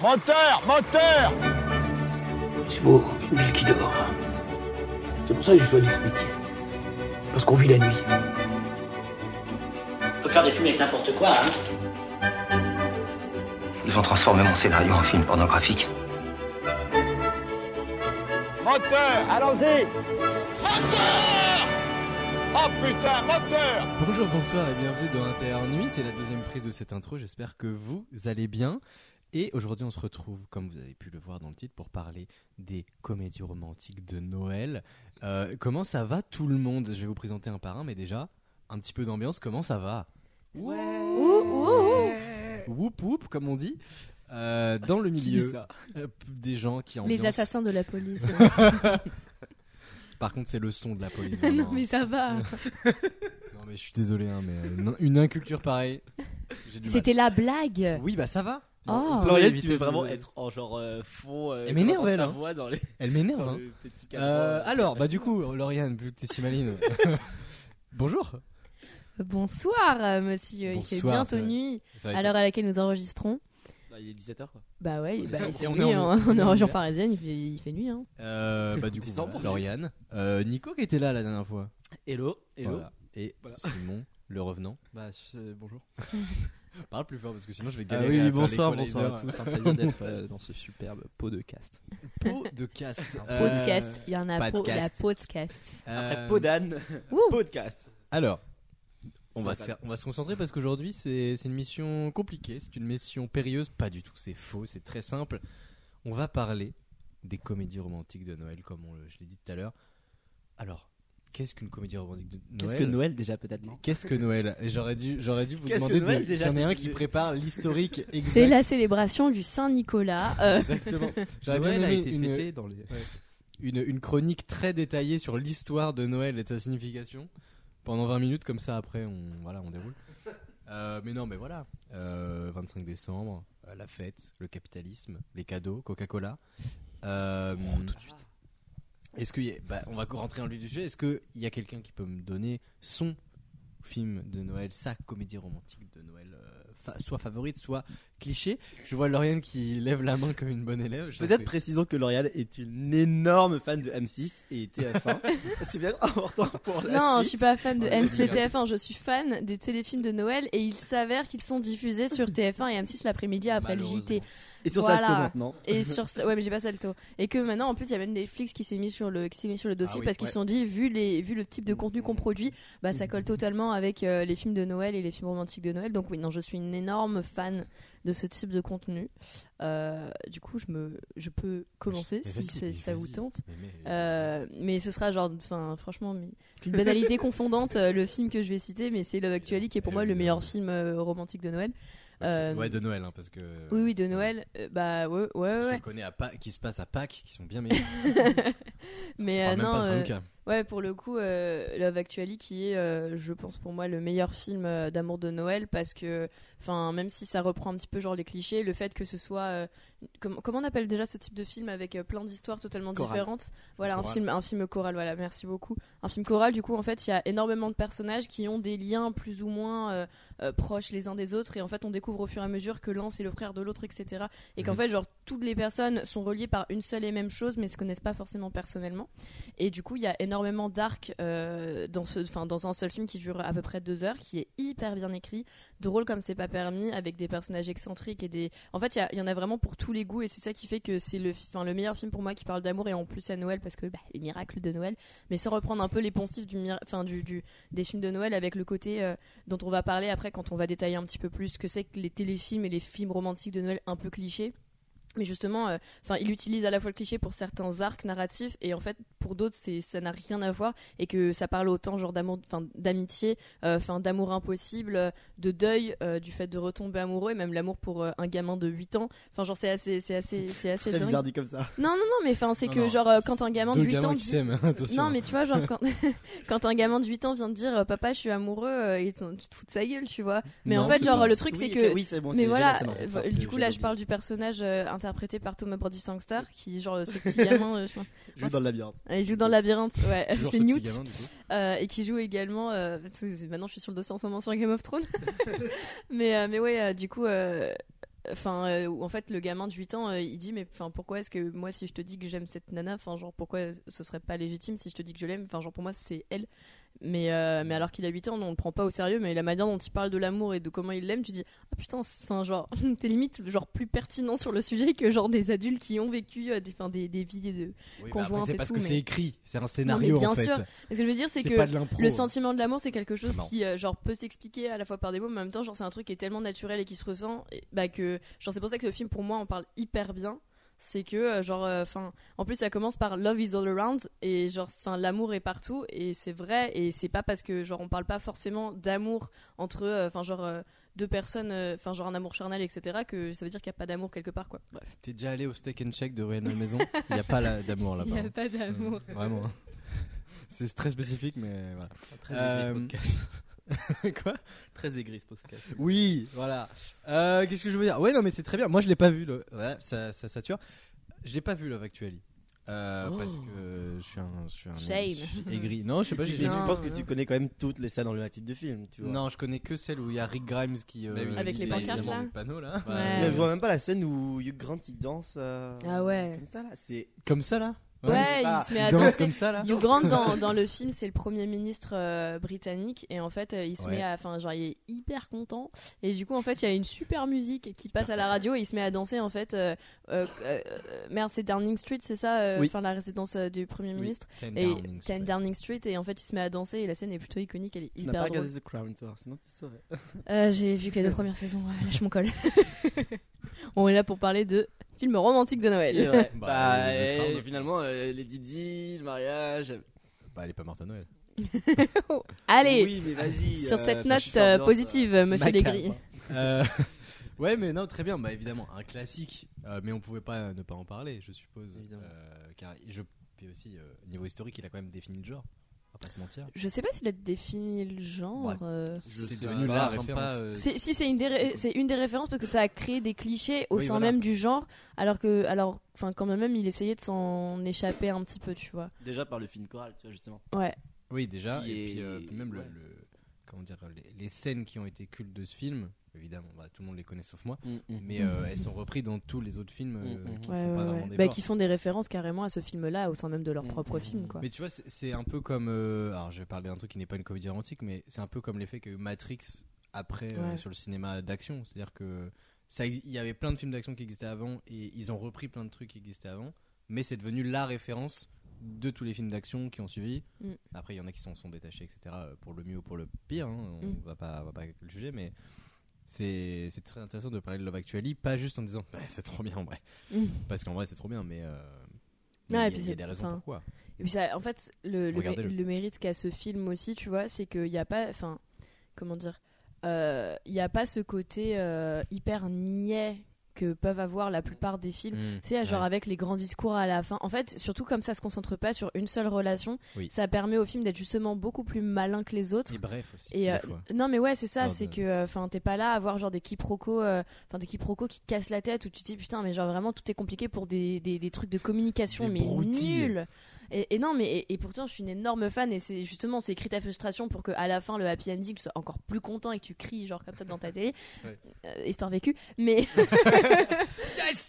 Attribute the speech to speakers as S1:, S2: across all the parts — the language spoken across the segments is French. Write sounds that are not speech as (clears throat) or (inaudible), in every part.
S1: Moteur Moteur
S2: C'est beau, une ville qui dort. C'est pour ça que j'ai choisi ce métier. Parce qu'on vit la nuit.
S3: On peut faire des films avec n'importe quoi, hein.
S4: Ils vont transformer mon scénario en film pornographique.
S1: Moteur
S2: Allons-y
S1: Moteur Oh putain, moteur
S5: Bonjour, bonsoir et bienvenue dans Intérieur Nuit. C'est la deuxième prise de cette intro. J'espère que vous allez bien. Et aujourd'hui, on se retrouve, comme vous avez pu le voir dans le titre, pour parler des comédies romantiques de Noël. Euh, comment ça va tout le monde Je vais vous présenter un par un, mais déjà, un petit peu d'ambiance. Comment ça va Woup woup, comme on dit. Euh, dans le milieu euh, p- des gens qui ambiancent.
S6: Les assassins de
S5: (laughs)
S6: la police.
S5: Par contre, c'est le son de la police.
S6: (laughs) non,
S5: vraiment.
S6: mais ça va.
S5: Non, mais je suis désolé, hein, mais euh, une- une inculture pareille. j'ai du mal.
S6: C'était la blague.
S5: Oui, bah ça va.
S6: Oh.
S5: Pluriel,
S7: Pluriel, tu veux vraiment être en genre euh, fond. euh,
S5: Elle m'énerve,
S7: dans ta
S5: elle, hein.
S7: voix, dans les,
S5: Elle m'énerve.
S7: dans
S5: hein.
S7: le petit cadran,
S5: Euh,
S7: euh,
S5: alors, bah du coup, Lauriane, vu que t'es si (laughs) maline. Bonjour.
S6: Bonsoir, euh, monsieur. Il fait
S5: Bonsoir,
S6: bientôt
S5: c'est vrai. Bah,
S6: nuit. À l'heure à laquelle nous enregistrons.
S7: Non, il est 17h quoi.
S6: Bah ouais,
S5: Et
S6: bah,
S5: ça,
S6: il fait
S5: on est
S6: nuit.
S5: en-
S6: hein.
S5: on est
S6: On est
S5: en
S6: en région
S7: (laughs)
S5: hiver.
S6: parisienne, il fait, il fait nuit. Hein.
S5: Euh, bah du coup,
S7: Décembre,
S5: voilà, Lauriane, Euh, Nico qui était là la dernière fois.
S7: Hello, hello.
S5: Voilà. Et
S7: Voilà.
S5: Simon, le revenant.
S8: Bah, je- bonjour.
S5: Parle plus fort parce que sinon je vais
S8: Ah
S5: galérer. à
S8: oui,
S5: faire
S8: bonsoir,
S5: les
S8: bonsoir à
S5: equalizers.
S8: tous. Un plaisir (laughs) d'être euh, dans ce superbe pot de cast.
S5: (laughs) Pot de cast. Euh,
S6: Podcast. Il y en a po- la
S5: podcast.
S6: podcast.
S7: Après
S5: euh,
S7: Podan,
S6: Ouh.
S7: (laughs) podcast.
S5: Alors, on va,
S7: Ça
S5: se,
S7: va.
S5: on va se concentrer parce qu'aujourd'hui c'est c'est une mission compliquée, c'est une mission périlleuse, pas du tout, c'est faux, c'est très simple. On va parler des comédies romantiques de Noël, comme on le- je l'ai dit tout à l'heure. Alors, qu'est-ce qu'une comédie romantique de Noël
S7: Qu'est-ce que Noël déjà peut-être non
S5: Qu'est-ce que Noël Et J'aurais dû, j'aurais dû vous
S7: Qu'est-ce que
S5: demander.
S7: Noël,
S5: de-
S7: déjà,
S5: J'en ai
S7: c'est
S5: un
S7: que
S5: qui
S7: je-
S5: prépare l'historique exact.
S6: C'est la célébration du Saint-Nicolas. Euh,
S5: Exactement. J'aurais bien
S8: Noël a
S5: aimé
S8: été
S5: une,
S8: fêté dans les.
S5: une, une chronique très détaillée sur l'histoire de Noël et de sa signification pendant 20 minutes, comme ça après on, voilà, on déroule. Euh, mais non, mais voilà. Euh, 25 décembre, euh, la fête, le capitalisme, les cadeaux, Coca-Cola. Euh, Est-ce que y a- bah, on va rentrer dans le vif du sujet Est-ce qu'il y a quelqu'un qui peut me donner son film de Noël, sa comédie romantique de Noël, euh, fa- soit favorite, soit cliché Je vois Lauriane qui lève la main comme une bonne élève. Je t'en
S7: Peut-être
S5: prie.
S7: précisons que L'Oréal est une énorme fan de M6 et
S8: (laughs)
S7: TF1. C'est bien important pour la
S6: non, je
S7: suite.
S6: suis pas fan de
S5: Ouais,
S6: MCTF1. Je suis fan des téléfilms de Noël et il s'avère qu'ils sont
S5: (laughs)
S6: diffusés sur TF1 et M6 l'après-midi après le JT.
S7: Et sur
S6: Voilà. Ah,
S7: ça, maintenant.
S5: (laughs)
S6: Et sur ça- ouais, mais j'ai pas Salto. Et que maintenant, en plus, il y a même Netflix qui s'est mis sur le, qui s'est mis sur le dossier
S5: Ah oui,
S6: parce qu'ils
S5: ouais.
S6: se sont dit, vu les, vu le type de contenu qu'on produit, bah ça colle totalement avec euh, les films de Noël et les films romantiques de Noël. Donc oui, non, je suis une énorme fan de ce type de contenu. Euh, du coup, je me, je peux commencer
S5: Mais
S6: si
S5: vas-y,
S6: c'est-
S5: mais
S6: ça vous
S5: vas-y.
S6: tente.
S5: Mais- mais-
S6: Euh, mais ce sera genre, enfin, franchement, mais-
S5: (laughs)
S6: d'une banalité confondante, euh, le film que je vais citer, mais c'est Love Actually qui est pour
S5: Eh
S6: moi
S5: oui,
S6: le
S5: bien
S6: meilleur
S5: sûr.
S6: film euh, romantique de Noël. euh,
S5: ouais, de Noël, hein, parce que.
S6: Oui, oui, de Noël. Euh, bah ouais, ouais,
S5: Je
S6: ouais.
S5: connais à Pa- qui se passe à Pâques, qui sont bien meilleurs.
S6: (laughs) Mais
S5: Enfin,
S6: euh,
S5: même
S6: non,
S5: pas
S6: euh,
S5: Franck.
S6: ouais, pour le coup, euh, Love Actually, qui est, euh, je pense pour moi, le meilleur film euh, d'amour de Noël, parce que, enfin, même si ça reprend un petit peu genre les clichés, le fait que ce soit, euh, com- comment on appelle déjà ce type de film avec euh, plein d'histoires totalement
S7: Choral.
S6: différentes, voilà, un
S5: Choral.
S6: film, un film choral, voilà, merci beaucoup, un film choral. Du coup, en fait, il y a énormément de personnages qui ont des liens plus ou moins euh, euh, proches les uns des autres, et en fait, on découvre au fur et à mesure que l'un c'est le frère de l'autre, etc. Et qu'en
S5: Mhm.
S6: fait, genre toutes les personnes sont reliées par une seule et même chose, mais se connaissent pas forcément personnellement. Et du coup, il y a énormément d'arcs euh, dans, ce- enfin, dans un seul film qui dure à peu près deux heures, qui est hyper bien écrit, drôle comme c'est pas permis, avec des personnages excentriques et des. En fait, il y a- il y, en a vraiment pour tous les goûts, et c'est ça qui fait que c'est le, enfin, le meilleur film pour moi qui parle d'amour et en plus à Noël parce que bah, les miracles de Noël, mais sans reprendre un peu les poncifs du, mira- enfin, du, du- des films de Noël avec le côté euh, dont on va parler après quand on va détailler un petit peu plus ce que c'est que les téléfilms et les films romantiques de Noël un peu clichés. Mais justement, euh, enfin, il utilise à la fois le cliché pour certains arcs narratifs et en fait pour d'autres c'est ça n'a rien à voir et que ça parle autant genre d'amour, enfin d'amitié, euh, enfin d'amour impossible, euh, de deuil euh, du fait de retomber amoureux et même l'amour pour euh, un gamin de 8 ans. Enfin genre c'est assez, c'est assez, c'est assez
S7: Très
S6: dingue.
S7: bizarre dit comme ça.
S6: Non non non mais enfin c'est
S5: Non,
S6: que
S5: non,
S6: genre euh, quand un gamin de
S5: Deux
S6: 8
S5: gamins
S6: ans
S5: qui
S6: dit-
S5: s'aiment, hein,
S6: (laughs)
S5: attention.
S6: non, mais tu vois, genre, quand, (laughs) quand un gamin de 8 ans vient te dire euh, Papa, je suis amoureux, euh, et t'en- tu te fous de sa gueule, tu vois. Mais en
S7: Non,
S6: fait,
S7: c'est
S6: genre,
S7: pas-
S6: le truc,
S7: Oui,
S6: c'est
S7: ok,
S6: que.
S7: oui, c'est bon,
S6: mais
S7: c'est-
S6: voilà,
S7: c'est marrant,
S6: euh,
S7: parce que
S6: du coup, là, je
S7: j'avais
S6: parle du personnage euh, interprété par Thomas Brody Sangster, qui, genre, ce petit gamin, euh, je sais pas,
S7: oublié. Joue dans le labyrinthe.
S6: il joue dans le labyrinthe,
S5: Toujours
S6: ouais, (laughs) c'est
S5: ce petit
S6: Newt,
S5: gamin, du coup.
S6: euh, et qui joue également. euh, parce que maintenant, je suis sur le dossier en ce moment sur Game of Thrones. mais, euh, mais ouais, euh, du coup. euh, enfin euh, où en fait le gamin de 8 ans euh, il dit mais enfin pourquoi est-ce que moi si je te dis que j'aime cette nana enfin genre pourquoi ce serait pas légitime si je te dis que je l'aime enfin genre pour moi c'est elle mais euh, mais alors qu'il a 8 ans on le prend pas au sérieux mais la manière dont il parle de l'amour et de comment il l'aime tu dis ah putain c'est un genre (laughs) t'es limite genre plus pertinent sur le sujet que genre des adultes qui ont vécu euh, des, enfin, des des vies de
S5: Oui,
S6: Conjointe
S5: après, c'est
S6: et
S5: parce
S6: tout,
S5: que
S6: mais-
S5: c'est écrit, c'est un scénario
S6: bien
S5: en fait.
S6: sûr, mais ce que je veux dire c'est que
S5: pas de l'impro.
S6: le sentiment de l'amour, c'est quelque chose
S5: Non.
S6: qui euh, genre peut s'expliquer à la fois par des mots, mais en même temps, genre c'est un truc qui est tellement naturel et qui se ressent, et, bah que genre c'est pour ça que ce film pour moi en parle hyper bien. C'est que euh, genre enfin, en plus ça commence par love is all around et genre enfin l'amour est partout et c'est vrai et c'est pas parce que genre on parle pas forcément d'amour entre enfin genre euh, deux personnes, euh, enfin genre un amour charnel etc que ça veut dire qu'il y a pas d'amour quelque part quoi. Bref.
S5: T'es déjà allé au steak and shake de Ruelle de la
S6: (laughs)
S5: Maison Il n'y a pas la- d'amour là-bas. hein.
S6: pas d'amour.
S5: Vraiment. hein. C'est très spécifique, mais voilà.
S8: Très
S5: Euh,
S8: aigri ce podcast.
S5: Quoi
S8: Très aigri ce podcast.
S5: Oui, voilà. Euh, Qu'est-ce que je veux dire Ouais, non, mais c'est très bien. Moi, je l'ai pas vu. Le... ouais, ça, ça sature. Je l'ai pas vu Love Actually. Euh,
S7: Oh.
S5: Parce que je suis un, je suis un
S6: Shame.
S5: je suis aigri. Non, je sais pas.
S7: tu,
S5: j'ai-
S7: mais tu
S5: j'ai-
S6: Non,
S7: penses que
S6: non.
S7: tu connais quand même toutes les scènes emblématiques du film, tu vois.
S5: Non, je connais que celle où il y a Rick Grimes qui euh,
S8: Bah oui.
S6: Avec les
S5: lit
S6: pancartes,
S5: évidemment
S6: là.
S5: les panneaux là.
S7: Tu
S6: Ouais.
S7: ne vois même pas la scène où Hugh Grant il danse. euh,
S6: Ah ouais.
S7: Comme ça là, c'est.
S5: Comme ça là.
S6: Ouais,
S7: Ah,
S6: il se met à
S5: Il danse
S6: danser.
S5: comme ça là.
S6: Hugh Grant
S7: (laughs)
S6: dans, dans le film c'est le premier ministre euh, britannique et en fait euh, il se
S5: Ouais.
S6: met à enfin genre il est hyper content et du coup en fait il y a une super musique qui passe à la radio et il se met à danser en fait euh, euh, euh, merde c'est Downing Street c'est ça euh,
S7: Oui.
S6: enfin la résidence euh, du premier ministre
S5: Ten
S6: et
S5: Downing Street.
S6: 10 Downing Street et en fait il se met à danser et la scène est plutôt iconique elle est
S7: Tu n'as pas
S6: hyper drôle
S7: regardé The Crown, toi, sinon tu saurais.
S6: Euh, j'ai vu que les
S7: (laughs)
S6: deux premières saisons ouais, lâche mon col (laughs) on est là pour parler de films romantiques de Noël
S5: Bah,
S7: Bah,
S5: The
S7: eh,
S5: Crown.
S7: finalement, euh, les Didi, le mariage.
S5: Bah, elle est pas morte à Noël.
S6: allez
S7: Oui, mais vas-y.
S6: (laughs) sur
S7: euh,
S6: cette
S7: enfin, je suis
S6: note
S7: pas
S6: euh,
S7: ambiance,
S6: positive monsieur
S7: macabre.
S6: Legris
S5: Euh, (laughs) ouais, mais non, très bien. Bah, évidemment, un classique. Euh, mais on pouvait pas ne pas en parler, je suppose.
S8: Évidemment.
S5: Euh, car je puis aussi euh, niveau historique, il a quand même défini le genre. On va pas se mentir.
S6: Je sais pas s'il a défini le genre.
S5: Ouais.
S6: euh.
S5: C'est devenu la référence.
S7: euh,
S6: C'est- si c'est une, des ré- c'est une des références parce que ça a créé des clichés au
S5: Oui,
S6: sein
S5: voilà.
S6: même du genre, alors que, alors, enfin, quand même, il essayait de s'en échapper un petit peu, tu vois.
S7: Déjà par le film choral, tu vois, justement.
S6: Ouais.
S5: Oui, déjà.
S7: Qui
S5: Et
S7: est-
S5: puis, euh, puis même le-
S7: ouais.
S5: le, comment dire les, les scènes qui ont été cultes de ce film. Évidemment, bah, tout le monde les connaît sauf moi.
S7: Mhm.
S5: Mais euh, elles sont reprises dans tous les autres films euh,
S7: Mm, mm.
S5: qui font
S6: Ouais,
S5: pas
S6: ouais,
S5: vraiment
S6: ouais.
S5: des
S6: Bah, qui font des références carrément à ce film-là au sein même de leur
S7: Mm,
S6: propre
S7: mm,
S6: film,
S7: mm.
S6: quoi.
S5: Mais tu vois, c'est- c'est un peu comme. euh, alors, je vais parler d'un truc qui n'est pas une comédie romantique, mais c'est un peu comme l'effet qu'a eu Matrix après euh,
S6: Ouais.
S5: sur le cinéma d'action. C'est-à-dire que ça ex- il y avait plein de films d'action qui existaient avant et ils ont repris plein de trucs qui existaient avant, mais c'est devenu la référence de tous les films d'action qui ont suivi.
S6: Mm.
S5: Après, il y en a qui s'en sont détachés, etc. euh, Pour le mieux ou pour le pire, hein, on
S6: Mm.
S5: va pas, on va pas le juger, mais. C'est c'est très intéressant de parler de Love Actually, pas juste en disant Bah, c'est trop bien en vrai.
S6: Mm.
S5: Parce qu'en vrai, c'est trop bien, mais euh,
S6: Ouais, et
S5: mais il
S6: puis
S5: y, a- il y
S6: c'est-
S5: a des raisons
S6: enfin,
S5: pourquoi.
S6: Et puis ça, en fait, le, le, mé-
S5: Regardez-le.
S6: le mérite qu'a ce film aussi, tu vois, c'est qu'il n'y a pas, enfin, comment dire, euh, il n'y a pas ce côté euh, hyper niais que peuvent avoir la plupart des films.
S5: Mm.
S6: Tu sais, genre
S5: Ouais.
S6: avec les grands discours à la fin. En fait, surtout comme ça se concentre pas sur une seule relation,
S5: Oui.
S6: ça permet au film d'être justement beaucoup plus malin que les autres.
S5: Et bref aussi.
S6: Et
S5: des
S6: euh,
S5: fois.
S6: non mais ouais c'est ça
S5: Genre
S6: c'est
S5: de-
S6: que euh, enfin t'es pas là à voir genre des quiproquos euh, enfin des quiproquos qui te cassent la tête où tu te dis putain mais genre vraiment tout est compliqué pour des, des, des trucs de communication
S5: Des
S6: mais
S5: broutilles.
S6: nul et, et non mais et, et pourtant je suis une énorme fan et c'est justement c'est écrit ta frustration pour que à la fin le happy ending tu sois encore plus content et que tu cries genre comme ça dans ta télé
S5: Ouais.
S6: Euh, histoire vécue mais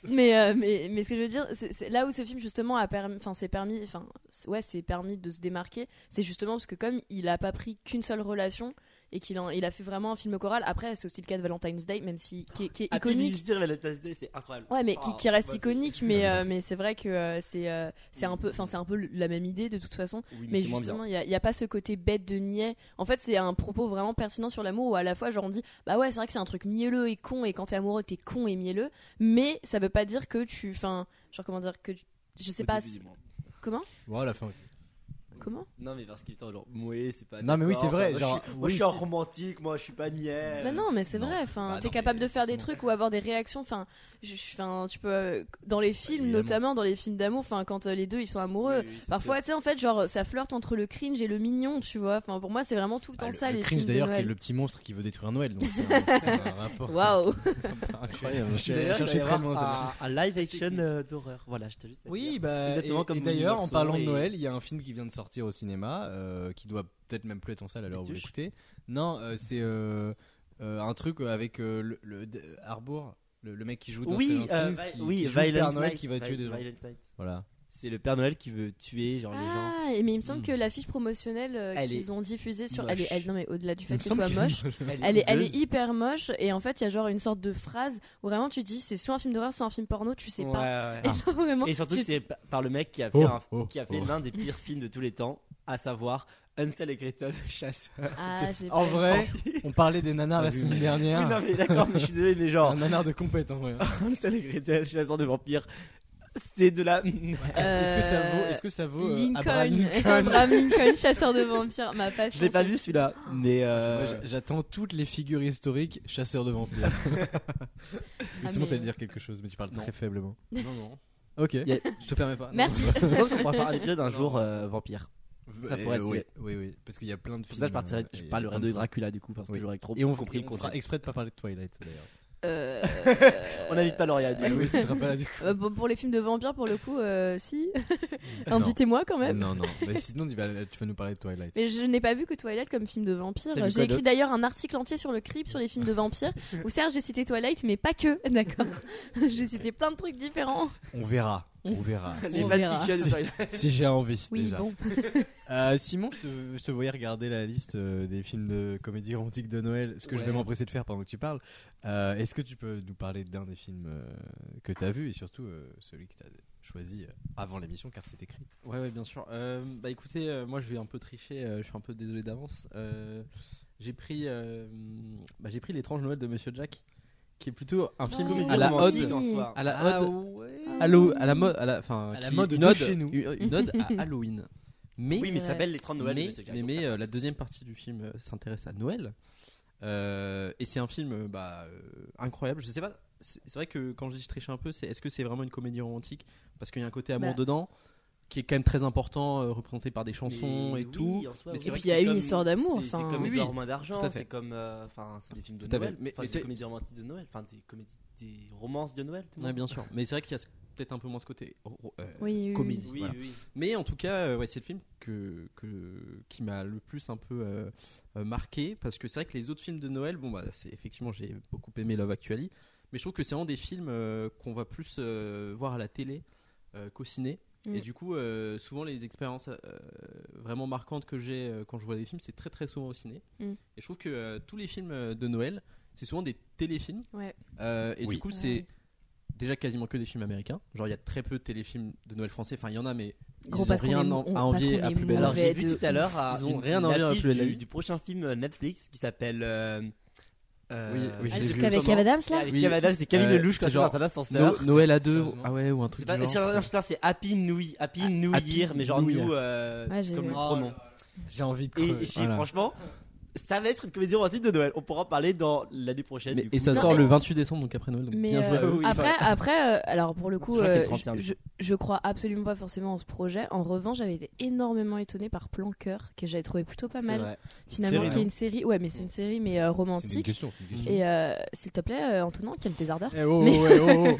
S6: mais, euh, mais mais ce que je veux dire c'est c'est là où ce film justement a permis enfin c'est permis enfin c'est- ouais c'est permis de se démarquer c'est justement parce que comme il a pas pris qu'une seule relation et qu'il en- il a fait vraiment un film choral. Après, c'est aussi le cas de Valentine's Day, même si qui est, qui est iconique.
S7: dire, mais la tasse D, c'est incroyable.
S6: Ouais, mais qui, qui reste
S7: Ah, ouais.
S6: iconique, mais euh, mais c'est vrai que euh, c'est euh, c'est un peu, enfin c'est un peu le- la même idée de toute façon.
S7: Oui, mais,
S6: Mais
S7: c'est moins bien.
S6: justement, il n'y a, pas ce côté bête de niais. En fait, c'est un propos vraiment pertinent sur l'amour où à la fois, genre, on dit, bah ouais, c'est vrai que c'est un truc mielleux et con, et quand t'es amoureux, t'es con et mielleux, mais ça veut pas dire que tu. Enfin, genre, comment dire, que. tu- Je sais
S7: Au
S6: pas.
S7: début, du moins.
S6: Comment
S5: Bon, à la fin aussi.
S6: Comment
S7: Non, mais parce qu'il est en genre, ouais, c'est pas.
S5: Non, mais oui,
S7: d'accord,
S5: c'est vrai,
S7: ça,
S5: genre,
S7: moi, je suis, moi, je
S5: oui,
S7: suis un
S5: c'est-
S7: romantique, moi, je suis pas niais.
S6: Mais Bah non, mais c'est
S5: Euh, non,
S6: vrai.
S5: c'est-
S6: Enfin,
S5: bah
S6: t'es
S5: non,
S6: capable
S5: mais
S6: de faire des
S5: forcément.
S6: trucs ou avoir des réactions. Enfin, je, je- enfin, tu peux euh, dans les films,
S5: Bah, Évidemment.
S6: notamment dans les films d'amour. Enfin, quand euh, les deux ils sont amoureux.
S7: Oui, oui, c'est
S6: Parfois, tu sais, en fait, genre, ça flirte entre le cringe et le mignon, tu vois. Enfin, pour moi, c'est vraiment tout le temps
S5: Ah, le-
S6: ça,
S5: le
S6: les
S5: cringe
S6: films de
S5: d'ailleurs qui est
S6: Noël.
S5: le petit monstre qui veut détruire Noël. Donc c'est un, (laughs) c'est un rapport.
S6: Waouh
S5: Incroyable.
S7: sûr.
S5: J'ai
S7: D'ailleurs, il va
S5: cherché
S7: y
S5: très
S7: avoir
S5: loin ça.
S7: Un, un live action euh, d'horreur. Voilà, je te juste. à
S5: Oui,
S7: dire.
S5: bah,
S7: Exactement
S5: et,
S7: comme
S5: et d'ailleurs, en
S7: Universal
S5: parlant de
S7: et-
S5: Noël, il y a un film qui vient de sortir au cinéma, euh, qui doit peut-être même plus être en salle à l'heure où vous
S7: Bituche.
S5: euh, l'écoutez. Non, euh, c'est euh, euh, un truc avec euh, le, le- de- Harbour, Le, le mec qui joue dans
S7: Oui,
S5: Stranger
S7: euh,
S5: Things,
S7: Vi-
S5: qui,
S7: oui,
S5: qui joue le Père
S7: Violent
S5: Noël
S7: Night,
S5: qui va
S7: Vi-
S5: tuer des gens.
S7: Violent Night.
S5: Voilà.
S7: C'est le Père Noël qui veut tuer genre les gens. Hmm.
S6: Ah, et mais il me semble
S5: Mm.
S6: que la fiche promotionnelle euh,
S7: Elle est
S6: qu'ils ont diffusée sur. Elle est,
S7: moche.
S6: elle- non, mais au-delà du fait
S5: Il me
S6: qu'elle
S5: semble
S6: soit
S5: qu'il-
S6: moche, elle est, elle est
S7: hideuse.
S6: hyper moche. Et en fait, il y a genre une sorte de phrase où vraiment tu dis c'est soit un film d'horreur, soit un film porno, tu sais pas.
S7: Ouais, ouais.
S6: Et genre, vraiment,
S7: Et surtout
S6: tu-
S7: que c'est pa- par le mec qui a fait,
S5: Oh,
S7: un-
S5: oh,
S7: qui a fait
S5: oh.
S7: l'un des pires films de tous les temps, à savoir Hansel et Gretel chasseur.
S6: Ah, j'ai
S5: En
S6: pas-
S7: (laughs)
S5: vrai, on parlait des nanars la semaine
S7: Oui, (laughs) non
S5: dernière.
S7: mais d'accord, mais je suis désolé, mais
S5: C'est un
S7: genre
S5: nanar de compète en vrai.
S7: Hansel et Gretel chasseur de vampires, c'est de la
S5: Est-ce que ça vaut,
S6: (laughs) Euh,
S5: est-ce que ça vaut euh,
S6: Lincoln,
S5: Abraham
S6: (laughs)
S5: Lincoln (laughs)
S6: Abraham Lincoln, chasseur de vampires, ma passion.
S7: Je l'ai pas
S6: c'est-
S7: vu celui-là, mais euh,
S5: Moi, j- J'attends toutes les figures historiques chasseurs de (laughs) vampires. Mais c'est bon,
S6: Ah, mais-
S5: t'allais dire quelque chose, mais tu parles très faiblement.
S8: Non, non.
S5: (laughs) Ok,
S7: y a-
S5: je te permets pas.
S6: Merci.
S7: je pense qu'on pourra faire un épisode un jour euh, vampire.
S5: Non.
S7: Ça
S5: Euh,
S7: pourrait être
S5: oui.
S7: stylé.
S5: oui, oui, parce qu'il y a plein de films.
S7: Pour ça, je partirai,
S5: euh,
S7: je
S5: et
S7: parlerai
S5: plein
S7: de
S5: films.
S7: Dracula du coup parce que
S5: Oui.
S7: j'aurais trop
S5: Et on,
S7: compris le
S5: on fera
S7: contrat.
S5: exprès de pas parler de Twilight d'ailleurs.
S6: Euh,
S7: On n'invite pas Lauria. du
S5: Ah
S7: coup.
S5: (laughs) oui, tu seras pas là du
S6: (laughs)
S5: coup.
S6: euh, pour, pour les films de vampires, pour le coup, euh, si. Invitez-moi quand même.
S5: Non, non, mais sinon tu vas, tu vas nous parler de Twilight.
S6: Mais je n'ai pas vu que Twilight comme film de vampire.
S7: T'as vu
S6: J'ai
S7: quoi
S6: écrit
S7: d'autre
S6: d'ailleurs un article entier sur le creep, sur les films de vampires, où certes j'ai cité Twilight, mais pas que, (laughs) d'accord J'ai cité plein de trucs différents.
S5: On verra, on verra.
S6: (laughs)
S7: Les
S6: On verra.
S7: fanfictions de Twilight.
S5: si j'ai envie
S6: Oui,
S5: déjà.
S6: bon.
S5: Euh, Simon, je te, je te voyais regarder la liste euh, des films de comédie romantique de Noël, ce que je vais
S8: Ouais.
S5: m'empresser de faire pendant que tu parles. Euh, Est-ce que tu peux nous parler d'un des films euh, que tu as vu et surtout euh, celui que tu as choisi euh, avant l'émission car c'est écrit
S8: Ouais, ouais, bien sûr. Euh, bah écoutez, euh, moi je vais un peu tricher, euh, je suis un peu désolé d'avance. Euh, j'ai pris, euh, bah, j'ai pris L'étrange Noël de Monsieur Jack, qui est plutôt
S7: Ah
S8: un film
S6: Comédie
S8: à la
S6: romantique.
S8: ode.
S6: ode.
S7: en soi.
S8: À la
S5: Ah
S8: ode.
S6: Ah
S8: à l'eau-
S6: oui.
S8: à la mode. À la, enfin,
S5: À la
S8: qui-
S5: mode
S8: une
S5: de
S8: ode,
S5: chez nous.
S8: Une, une ode
S5: (laughs)
S8: à Halloween. Mais,
S7: Oui, mais ça
S6: Ouais.
S7: s'appelle les 30 Noël. de
S8: mais,
S7: Monsieur Jack,
S8: mais-
S7: donc
S8: mais,
S7: ça
S8: euh,
S7: passe.
S8: la deuxième partie du film euh, s'intéresse à Noël. Euh, et c'est un film euh, bah, euh, incroyable. Je sais pas. C'est c'est vrai que quand je dis je triche un peu, c'est est-ce que c'est vraiment une comédie romantique Parce qu'il y a un côté amour
S6: Bah.
S8: dedans qui est quand même très important, euh, représenté par des chansons
S7: Mais
S8: et
S7: oui,
S8: tout.
S7: en soi,
S8: Mais
S7: oui.
S8: c'est
S6: Et
S8: vrai
S6: puis il
S8: que
S6: y a
S8: c'est
S6: eu
S8: comme-
S6: une histoire d'amour.
S7: C'est- C'est
S6: enfin.
S7: comme
S8: Oui,
S7: Edouard
S8: oui,
S7: Moins
S8: tout
S7: d'argent,
S8: à fait.
S7: c'est comme. euh, Enfin, c'est des films de
S8: Tout à fait.
S7: Noël.
S8: Mais-
S7: enfin,
S8: mais
S7: des
S8: c'est-
S7: comédies romantiques de Noël. Enfin, des comédies. Des romances de Noël. tout le
S8: Ouais,
S7: monde.
S8: bien sûr. Mais c'est vrai qu'il y a ce- peut-être un peu moins ce côté. oh, oh, euh,
S6: Oui, oui, oui.
S8: comédie.
S7: Oui,
S8: Voilà.
S7: oui.
S8: Mais en tout cas, euh, ouais, c'est le film que, que- qui m'a le plus un peu euh, euh, marqué parce que c'est vrai que les autres films de Noël, bon bah c'est effectivement j'ai beaucoup aimé Love Actually, mais je trouve que c'est vraiment des films euh, qu'on va plus euh, voir à la télé euh, qu'au ciné.
S6: Mm.
S8: Et du coup, euh, souvent les expériences euh, vraiment marquantes que j'ai euh, quand je vois des films, c'est très très souvent au ciné.
S6: Mm.
S8: Et je trouve que euh, tous les films euh, de Noël, c'est souvent des téléfilms.
S6: Ouais.
S8: Euh, et
S1: Oui.
S8: du coup, c'est déjà quasiment que des films américains. Genre, il y a très peu de téléfilms de Noël français. Enfin, il y en a, mais ils
S6: Gros,
S8: ont
S6: parce qu'on
S8: rien
S6: est- on-
S8: en- à
S6: parce
S8: envier
S6: qu'on
S8: à
S6: est
S8: plus belle.
S7: Alors,
S6: Mauvais
S7: j'ai vu
S6: de
S7: tout à l'heure. à
S8: Ils ont
S7: une-
S8: rien
S7: une
S8: envie à
S7: affiche
S8: plus la
S7: du,
S8: vie.
S7: du prochain film euh, Netflix qui s'appelle. euh, euh,
S8: Oui, oui,
S7: je
S8: Ah,
S7: sais
S8: le truc
S7: plus
S6: avec
S7: comment.
S6: Ava Adams, là
S7: Avec
S8: Oui.
S7: Ava Adams, c'est Camille
S8: Euh,
S7: Lelouch
S8: c'est
S7: quand c'est
S8: genre
S7: dans un ascenseur.
S8: Noël à deux.
S5: Sérieusement
S8: Ah ouais, ou un truc
S7: C'est pas
S8: du genre. Ah,
S7: Sir- Sir- c'est Happy New Year, Happy New
S8: Happy
S7: Year, mais genre
S8: New
S7: nous
S8: Year.
S7: euh,
S6: Ouais, j'ai
S7: comme
S6: vu.
S7: le
S5: Oh
S7: pronom.
S5: J'ai envie de
S7: Et,
S5: creuser.
S7: et chez-
S5: Voilà.
S7: franchement, ça va être une comédie romantique de Noël. On pourra en parler dans l'année prochaine.
S8: Mais-
S7: du
S8: et
S7: coup.
S8: ça
S6: Non,
S8: sort
S6: mais-
S8: le 28 décembre, donc après Noël. donc
S6: Mais
S8: bien joué
S6: euh,
S8: à eux.
S6: après, après euh, alors pour le coup,
S7: Je crois que c'est
S6: euh,
S7: le 31,
S6: je,
S7: du
S6: je, je crois absolument pas forcément en ce projet. En revanche, j'avais été énormément étonnée par Plan Cœur, que j'avais trouvé plutôt pas
S7: C'est
S6: mal.
S7: vrai.
S6: Finalement,
S5: Série,
S6: qui est
S5: non
S6: une série, ouais, mais c'est une série, mais euh,
S5: C'est une
S6: romantique.
S5: question. c'est une question.
S6: Et euh, s'il te plaît, euh, Antonin, calme tes ardeurs.
S5: Eh oh,
S6: Mais-
S5: oh, eh oh, oh.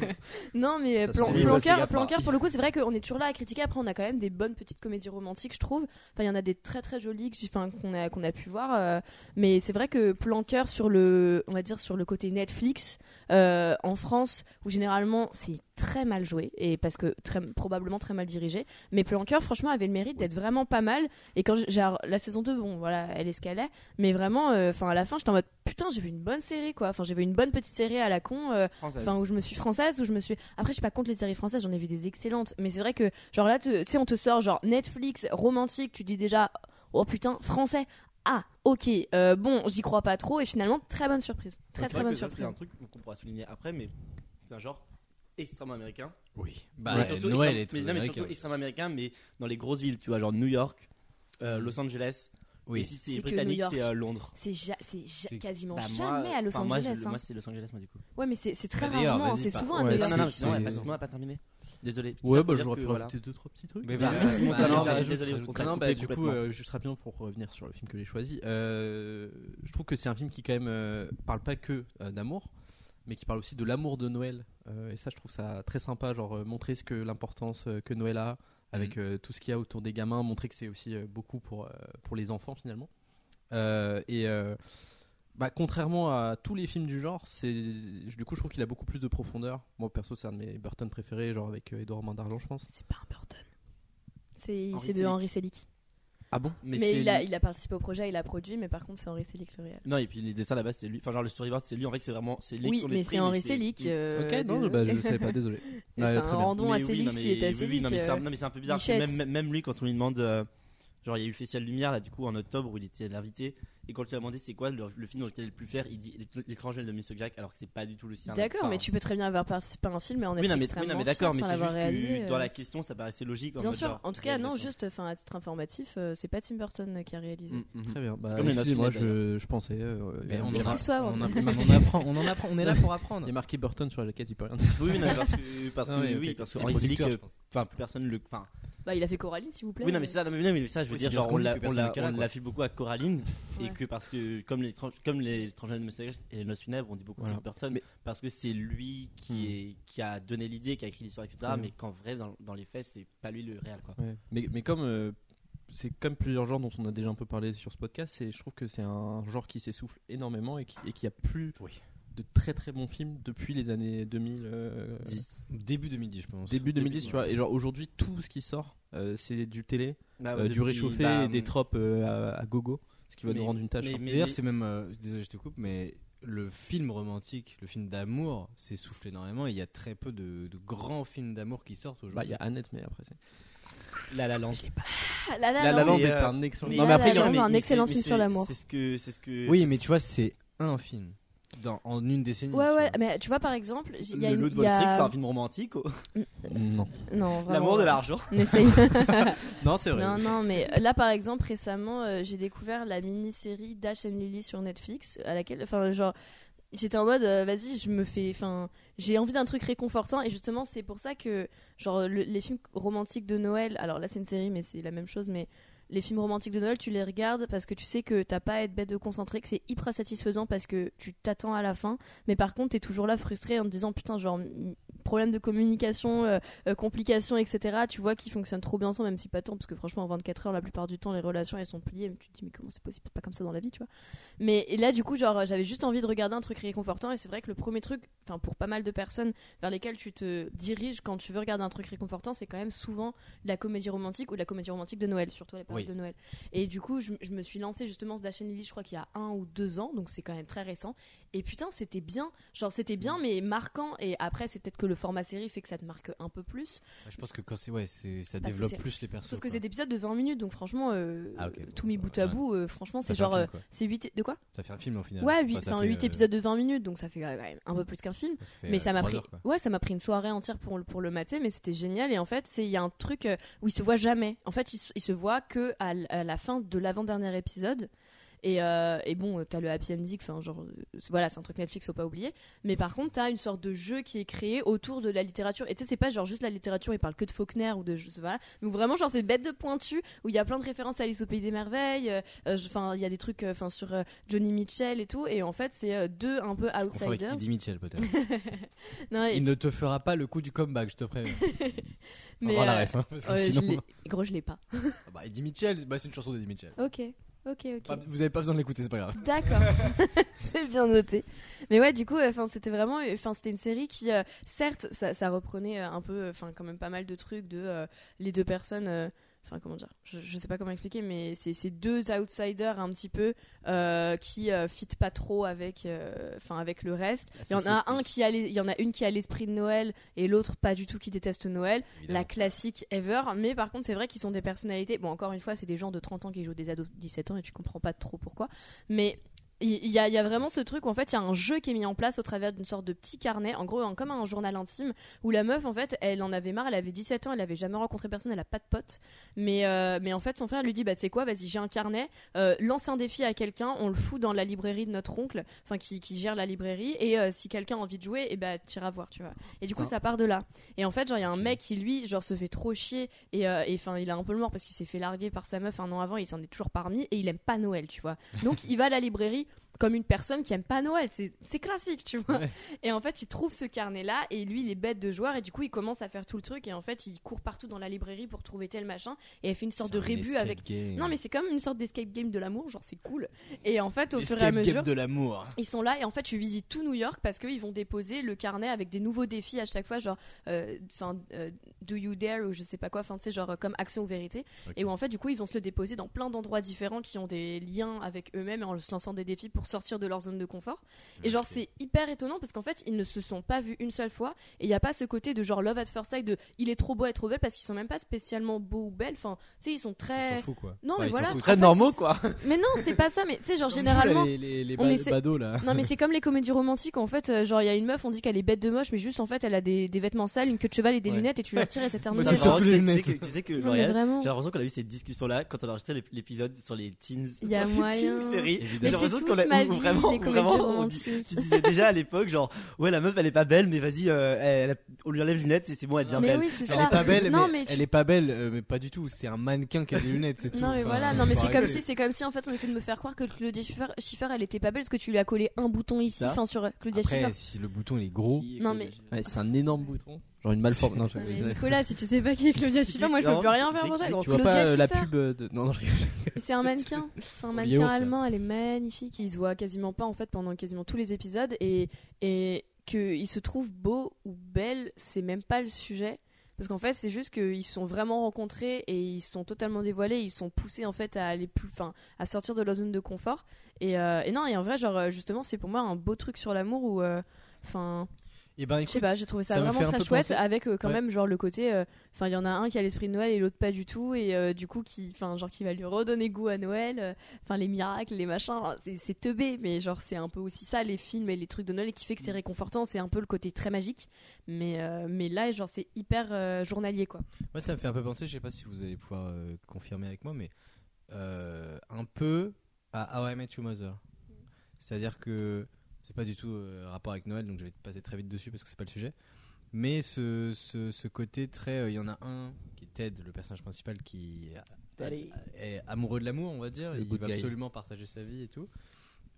S6: Non, mais euh,
S8: Ça,
S6: Plan- Planqueur,
S7: c'est- oui, c'est Gaffa.
S6: Planqueur, pour le coup, c'est vrai qu'on est toujours là à critiquer. Après, on a quand même des bonnes petites comédies romantiques, je trouve. Enfin, il y en a des très très jolies que j'ai- enfin, qu'on a, qu'on a pu voir. euh, mais c'est vrai que Planqueur, sur le, on va dire, sur le côté Netflix, euh, en France, où généralement c'est très mal joué, et parce que très, probablement très mal dirigé, mais Planqueur, franchement, avait le mérite d'être vraiment pas mal. Et quand j'ai- genre, la saison 2, bon, voilà, elle est ce qu'elle est. Mais vraiment, euh, enfin, à la fin, j'étais en mode putain, j'ai vu une bonne série, quoi. Enfin, j'ai vu une bonne petite série à la con. euh, Enfin, où je me suis française, où je me suis. Après, je suis pas contre les séries françaises, j'en ai vu des excellentes. Mais c'est vrai que, genre là, te- tu sais, on te sort genre Netflix, romantique, tu dis déjà, oh putain, français. Ah, ok, euh, bon, j'y crois pas trop. Et finalement, très bonne surprise. Très
S7: C'est vrai
S6: très
S7: que
S6: bonne
S7: ça, C'est
S6: surprise.
S7: un truc qu'on pourra souligner après, mais c'est un genre extrêmement américain.
S5: Oui.
S7: Mais
S5: Bah,
S7: surtout
S5: Noël
S7: extrême-
S5: est
S7: mais, non, mais surtout extrêmement américain, mais dans les grosses villes, tu vois, genre New York, euh, Los Angeles. Et
S5: Oui.
S7: si
S6: C'est que New
S7: c'est britannique,
S6: York.
S7: c'est euh, Londres.
S6: C'est ja- c'est ja-
S5: C'est-
S6: quasiment
S7: Bah, moi,
S6: jamais à Los
S7: enfin, moi, je-
S6: Angeles. hein.
S7: Moi, c'est Los Angeles, moi, du coup.
S6: Ouais, mais c'est c'est très
S5: Bah, d'ailleurs,
S6: rarement. hein,
S5: vas-y,
S6: C'est
S5: par-
S6: souvent à
S5: ouais,
S6: New
S7: non,
S6: York.
S7: non, non,
S5: c'est-
S7: sinon, elle
S5: c'est-
S7: n'a pas terminé. Désolé. Tout
S8: Ouais,
S7: ça
S8: bah
S7: pour dire
S8: j'aurais
S7: que,
S8: pu
S7: voilà.
S8: rajouter deux trois petits trucs.
S5: Mais
S7: Bah,
S5: voilà.
S7: merci, mon
S5: Bah, bah,
S7: talent. Désolé,
S5: je
S7: désolé,
S5: rajoute-
S7: on t'a
S8: Non,
S7: coupé
S8: bah, du coup,
S7: complètement.
S8: euh, juste rapidement pour revenir sur le film que j'ai choisi, euh, je trouve que c'est un film qui quand même euh, parle pas que euh, d'amour, mais qui parle aussi de l'amour de Noël. Euh, et ça, je trouve ça très sympa, genre euh, montrer ce que l'importance euh, que Noël a avec euh, tout ce qu'il y a autour des gamins, montrer que c'est aussi euh, beaucoup pour euh, pour les enfants finalement. Euh, et euh, bah, contrairement à tous les films du genre, c'est je- du coup je trouve qu'il a beaucoup plus de profondeur. Moi perso, c'est un de mes Burton préférés, genre avec euh, Edouard Main d'Argent, je pense.
S6: C'est pas un Burton. C'est
S7: Henri
S6: c'est de
S7: Selick.
S6: Henri Selick.
S8: Ah bon
S6: Mais,
S7: c'est
S6: il, a,
S7: lui-
S6: il a participé au projet, il a produit, mais par contre, c'est Henri Selick le réel.
S7: Non, et puis les dessins là-bas, c'est lui. Enfin, genre le storyboard, c'est lui. En fait, c'est vraiment. C'est lui
S6: Oui,
S7: qui sont
S6: mais
S7: l'esprit,
S6: c'est Henri
S7: c'est-
S6: Selick. euh,
S8: Ok, non,
S6: de- (laughs)
S8: bah, je savais pas, désolé.
S6: Enfin,
S8: Ouais, très bien.
S6: rendons à
S7: Mais oui,
S6: Selick
S7: non,
S6: ce
S7: mais-
S6: qui est à
S7: oui, oui,
S6: Selick.
S7: non, mais c'est un-
S6: euh,
S7: non, mais c'est un peu bizarre. parce que
S6: Bichette.
S7: Même, même lui, quand on lui demande. euh, genre, il y a eu le Festival Lumière, là, du coup, en octobre, où il était l'invité. Et quand tu lui as demandé c'est quoi le, le film dans lequel il est le plus fier, il dit L'étranger de Monsieur Jack, alors que c'est pas du tout le sien.
S6: D'accord,
S7: Enfin,
S6: mais tu peux très bien avoir participé à un film et en
S7: Oui,
S6: être
S7: non, mais, oui,
S6: extrêmement
S7: non, mais
S6: fier
S7: d'accord, mais
S6: sans
S7: c'est juste
S6: l'avoir réalisé.
S7: que
S6: euh.
S7: dans la question, ça paraissait logique. en
S6: Bien
S7: mode
S6: sûr,
S7: genre,
S6: en tout cas, non,
S7: réalisation.
S6: juste enfin, à titre informatif, euh, c'est pas Tim Burton qui a réalisé.
S7: Mm.
S8: Très bien. Bah,
S7: comme les
S8: excusez-moi,
S7: nationales,
S8: je, je pensais. euh,
S5: Mais
S8: euh,
S5: on,
S8: il
S5: en
S8: y a-
S5: a- on,
S6: Excuse-toi,
S5: en a-
S6: Antoine.
S5: mais on apprend, on en apprend, on est là pour
S8: il
S5: apprendre.
S8: y a marqué Burton sur la jaquette, il peut rien.
S7: Oui, oui, non, mais parce que, parce
S5: Ah
S7: que, oui,
S8: (laughs)
S5: ok,
S7: parce que
S5: ok.
S7: Henri
S5: Les
S7: Selick,
S5: producteurs,
S7: euh,
S5: je pense.
S7: enfin, plus personne le. Enfin,
S6: Bah, il a fait Coraline, s'il vous plaît.
S7: Oui, non, mais ça, non, mais, non, mais ça, je veux
S5: Oui,
S7: dire,
S5: c'est bien
S7: genre,
S5: ce
S7: on
S5: qu'on dit,
S7: l'a,
S5: plus
S7: on
S5: personne
S7: l'a-
S5: n'est qu'à là,
S7: on
S5: quoi.
S7: l'a fait beaucoup à Coraline,
S6: Ouais.
S7: et que parce que, comme les, trans- comme les transgenres de Mustang et les noces funèbres, on dit beaucoup
S8: Voilà.
S7: de Tim Burton,
S8: Mais-
S7: parce que c'est lui qui, est, qui a donné l'idée, qui a écrit l'histoire, etc.,
S8: Ouais.
S7: mais qu'en vrai, dans, dans les faits, c'est pas lui le réel, quoi.
S8: Ouais. Mais, mais comme euh, c'est comme plusieurs genres dont on a déjà un peu parlé sur ce podcast, c'est- je trouve que c'est un genre qui s'essouffle énormément et qui, et qui a plus
S7: Oui.
S8: de très très bons films depuis les années 2000, euh,
S5: Début 2010, je pense.
S8: début 2010,
S5: ouais.
S8: tu vois. Et genre aujourd'hui, tout ce qui sort, euh, c'est du télé,
S7: Bah,
S8: euh, du
S7: depuis-
S8: réchauffé
S7: bah,
S8: et des tropes euh, à, à gogo, ce qui va
S7: mais-
S8: nous rendre une tâche.
S7: mais-
S8: hein.
S7: mais-
S5: D'ailleurs, c'est même. euh, désolé, je te coupe, mais le film romantique, le film d'amour, s'essouffle énormément. et Il y a très peu de, de grands films d'amour qui sortent
S8: Bah, il
S5: aujourd'hui.
S8: y a Annette, mais après c'est.
S7: La La Land.
S6: Ah, là, là,
S8: La La
S6: non.
S8: Land
S7: mais,
S8: est
S7: euh,
S8: un excellent.
S6: mais
S8: Non,
S6: là,
S8: mais après,
S6: la
S8: il y en a-
S6: Land,
S7: mais-
S6: un
S7: mais
S6: excellent
S7: c'est-
S6: film
S7: mais
S6: sur
S7: c'est-
S6: l'amour.
S7: C'est ce que, c'est ce que.
S5: oui, mais tu vois, c'est un film dans, en une décennie.
S6: Ouais,
S5: tu
S6: ouais,
S5: vois.
S6: mais tu vois, par exemple, j- il y a
S7: le
S6: une.
S7: lot de
S6: il y
S7: Wall
S6: a-
S7: Street, c'est un film romantique. oh.
S8: non,
S6: Non, vraiment,
S7: L'amour de
S6: euh,
S7: l'argent.
S6: N'essaye.
S7: (laughs)
S8: non, c'est vrai.
S6: non, non, mais euh, là, par exemple, récemment, euh, j'ai découvert la mini-série Dash and Lily sur Netflix, à laquelle, enfin, genre, j'étais en mode, euh, vas-y, je me fais, enfin, j'ai envie d'un truc réconfortant, et justement, c'est pour ça que, genre, le- les films romantiques de Noël, alors là, c'est une série, mais c'est la même chose, mais les films romantiques de Noël, tu les regardes parce que tu sais que t'as pas à être bête de concentrer, que c'est hyper satisfaisant parce que tu t'attends à la fin, mais par contre, t'es toujours là frustré en te disant, putain, genre, m- problème de communication, euh, euh, complications, etc. Tu vois qu'ils fonctionnent trop bien ensemble, même si pas tant, parce que franchement, en 24 heures, la plupart du temps, les relations elles sont pliées. Mais tu te dis, mais comment c'est possible C'est pas comme ça dans la vie, tu vois. Mais et là, du coup, genre, j'avais juste envie de regarder un truc réconfortant, et c'est vrai que le premier truc, enfin, pour pas mal de personnes vers lesquelles tu te diriges quand tu veux regarder un truc réconfortant, c'est quand même souvent de la comédie romantique ou de la comédie romantique de Noël, surtout à la période
S5: Oui.
S6: de Noël. Et du coup, je, je me suis lancée justement ce Dash and Lily, je crois qu'il y a un ou deux ans, donc c'est quand même très récent. Et putain, c'était bien. Genre, c'était bien, mais marquant. Et après, c'est peut-être que le format série fait que ça te marque un peu plus.
S5: Ouais, Je pense que quand c'est. Ouais, c'est- ça
S6: Parce que
S5: développe
S6: c'est-
S5: plus les personnages.
S6: Sauf que c'est des épisodes de 20 minutes, donc franchement, euh,
S5: Ah, ok, bon,
S6: tout mis
S5: bah,
S6: bout à
S5: ouais.
S6: bout, euh, franchement,
S5: Ça
S6: c'est
S5: fait un
S6: genre.
S5: film,
S6: euh,
S5: quoi.
S6: C'est 8. De quoi
S5: Ça fait un film en final.
S6: Ouais, 8,
S5: Enfin, ça fait, euh,
S6: épisodes de 20 minutes, donc ça fait quand même un peu plus qu'un film.
S5: ça fait,
S6: mais
S5: euh,
S6: ça m'a
S5: trois
S6: pris.
S5: heures, quoi.
S6: ouais, ça m'a pris une soirée entière pour, le- pour le mater, mais c'était génial. Et en fait, c'est il y a un truc euh, où ils se voient jamais. En fait, ils, se- ils se voient que à, l- à la fin de l'avant-dernier épisode. Et, euh, et bon, euh, t'as le happy ending, enfin genre, euh, c'est- voilà, c'est un truc Netflix, faut pas oublier. Mais par contre, t'as une sorte de jeu qui est créé autour de la littérature. Et tu sais, c'est pas genre juste la littérature, ils parlent que de Faulkner ou de je sais pas. Donc vraiment, genre, c'est bête de pointu où il y a plein de références à Alice au pays des merveilles. euh, euh, je- Enfin, il y a des trucs, euh, enfin sur euh, Johnny Mitchell et tout. Et en fait, c'est euh, deux un peu
S5: Je confonds avec
S6: outsiders.
S5: Eddie Mitchell, peut-être.
S6: (laughs) Non, et-
S5: Il ne te fera pas le coup du comeback, je te préviens.
S6: (laughs) Mais,
S5: Enfin, la
S6: euh,
S5: ref, hein, parce que
S6: ouais, je
S5: sinon.
S6: l'ai- Gros, je l'ai pas.
S5: (laughs) Ah Bah, Eddie Mitchell, bah, c'est une chanson d'Eddie Mitchell.
S6: Ok, ok, ok.
S5: Pas- Vous avez pas besoin de l'écouter, c'est pas grave.
S6: (laughs) D'accord, c'est bien noté. Mais ouais, du coup, euh, enfin, c'était vraiment, enfin, c'était une série qui, euh, certes, ça, ça reprenait euh, un peu, enfin, quand même pas mal de trucs de euh, les deux personnes. euh, Enfin, comment dire je, je sais pas comment expliquer, mais c'est c'est deux outsiders un petit peu euh, qui euh, fit pas trop avec, euh, enfin, avec le reste. Il y en a un qui a, les- il y en a une qui a l'esprit de Noël et l'autre pas du tout qui déteste Noël.
S5: évidemment.
S6: La classique ever, mais par contre, c'est vrai qu'ils sont des personnalités. Bon, encore une fois, c'est des gens de 30 ans qui jouent des ados de 17 ans et tu comprends pas trop pourquoi. Mais il il y, a- il y a vraiment ce truc où en fait, il y a un jeu qui est mis en place au travers d'une sorte de petit carnet, en gros, un- comme un journal intime, où la meuf, en fait, elle en avait marre, elle avait 17 ans, elle avait jamais rencontré personne, elle a pas de potes. Mais, euh, mais en fait, son frère lui dit Bah, tu sais quoi, vas-y, j'ai un carnet, euh, lance un défi à quelqu'un, on le fout dans la librairie de notre oncle, enfin, qui, qui gère la librairie, et euh, si quelqu'un a envie de jouer, et bah, t'iras voir, tu vois. Et du coup,
S8: Putain.
S6: ça part de là. Et en fait, genre, il y a un mec qui, lui, genre, se fait trop chier. Et enfin, il a un peu le mort parce qu'il s'est fait larguer par sa meuf un an avant. Il s'en est toujours parmi. Et il aime pas Noël, tu vois. Donc, il va à la librairie comme une personne qui aime pas Noël. C'est c'est classique, tu vois.
S5: Ouais.
S6: Et en fait, il trouve ce carnet-là et lui, il est bête de joueur et du coup, il commence à faire tout le truc et en fait, il court partout dans la librairie pour trouver tel machin et elle fait une sorte de rébut avec.
S5: hein.
S6: Non, mais c'est comme une sorte d'escape game de l'amour, genre c'est cool. Et en fait, au fur et à mesure,
S5: de l'amour.
S6: ils sont là et en fait tu visites tout New York parce qu'ils vont déposer le carnet avec des nouveaux défis à chaque fois, genre, euh, enfin, do you dare ou je sais pas quoi, enfin, tu sais, genre euh, comme action ou vérité.
S5: Ok.
S6: Et où en fait, du coup, ils vont se le déposer dans plein d'endroits différents qui ont des liens avec eux-mêmes en se lançant des défis pour sortir de leur zone de confort. Et genre, c'est hyper étonnant parce qu'en fait, ils ne se sont pas vus une seule fois et il n'y a pas ce côté de genre love at first sight de il est trop beau et trop belle parce qu'ils sont même pas spécialement beaux ou belles, enfin, tu sais, ils sont très.
S5: quoi.
S6: Non,
S5: Enfin,
S6: mais euh,
S5: ils
S6: voilà.
S5: s'en foutent.
S6: En
S7: Très
S6: fait,
S7: normaux,
S6: c'est-
S7: quoi.
S6: Mais non, c'est pas ça, mais tu sais, genre généralement.
S5: Les, les, les
S6: on
S5: ba-
S6: essaie-
S5: badauds, là.
S6: Non mais c'est comme les comédies romantiques en fait euh, genre il y a une meuf on dit qu'elle est bête de moche mais juste en fait elle a des, des vêtements sales une queue de cheval et des
S5: Ouais.
S6: lunettes et tu la tires et ça termine
S5: Moi,
S6: là.
S5: c'est surtout les
S7: Tu sais que-
S5: lunettes.
S7: Tu sais que,
S6: Non, mais
S7: Lauriane,
S6: vraiment.
S7: j'ai l'impression qu'on a eu cette discussion-là quand on a enregistré l'ép- l'épisode sur les teens,
S6: Y a
S7: sur les
S6: moyen.
S7: teens séries.
S5: Évidemment.
S6: Mais
S7: J'ai
S6: c'est
S7: l'impression qu'on
S6: toute
S7: a
S6: ma
S7: où
S6: vie
S7: (laughs) vraiment,
S6: les
S7: où
S6: comédies
S7: vraiment, on dit- tu
S6: romantiques.
S7: disais déjà à l'époque, genre, ouais, la meuf elle est pas belle, mais vas-y, euh, elle, elle- on lui enlève les lunettes et c'est bon, elle devient
S6: Mais
S7: belle.
S6: oui c'est
S5: Elle
S6: ça.
S5: est pas belle,
S6: non
S5: mais
S6: mais, tu-
S5: elle est pas belle, euh, mais pas du tout. C'est un mannequin qui a des lunettes, c'est tout.
S6: non mais
S5: Enfin,
S6: voilà
S5: faut
S6: non mais c'est comme
S5: arrêter.
S6: si c'est comme si en fait on essaie de me faire croire que Claudia Schiffer, Schiffer, elle était pas belle parce que tu lui as collé un bouton ici
S7: Ça.
S6: enfin sur euh, Claudia
S5: Après,
S6: Schiffer.
S5: si le bouton il est gros,
S6: Non, mais-
S8: Ouais, c'est un énorme bouton. Genre une malforme. Non, je...
S6: Non, mais Nicolas si tu sais pas qui est Claudia Schiffer moi je peux
S7: Non,
S6: plus rien faire
S7: c'est-
S6: pour ça.
S7: c'est-
S6: Donc,
S8: tu vois pas
S6: Claudia
S8: euh, la
S6: Schiffer,
S8: pub euh, de. Non, non, je rigole.
S6: C'est un mannequin, c'est un
S5: Léo,
S6: mannequin
S5: quoi.
S6: allemand, elle est magnifique, il se voit quasiment pas en fait pendant quasiment tous les épisodes et, et qu'il se trouve beau ou belle, c'est même pas le sujet. Parce qu'en fait, c'est juste qu'ils se sont vraiment rencontrés et ils se sont totalement dévoilés, ils se sont poussés en fait à aller plus, fin, à sortir de leur zone de confort. Et, euh, et non, et en vrai, genre euh, justement, c'est pour moi un beau truc sur l'amour où, euh, enfin,
S5: et ben
S6: je sais pas, j'ai trouvé ça,
S5: ça me
S6: vraiment
S5: fait un
S6: très
S5: peu
S6: chouette
S5: penser-
S6: avec euh, quand
S5: Ouais.
S6: même genre le côté euh, enfin il y en a un qui a l'esprit de Noël et l'autre pas du tout et euh, du coup qui enfin genre qui va lui redonner goût à Noël euh, enfin les miracles, les machins, hein, c'est c'est teubé mais genre c'est un peu aussi ça les films et les trucs de Noël et qui fait
S5: Mm.
S6: que c'est réconfortant, c'est un peu le côté très magique mais euh, mais là genre c'est hyper euh, journalier quoi.
S5: Moi, ça me fait un peu penser, je sais pas si vous allez pouvoir euh, confirmer avec moi, mais euh, un peu à How I Met Your Mother. C'est-à-dire que c'est pas du tout euh, rapport avec Noël, donc je vais passer très vite dessus parce que c'est pas le sujet. Mais ce, ce, ce côté très. euh, Il y en a un qui est Ted, le personnage principal, qui
S7: Allez.
S5: est amoureux de l'amour, on va dire.
S8: Le
S5: Il
S8: good
S5: veut
S8: guy.
S5: absolument partager sa vie et tout.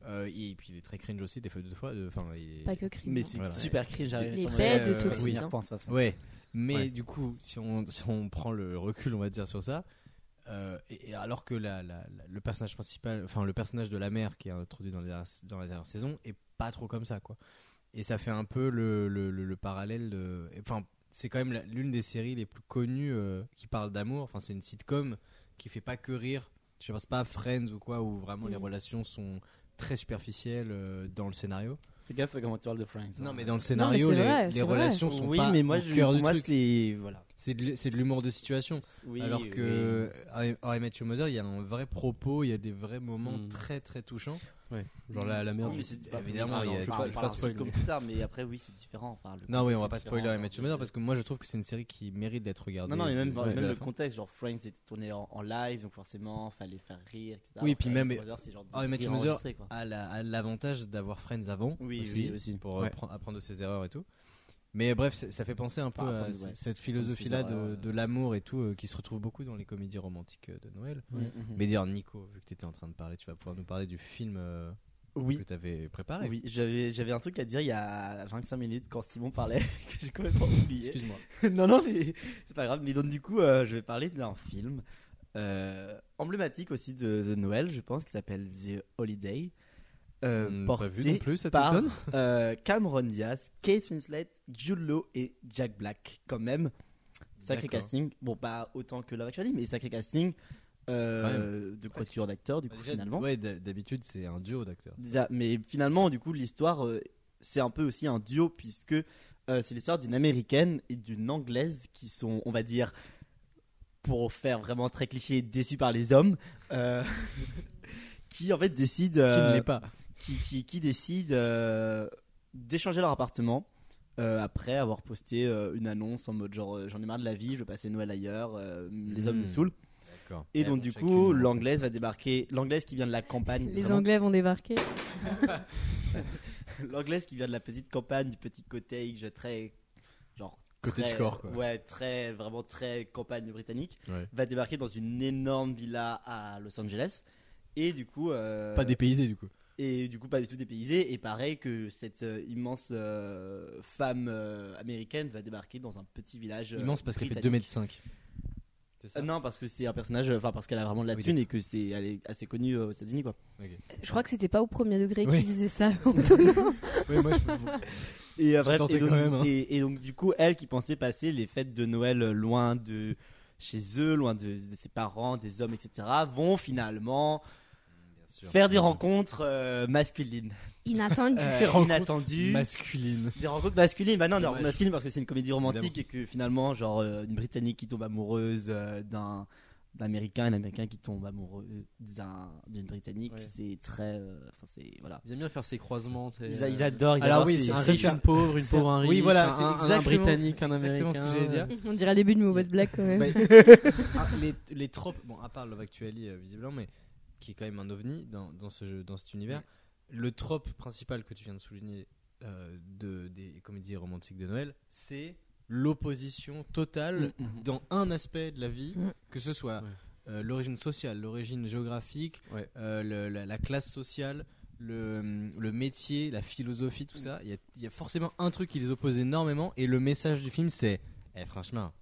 S5: Euh, et puis il est très cringe aussi, des fois, deux fois. de- Enfin, il est-
S6: Pas que crime.
S7: Mais
S6: hein.
S7: c'est
S5: Voilà.
S7: super cringe, j'arrive.
S6: Les
S7: sans-
S6: bêtes
S5: de
S7: Euh,
S5: Toxic,
S7: oui,
S6: hein.
S7: je repense, de toute façon.
S5: Ouais, mais
S8: Ouais.
S5: du coup, si on, si on prend le recul, on va dire sur ça, euh, et, et alors que la, la- la- le personnage principal, enfin le personnage de la mère qui est introduit dans, les dernières- dans la dernière saison, est pas trop comme ça, quoi. Et ça fait un peu le, le- le- le parallèle de. et, Enfin, c'est quand même la- l'une des séries les plus connues euh, qui parle d'amour. Enfin, c'est une sitcom qui fait pas que rire. Je sais pas, c'est pas Friends ou quoi, où vraiment les
S6: Mm.
S5: relations sont très superficielles euh, dans le scénario.
S7: Fais gaffe à comment tu parles de Friends. hein.
S5: Non, mais dans le
S6: mais
S5: scénario,
S6: c'est
S5: les,
S6: vrai,
S5: les
S6: c'est vrai.
S5: relations sont
S7: Oui,
S5: pas
S7: mais moi,
S5: au
S7: je,
S5: cœur
S7: pour
S5: du
S7: moi,
S5: truc.
S7: c'est. Voilà.
S5: C'est de, c'est de l'humour de situation.
S7: Oui,
S5: Alors
S7: oui.
S5: que I- How I Met Your Mother, il y a un vrai propos, il y a des vrais moments
S8: Mm.
S5: très très touchants.
S8: Ouais, genre la, la merde.
S7: Oui, mais c'est pas-
S5: Bah, Évidemment,
S7: Ah,
S5: il y a-
S7: non,
S5: je
S7: je
S5: vais
S7: parle-
S5: pas
S7: parle
S5: spoiler.
S7: comme plus tard, mais après, oui, c'est différent. Enfin, le
S5: Non, oui,
S7: contexte
S5: on va
S7: est
S5: pas
S7: différent,
S5: spoiler How I Met
S7: genre,
S5: Your Mother
S7: de-
S5: parce que moi je trouve que c'est une série qui mérite d'être regardée.
S7: Non, non, mais même,
S5: de- de
S7: même
S5: la
S7: le
S5: fin.
S7: contexte, genre Friends était tourné en, en live, donc forcément, fallait faire rire, etc.
S5: Oui, puis même- Ah,
S7: How c'est genre
S5: How I Met
S7: des
S5: Your
S7: rires
S5: Mother
S7: enregistrés, quoi.
S5: a la- a l'avantage d'avoir Friends avant
S7: Oui,
S5: aussi,
S7: oui, aussi.
S5: pour euh,
S8: Ouais.
S5: pre- apprendre de ses erreurs et tout. Mais bref, c'est- ça fait penser un peu
S7: Par
S5: à
S7: rapport à-
S5: c-
S7: ouais.
S5: cette philosophie-là
S7: erreurs,
S5: de,
S7: euh.
S5: de l'amour et tout euh, qui se retrouve beaucoup dans les comédies romantiques euh, de Noël.
S7: Mhm, mhm.
S5: Mais d'ailleurs, Nico, vu que tu étais en train de parler, tu vas pouvoir nous parler du film euh,
S7: oui,
S5: que tu avais préparé.
S7: oui j'avais, j'avais un truc à dire il y a 25 minutes quand Simon parlait, (laughs) que j'ai complètement oublié.
S5: Excuse-moi.
S7: (laughs) non, non, mais c'est pas grave. Mais donc, du coup, euh, je vais parler d'un film euh, emblématique aussi de, de Noël, je pense, qui s'appelle The Holiday. euh,
S5: Hmm, pas vu non
S7: porté
S5: plus, ça
S7: par
S5: t'étonne
S7: euh, Cameron Diaz, Kate Winslet, Jude Law et Jack Black, quand même. Sacré
S5: D'accord.
S7: casting. Bon, pas autant que Love Actually, mais sacré casting
S5: Quand
S7: euh, de quatuor d'acteurs, du
S5: Bah,
S7: coup,
S5: déjà,
S7: finalement.
S5: Ouais, d'ha- d'habitude, c'est un duo d'acteurs.
S7: Déjà, mais finalement, du coup, l'histoire, euh, c'est un peu aussi un duo, puisque euh, c'est l'histoire d'une américaine et d'une anglaise qui sont, on va dire, pour faire vraiment très cliché, déçues par les hommes, euh, (laughs) qui en fait décident.
S5: Qui ne
S7: euh,
S5: l'est pas.
S7: qui, qui- qui décident euh, d'échanger leur appartement euh, après avoir posté euh, une annonce en mode genre euh, j'en ai marre de la vie, je veux passer Noël ailleurs, euh, les hommes
S5: Mhm.
S7: me saoulent.
S5: D'accord.
S7: Et donc du
S5: euh,
S7: coup, l'anglaise va débarquer, l'anglaise qui vient de la campagne,
S6: Les
S7: vraiment,
S6: Anglais vont débarquer.
S7: (laughs) l'anglaise qui vient de la petite campagne, du petit cottage très genre très-
S5: Cottagecore, quoi.
S7: Ouais, très vraiment très campagne britannique,
S5: Ouais.
S7: va débarquer dans une énorme villa à Los Angeles. Et du coup, euh,
S5: Pas dépaysé, du coup.
S7: et du coup pas du tout dépaysé. Et pareil que cette euh, immense euh, femme euh, américaine va débarquer dans un petit village. euh,
S5: Immense parce qu'elle fait 2
S7: britannique.
S5: mètres 5. C'est
S7: Euh, non, parce que c'est un personnage, euh, enfin parce qu'elle a vraiment de la
S5: Oui,
S7: thune et que c'est elle est assez connue euh, aux États-Unis quoi. (laughs)
S6: Je crois que c'était pas au premier degré
S5: Oui.
S6: qu'il
S5: (laughs)
S6: disait ça.
S5: Oui, moi, je...
S7: Et, euh,
S5: J'ai
S7: bref,
S5: tenté
S7: et, donc,
S5: quand même, hein.
S7: et- et donc, du coup, elle qui pensait passer les fêtes de Noël euh, loin de chez eux, loin de, de ses parents, des hommes, etc., vont finalement faire des rencontres euh, masculines.
S6: Inattendu.
S7: Euh,
S5: Des rencontres
S7: inattendues.
S5: masculines.
S7: Des rencontres masculines, bah non, des
S5: Dommage.
S7: rencontres masculines parce que c'est une comédie romantique et que finalement, genre, euh, une Britannique qui tombe amoureuse euh, d'un d'un américain, un américain qui tombe amoureux d'un- d'une britannique,
S8: Ouais.
S7: c'est très. euh, Enfin, c'est. Voilà.
S8: Ils aiment bien faire ces croisements. c'est,
S7: Ils,
S8: euh,
S7: ils adorent, ils
S8: Alors
S7: adorent,
S8: oui,
S7: c'est-
S8: c'est un
S7: c'est-
S8: riche, une pauvre, une pauvre, un riche.
S5: Oui, voilà,
S8: un-
S5: c'est
S8: un-
S5: exactement,
S8: un britannique, un
S5: c'est exactement
S8: américain.
S5: ce que j'allais dire.
S6: On dirait les buts de mauvaise blague quand
S5: Bah,
S6: même.
S5: Ah, les, les tropes, bon, à part Love Actually, euh, visiblement, mais qui est quand même un ovni dans, dans ce jeu, dans cet univers, le trope principal que tu viens de souligner euh, de, des comédies romantiques de Noël, c'est l'opposition totale dans un aspect de la vie,
S6: Mm.
S5: que ce soit
S8: Ouais.
S5: euh, l'origine sociale, l'origine géographique,
S8: Ouais.
S5: euh, le- la, la classe sociale, le, le métier, la philosophie, tout ça. Il y a- il y, a forcément un truc qui les oppose énormément, et le message du film, c'est eh, franchement,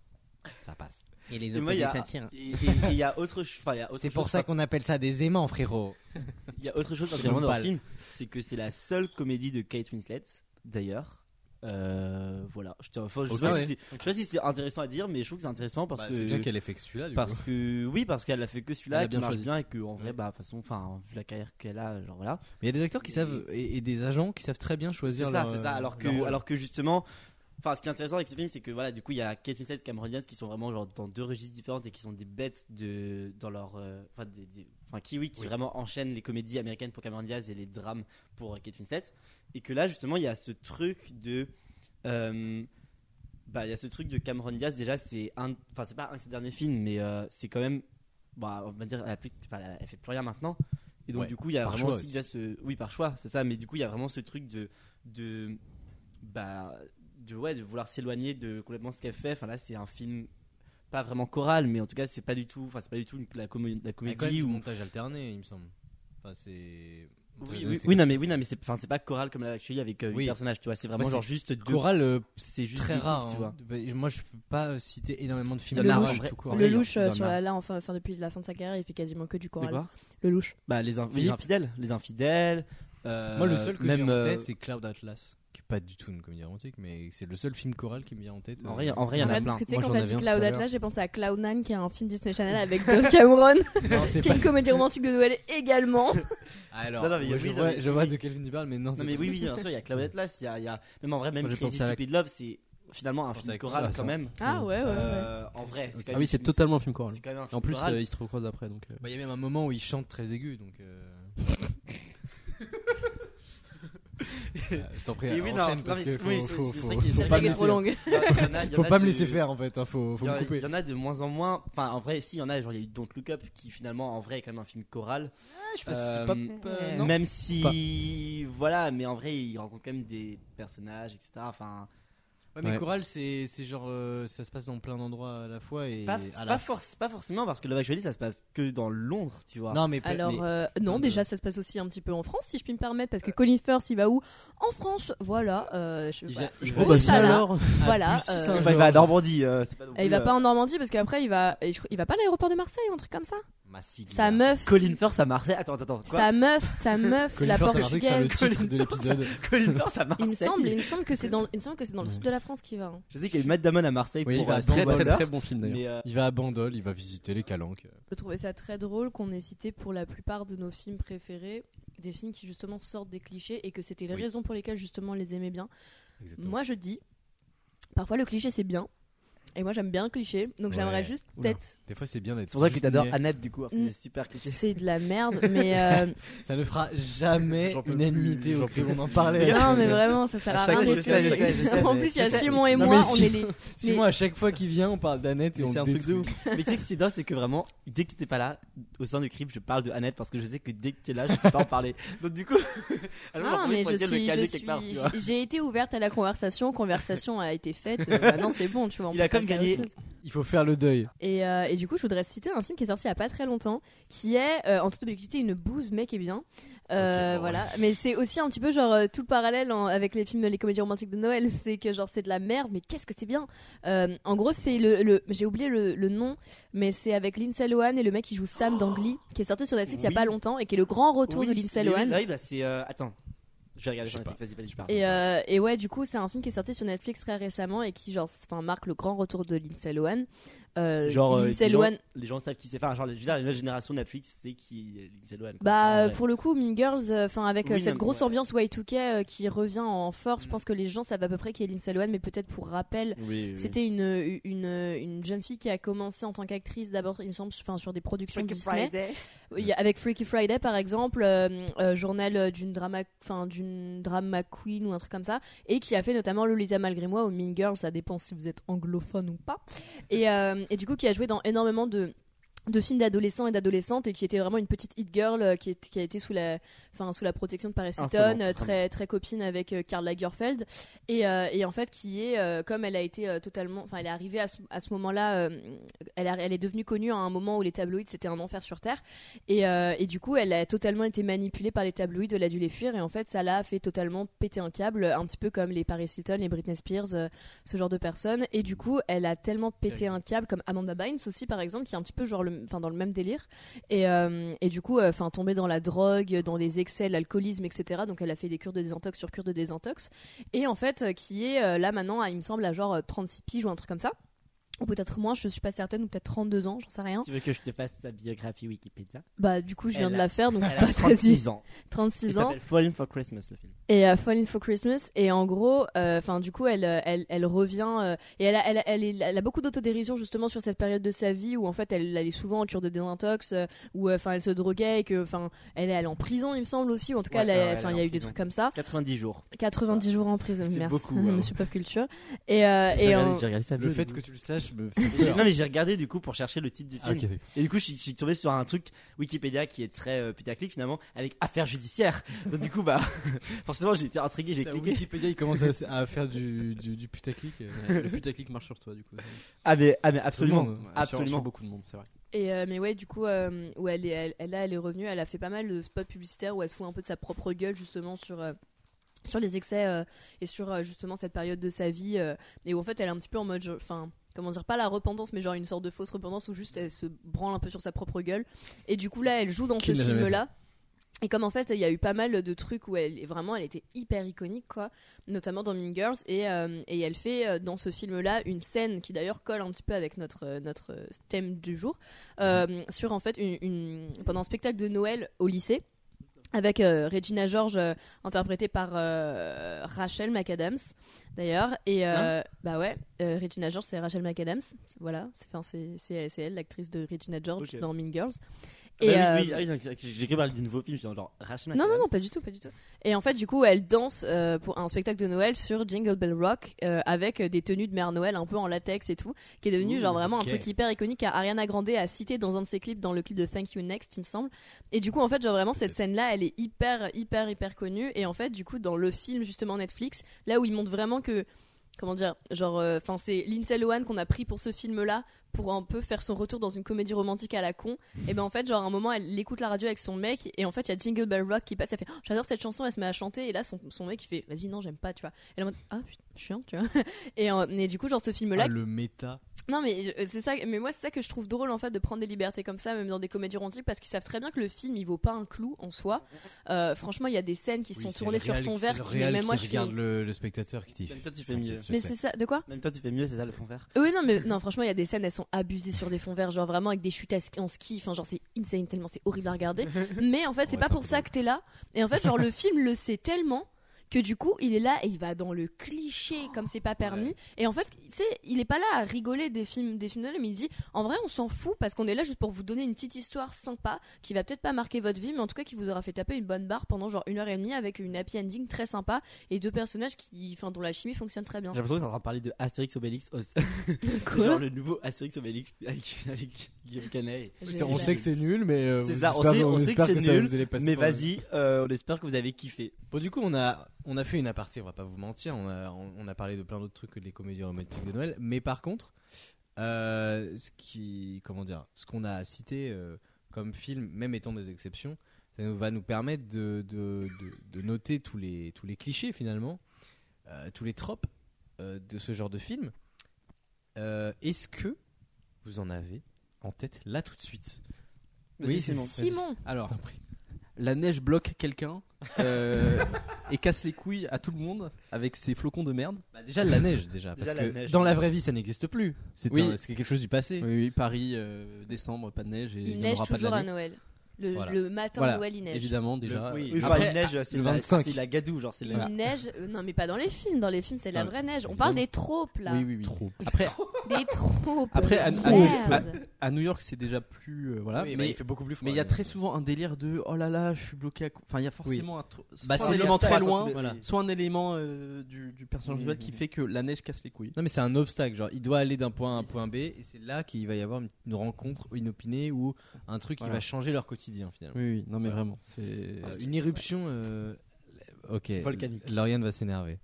S5: ça passe.
S9: Et les
S7: Et moi, il y
S9: opposés
S7: a-
S9: s'attirent.
S7: Et et- et il y a autre chose. enfin, il y a autre
S5: C'est pour
S7: chose
S5: ça qu'on appelle ça des aimants, frérot.
S7: Il y a autre chose
S5: Je
S7: particulièrement dans
S5: me
S7: le
S5: parle.
S7: film, c'est que c'est la seule comédie de Kate Winslet, d'ailleurs. Euh, voilà, je, te- enfin, je
S5: Ok.
S7: sais pas
S5: Ouais.
S7: si c'est- je sais pas si c'est intéressant à dire, mais je trouve que c'est intéressant parce
S5: Bah,
S7: que.
S5: C'est bien qu'elle ait hein. fait que celui-là, du
S7: Parce
S5: coup.
S7: que oui, parce qu'elle a fait que
S5: Elle
S7: celui-là,
S5: a
S7: qui
S5: bien
S7: marche
S5: choisi.
S7: bien et que en vrai,
S5: Ouais.
S7: bah de toute façon, enfin vu la carrière qu'elle a, genre voilà.
S5: Mais il y a des acteurs qui
S7: Et-
S5: savent, et, et des agents qui savent très bien
S7: C'est
S5: choisir
S7: ça,
S5: leur,
S7: c'est ça.
S5: euh,
S7: Alors que,
S5: leur rôle.
S7: alors que justement, enfin, ce qui est intéressant avec ce film, c'est que voilà, du coup, il y a Kate Winslet et Cameron Diaz qui sont vraiment genre dans deux registres différents et qui sont des bêtes de dans leur, euh, enfin, des- des- enfin, Kiwi qui vraiment enchaîne les comédies américaines pour Cameron Diaz et les drames pour euh, Kate Winslet, et que là justement, il y a ce truc de euh, bah, il y a ce truc de Cameron Diaz. Déjà, c'est un, enfin, c'est pas un de ses derniers films, mais euh, c'est quand même, bah, on va dire, elle, a plus- enfin, elle a- elle fait plus rien maintenant. Et donc,
S5: Ouais,
S7: du coup, il y a
S5: par
S7: vraiment
S5: choix
S7: aussi
S5: aussi.
S7: déjà ce, oui, par choix, c'est ça. Mais du coup, il y a vraiment ce truc de, de, bah, de ouais, de vouloir s'éloigner de complètement ce qu'elle fait. Enfin là, c'est un film pas vraiment choral, mais en tout cas, c'est pas du tout, enfin, c'est pas du tout une- la, comédie la
S5: Mais quand même
S7: comédie
S5: du
S7: où
S5: montage alterné, il me semble. Enfin, c'est.
S7: oui,
S5: c'est-
S7: oui,
S5: c'est-
S7: oui, non, mais oui, non, mais c'est, enfin, c'est pas choral comme là actuellement avec euh, huit
S5: Oui.
S7: personnages, tu vois. C'est vraiment
S5: Ouais,
S7: genre
S5: c'est
S7: juste deux,
S5: Choral, euh,
S7: c'est juste
S5: très
S7: des couples,
S5: rare.
S7: tu
S5: hein.
S7: vois.
S5: Bah, Moi, je peux pas citer énormément de films
S7: Il
S6: y en a
S5: de
S6: un,
S5: Rouge,
S7: en vrai.
S5: tout court.
S6: le
S5: Il y en a-
S6: louche,
S5: il y en
S6: euh,
S5: a-
S6: sur la là, enfin, enfin, depuis la fin de sa carrière, il fait quasiment que du
S8: De
S6: choral.
S8: quoi
S6: Le louche.
S7: Bah, les, inf- les
S5: Philippe.
S7: infidèles, les infidèles. euh,
S5: Moi, le seul que j'ai
S7: même,
S5: en
S7: euh,
S5: tête, c'est Cloud Atlas, qui est pas du tout une comédie romantique, mais c'est le seul film choral qui me vient en tête.
S7: En
S5: euh,
S7: vrai, en vrai, il y en
S6: Ouais,
S7: a plein.
S6: parce que tu sais,
S5: Moi,
S6: quand
S5: j'en
S6: t'as
S5: avais
S6: dit
S5: un tout à
S6: Cloud
S5: l'heure.
S6: Atlas, j'ai pensé à Cloud Nine, qui est un film Disney Channel avec Dove (laughs) Cameron,
S5: Non, c'est
S6: qui est
S5: pas- (laughs)
S6: une comédie romantique de Noël également.
S5: Alors,
S7: Non, non, mais il y a-
S5: moi, je
S7: oui, non,
S5: vois-
S7: mais-
S5: je vois
S7: oui.
S5: de quel film tu parles, mais non,
S7: Non,
S5: c'est
S7: mais
S5: pas-
S7: oui, oui, bien sûr, il y a Cloud Atlas, il y a, il y a- même en vrai, même
S5: Moi, j'ai
S7: Crazy
S5: pensé à la-
S7: Stupid Love, c'est finalement un
S5: pensais
S7: film
S5: à
S7: choral
S5: ça,
S7: quand
S5: ça.
S7: même.
S6: ah ouais, ouais, ouais.
S7: Euh, en vrai, quand
S8: Ah
S7: même
S8: oui,
S7: un
S8: c'est
S7: film-
S8: totalement un film choral.
S7: C'est quand même un film
S8: En plus,
S7: choral.
S8: euh, ils se recroisent après, donc. euh,
S5: Bah, Il y a même un moment où il chante très aigu, donc. euh, (laughs) euh, je t'en prie,
S7: Et oui, non,
S5: enchaîne
S7: c'est-
S5: parce
S7: non, mais
S5: que
S7: c'est-
S5: faut,
S7: oui, c'est-
S5: faut,
S7: c'est
S5: faut-
S7: vrai qu'il-
S5: faut
S7: c'est
S6: Cette
S5: pas
S6: blague
S5: me
S6: est
S5: laisser-
S6: trop longue.
S7: Il y en
S5: (laughs)
S7: a- il y en
S5: faut
S7: a
S5: pas me
S7: de-
S5: laisser faire en fait, hein, faut, faut
S7: Il y en
S5: me
S7: a-
S5: couper.
S7: Il y en a de moins en moins. Enfin, en vrai, si, il y en a. Genre, il y a eu Don't Look Up qui finalement, en vrai, est quand même un film choral. Euh, même si. Voilà, mais en vrai, il rencontre quand même des personnages, etc. Enfin,
S5: Ouais, mais
S8: Ouais.
S5: chorale, c'est c'est genre euh, ça se passe dans plein d'endroits à la fois et
S7: pas,
S5: à
S7: pas
S5: la
S7: forc- pas forcément parce que Love Actually, ça se passe que dans Londres, tu vois.
S5: Non mais peut-
S6: Alors,
S5: mais-
S6: euh,
S5: plein
S6: non,
S5: de-
S6: déjà, ça se passe aussi un petit peu en France, si je puis me permettre, parce que Colin Firth, il va où En France, voilà. euh, je-
S5: il
S6: voilà.
S5: vient- il
S6: Oh,
S5: va-
S6: bah,
S5: il
S6: viens
S5: va-
S6: alors.
S5: à
S6: Voilà,
S5: Bussy,
S6: euh,
S5: Saint-Georges.
S7: Enfin, il va à Normandie, euh, c'est pas non
S6: Et il
S7: plus,
S6: va
S7: euh,
S6: pas en Normandie parce qu'après il va et je crois- il va pas à l'aéroport de Marseille un truc comme ça.
S5: Ma cible.
S6: Sa meuf,
S7: Colin Firth à Marseille. Attends, attends, attends. Quoi
S6: sa meuf,
S5: (laughs)
S6: sa meuf,
S5: Colin
S6: la
S5: Firth, c'est un truc, c'est
S6: portugaise.
S5: le titre de l'épisode.
S7: (laughs) (laughs) Colin Firth à
S6: Il
S7: Marseille.
S6: me semble, il me semble que c'est dans, il me semble que c'est dans le sud de la France qu'il va. hein.
S7: Je sais qu'il y a eu Matt Damon à Marseille
S5: Oui, il
S7: pour
S5: va
S7: euh,
S5: à
S7: Steve
S8: Très, très,
S7: Wonder,
S8: très bon film d'ailleurs.
S7: Mais euh,
S5: Il va à Bandol, il va visiter les calanques. euh,
S6: Je trouvais ça très drôle qu'on ait cité pour la plupart de nos films préférés des films qui justement sortent des clichés et que c'était les
S5: Oui.
S6: raisons pour lesquelles justement on les aimait bien. Moi je dis, parfois le cliché c'est bien. Et moi j'aime bien le cliché, donc
S5: Ouais.
S6: j'aimerais juste
S5: Oula.
S6: peut-être.
S5: Des fois c'est bien d'être.
S7: c'est pour ça que
S5: juste
S7: t'adores
S5: niais.
S7: Annette du coup, parce que
S6: Mm.
S7: c'est super cliché.
S6: C'est de la
S7: (laughs)
S6: merde, mais euh,
S5: Ça ne fera jamais
S7: J'en peux
S5: unanimité au cri, on en parlait.
S6: non, mais vraiment ça sert à rien.
S7: chaque fois,
S6: d'être
S7: je sais, je sais,
S6: cliché.
S7: je
S6: (laughs)
S7: sais,
S6: en
S7: mais-
S6: plus il y a
S7: je sais.
S6: Simon et
S5: Non,
S6: moi,
S5: mais
S6: on
S5: si-
S6: est les.
S5: Simon à chaque fois qu'il vient, on parle d'Annette et
S7: Mais
S5: on
S7: c'est un truc de
S5: détruit.
S7: ouf. Mais tu sais que c'est dingue, c'est que vraiment, dès que t'es pas là, au sein du crib, je parle de Annette parce que je sais que dès que t'es là, je peux pas
S6: (laughs)
S7: en parler. Donc du coup, (laughs) (laughs) alors,
S6: Ah,
S7: j'ai envie
S6: mais je
S7: de pointer le
S6: suis,
S7: caser
S6: je
S7: quelque part, tu
S6: suis-
S7: vois.
S6: j'ai été ouverte à la conversation, conversation a été
S7: (laughs)
S6: faite. euh, maintenant c'est bon, tu vois. on
S7: Il
S6: peut
S7: a quand même
S6: passer à
S7: gagné.
S6: autre chose.
S5: Il faut faire le deuil.
S6: Et, euh, et du coup, je voudrais citer un film qui est sorti il y a pas très longtemps, qui est, euh, en toute objectivité, une bouse, mais qui est bien. Euh,
S8: Ok, bon,
S6: voilà. Mais c'est aussi un petit peu genre euh, tout le parallèle en- avec les films, les comédies romantiques de Noël, (laughs) c'est que genre c'est de la merde, mais qu'est-ce que c'est bien. Euh, en gros, c'est le, le- j'ai oublié le, le nom, mais c'est avec Lindsay Lohan et le mec qui joue Sam dans Glee, qui est sorti sur Netflix il y a
S7: Oh. Oui.
S6: pas longtemps et qui est le grand retour
S7: Oui,
S6: de Lindsay
S7: mais oui,
S6: Lohan.
S7: Oui, bah c'est. euh, attends. Je vais regarder sur Netflix, vas-y, vas-y, je parle.
S6: Et, euh, et ouais, du coup, c'est un film qui est sorti sur Netflix très récemment et qui genre, enfin, marque le grand retour de Lindsay Lohan. Euh,
S7: Genre, euh,
S6: Lindsay
S7: les, gens,
S6: Lohan,
S7: les gens savent qui c'est. Enfin, genre, je veux dire, la nouvelle génération Netflix, c'est qui est Lindsay Lohan. quoi.
S6: Bah
S7: En vrai.
S6: pour le coup, Mean Girls, enfin avec euh,
S7: Oui,
S6: cette
S7: non, mais
S6: grosse
S7: ouais. Mm.
S6: ambiance Y2K euh, qui revient en force, je pense que les gens savent à peu près qui est Lindsay Lohan, mais peut-être pour rappel,
S7: Oui, oui.
S6: c'était une, une une jeune fille qui a commencé en tant qu'actrice d'abord, il me semble, enfin sur des productions Disney, Il y a- avec Freaky Friday par exemple, euh, euh, journal euh, d'une drama, enfin d'une drama queen ou un truc comme ça, et qui a fait notamment Lolita malgré moi ou Mean Girls, ça dépend si vous êtes anglophone ou pas, et euh, et du coup qui a joué dans énormément de de films d'adolescents et d'adolescentes et qui était vraiment une petite hit girl euh, qui, est- qui a été sous la, enfin, sous la protection de Paris Hilton,
S7: Insolente,
S6: euh, très, très copine avec euh, Karl Lagerfeld et, euh, et en fait qui est, euh, comme elle a été euh, totalement, enfin elle est arrivée à ce, à ce moment-là, euh, elle, a- elle est devenue connue à un moment où les tabloïds c'était un enfer sur Terre et, euh, et du coup elle a totalement été manipulée par les tabloïds, elle a dû les fuir et en fait ça l'a fait totalement péter un câble, un petit peu comme les Paris Hilton, les Britney Spears, euh, ce genre de personnes et du coup elle a tellement pété un câble comme Amanda Bynes aussi par exemple qui est un petit peu genre le, enfin, dans le même délire et, euh, et du coup, enfin, tombée dans la drogue, dans les excès, l'alcoolisme, etc. Donc, elle a fait des cures de désintox sur cures de désintox. Et en fait, euh, qui est euh, là maintenant, à, il me semble, à genre euh, 36 piges ou un truc comme ça. Ou peut-être moins, je suis pas certaine, ou peut-être 32 ans, j'en sais rien.
S7: Tu veux que je te fasse sa biographie Wikipédia
S6: Bah, du coup, je viens
S7: Elle
S6: de
S7: a-
S6: la faire, donc
S7: Elle a
S6: bah,
S7: 36 ans. Il
S6: 36 ans.
S7: s'appelle Falling for Christmas le film.
S6: Et euh, Falling for Christmas. Et en gros, enfin du coup, elle, euh, elle, elle revient euh, et elle, a- elle, a- elle, est- elle a beaucoup d'autodérision justement sur cette période de sa vie où en fait elle, elle est souvent en cure de désintox, euh, où enfin elle se droguait et que enfin elle est allée en prison, il me semble aussi. Ou en tout cas,
S7: Ouais,
S6: elle a-
S7: ouais, elle
S6: enfin,
S7: est
S6: il y a
S7: en
S6: eu des
S7: prison.
S6: trucs comme ça.
S7: 90 jours.
S6: 90 jours en prison.
S7: C'est
S6: Merci, (laughs)
S7: beaucoup, ouais.
S6: Monsieur Pop Culture. Et, euh,
S7: J'ai
S6: et
S7: regardé,
S6: en-
S7: j'ai regardé sa
S5: Le
S7: bio,
S5: fait
S7: du
S5: que
S7: coup.
S5: tu le saches me
S7: Et j'ai- Non mais j'ai regardé du coup pour chercher le titre du film.
S5: Ok, d'accord.
S7: Et du coup je, suis- je suis tombé sur un truc Wikipédia qui est très euh, putaclic finalement avec affaires (laughs) judiciaires. Donc du coup bah forcément j'ai été intrigué, j'ai
S5: T'as
S7: cliqué.
S5: Wikipédia, il commence à, à faire du, du, du putaclic. euh.
S8: Le putaclic marche sur toi, du coup.
S7: Ah mais, ah, mais absolument,
S5: Tout le monde, ouais.
S8: Sur- Sur
S7: absolument.
S8: beaucoup de monde, c'est vrai.
S6: Et euh, mais ouais, du coup, euh, où elle est, elle, elle, là, elle est revenue, elle a fait pas mal de spots publicitaires où elle se fout un peu de sa propre gueule justement sur. euh, sur les excès euh, et sur euh, justement cette période de sa vie euh, et où en fait elle est un petit peu en mode je- enfin comment dire pas la repentance mais genre une sorte de fausse repentance où juste elle se branle un peu sur sa propre gueule et du coup là elle joue dans
S5: Qui
S6: ce
S5: ne l'a jamais
S6: film là et comme en fait il y a eu pas mal de trucs où elle est vraiment elle était hyper iconique quoi notamment dans Mean Girls et, euh, et elle fait euh, dans ce film là une scène qui d'ailleurs colle un petit peu avec notre euh, notre euh, thème du jour euh, sur en fait une, une- pendant un spectacle de Noël au lycée avec euh, Regina George euh, interprétée par euh, Rachel McAdams d'ailleurs et
S7: Hein
S6: euh, bah ouais euh, Regina George c'est Rachel McAdams voilà c'est enfin, c'est c'est- c'est elle l'actrice de Regina George
S7: Ok.
S6: dans Mean Girls
S7: Bah oui,
S6: euh,
S7: oui, ah oui, non, j'ai- j'ai cru parler du nouveau film genre, genre Rachel
S6: non, non,
S7: McAdams.
S6: non, pas du tout, pas du tout. Et en fait, du coup, elle danse euh, pour un spectacle de Noël sur Jingle Bell Rock euh, avec euh, des tenues de Mère Noël un peu en latex et tout, qui est devenu
S5: Ouh,
S6: genre vraiment
S5: ok.
S6: un truc hyper iconique à Ariana Grande a cité dans un de ses clips, dans le clip de Thank You Next, il me semble. Et du coup, en fait, genre vraiment cette scène-là, elle est hyper, hyper, hyper connue. Et en fait, du coup, dans le film justement Netflix, là où ils montrent vraiment que Comment dire, genre, euh, enfin, c'est Lindsay Lohan qu'on a pris pour ce film-là pour un peu faire son retour dans une comédie romantique à la con. Et ben en fait, genre à un moment, elle écoute la radio avec son mec et en fait, il y a Jingle Bell Rock qui passe, elle fait Oh, "J'adore cette chanson", elle se met à chanter et là son, son mec il fait "Vas-y, non, j'aime pas", tu vois. Elle est en mode "Ah, putain, chiant", tu vois. (laughs) Et, euh, et du coup, genre ce film là,
S5: Ah, le méta.
S6: non mais je- c'est ça mais moi c'est ça que je trouve drôle en fait de prendre des libertés comme ça même dans des comédies romantiques parce qu'ils savent très bien que le film il vaut pas un clou en soi. Euh, franchement, il y a des scènes qui
S5: Oui,
S6: sont
S5: c'est
S6: tournées
S5: le
S6: sur
S5: réel-
S6: fond
S5: c'est
S6: vert
S5: le
S6: qui
S5: réel
S6: même moi
S5: qui
S6: je suis
S5: regarde le, le spectateur qui dit.
S7: Même toi tu fais mieux.
S5: Je
S6: Mais
S5: sais.
S6: c'est ça, de quoi
S7: Même toi tu fais mieux, c'est ça le fond vert.
S6: Oui, non, mais non, franchement, il y a des scènes, elles sont abusées sur des fonds verts, genre vraiment avec des chutes à ski- en ski. Enfin, genre, c'est insane tellement c'est horrible à regarder. Mais en fait, c'est
S5: Ouais,
S6: pas
S5: c'est un
S6: pour
S5: peu
S6: ça
S5: drôle.
S6: que t'es là. Et en fait, genre, le film le sait tellement que du coup, il est là et il va dans le cliché comme c'est pas permis. Et en fait, tu sais, il est pas là à rigoler des films, des films de Noël, mais il dit en vrai, on s'en fout parce qu'on est là juste pour vous donner une petite histoire sympa qui va peut-être pas marquer votre vie, mais en tout cas qui vous aura fait taper une bonne barre pendant genre une heure et demie avec une happy ending très sympa et deux personnages qui, enfin, dont la chimie fonctionne très bien.
S7: J'ai l'impression que t'es en train de parler de Astérix Obélix aussi.
S6: Quoi
S7: genre le nouveau Astérix Obélix avec, avec Guillaume Canet. et-
S6: J'ai-
S5: On
S6: j'ai-
S5: sait que c'est nul, mais euh,
S7: C'est
S5: vous-
S7: ça, on
S5: j'espère-
S7: sait- on sait que
S5: espère
S7: c'est
S5: ça
S7: nul,
S5: vous allez passer
S7: Mais
S5: par là.
S7: vas-y, euh, on espère que vous avez kiffé.
S5: Bon, du coup, on a, on a fait une aparté, on va pas vous mentir. On a, on, on a parlé de plein d'autres trucs que les comédies romantiques de Noël. Mais par contre, euh, ce qui, comment dire, ce qu'on a cité euh, comme film, même étant des exceptions, ça nous- va nous permettre de, de- de- de noter tous les, tous les clichés finalement, euh, tous les tropes euh, de ce genre de film. Euh, Est-ce que vous en avez en tête là tout de suite
S7: Oui, c'est bon.
S6: Simon
S8: Alors, la neige bloque quelqu'un
S5: (laughs)
S8: euh, et casse les couilles à tout le monde avec ses flocons de merde.
S5: Bah, déjà la neige déjà,
S7: Déjà,
S5: parce
S7: la
S5: que
S7: neige.
S5: dans la vraie vie ça n'existe plus. C'est
S8: Oui.
S5: un- c'est quelque chose du passé.
S8: Oui, oui, Paris, euh, décembre, pas de neige et
S6: Il
S8: n'y en
S6: neige
S8: aura pas de
S6: toujours à
S8: l'année.
S6: Noël. Le,
S5: Voilà.
S6: le matin
S8: Voilà.
S6: de Noël, il neige.
S8: Évidemment, déjà.
S5: Le- oui.
S7: Oui, enfin,
S5: Après,
S7: il neige, c'est
S5: le
S7: la-
S5: 25.
S7: c'est la gadoue, genre c'est
S6: Il
S7: la.
S6: neige, euh, non mais pas dans les films, dans les films c'est de la
S5: Dans-
S6: vraie neige. On
S5: évidemment.
S6: parle des tropes là,
S8: Oui, oui, oui. Après,
S6: des tropes.
S8: Après, à- à-
S6: Merde.
S8: à New York, c'est déjà plus. euh, voilà.
S5: Oui, bah,
S8: mais
S5: il fait beaucoup plus froid.
S8: mais il y a très souvent un délire de oh là là, je suis bloqué. à co- Enfin, il y a forcément un tr- soit
S5: Bah,
S8: un
S5: c'est
S8: élément
S5: l'hiver,
S8: très
S5: ça,
S8: loin,
S5: c'est- voilà.
S8: soit un élément euh, du, du personnage
S7: Mhm.
S8: duel qui fait que la neige casse les couilles.
S5: Non mais c'est un obstacle, genre il doit aller d'un point A à un point B et c'est là qu'il va y avoir une- une rencontre inopinée ou un truc qui
S8: Voilà.
S5: va changer leur quotidien finalement.
S8: Oui, oui, non, mais
S5: Voilà.
S8: vraiment. C'est.
S5: Euh, une éruption. euh, Ok.
S7: Volcanique.
S5: Lauriane va s'énerver.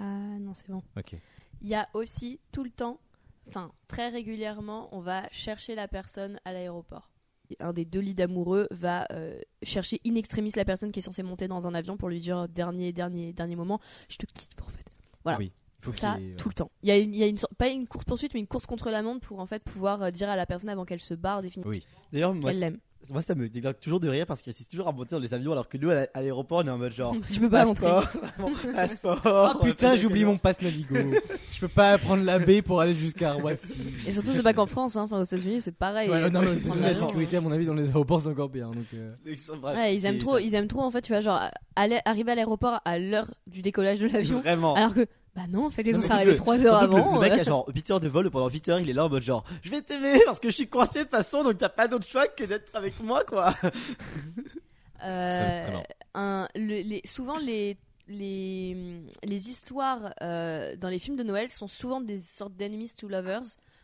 S6: Ah non c'est bon.
S5: Ok.
S6: Il y a aussi tout le temps, enfin très régulièrement, on va chercher la personne à l'aéroport. Et Un des deux lits d'amoureux va euh, chercher in extremis la personne qui est censée monter dans un avion pour lui dire euh, dernier, dernier, dernier moment, je te kiffe en fait. Voilà.
S5: Oui. Il faut
S6: Ça,
S5: qu'il y ait-
S6: tout le temps. Il y a, une, il y a une sorte- pas une course poursuite, mais une course contre la montre pour en fait pouvoir euh, dire à la personne avant qu'elle se barre définitivement
S5: Oui.
S7: D'ailleurs, moi,
S6: qu'elle l'aime.
S7: moi, ça me déglingue toujours de rire parce qu'ils réussissent toujours à monter dans les avions alors que nous, à la- à l'aéroport, on est en mode genre.
S6: Je peux pas rentrer.
S7: passeport, vraiment, passeport.
S5: Ah putain, j'oublie mon passe Navigo. Je peux pas prendre la baie pour aller jusqu'à Roissy.
S6: Et surtout, c'est pas qu'en France, hein. enfin aux États-Unis, c'est pareil.
S5: Ouais, non, mais aux
S6: Prendre
S5: États-Unis, la
S6: l'avion,
S5: sécurité, à mon avis, dans les aéroports, c'est encore pire. Donc, euh,
S6: hein.
S7: Ah,
S6: Ouais, ils aiment trop, ils aiment trop en fait, tu vois, genre aller, arriver à l'aéroport à l'heure du décollage de l'avion,
S7: Vraiment.
S6: alors que bah non, en fait, ils
S7: Non,
S6: sont
S7: mais
S6: arrivés
S7: surtout
S6: 3 heures
S7: Surtout que le-
S6: avant.
S7: le mec
S6: euh.
S7: a genre 8 heures de vol pendant 8 heures, il est là en mode genre je vais t'aimer parce que je suis coincé de toute façon donc t'as pas d'autre choix que d'être avec moi quoi.
S5: serait très
S6: Euh,
S5: marrant.
S6: un- le- les- souvent les les, les histoires euh, dans les films de Noël sont souvent des sortes d'enemies to lovers.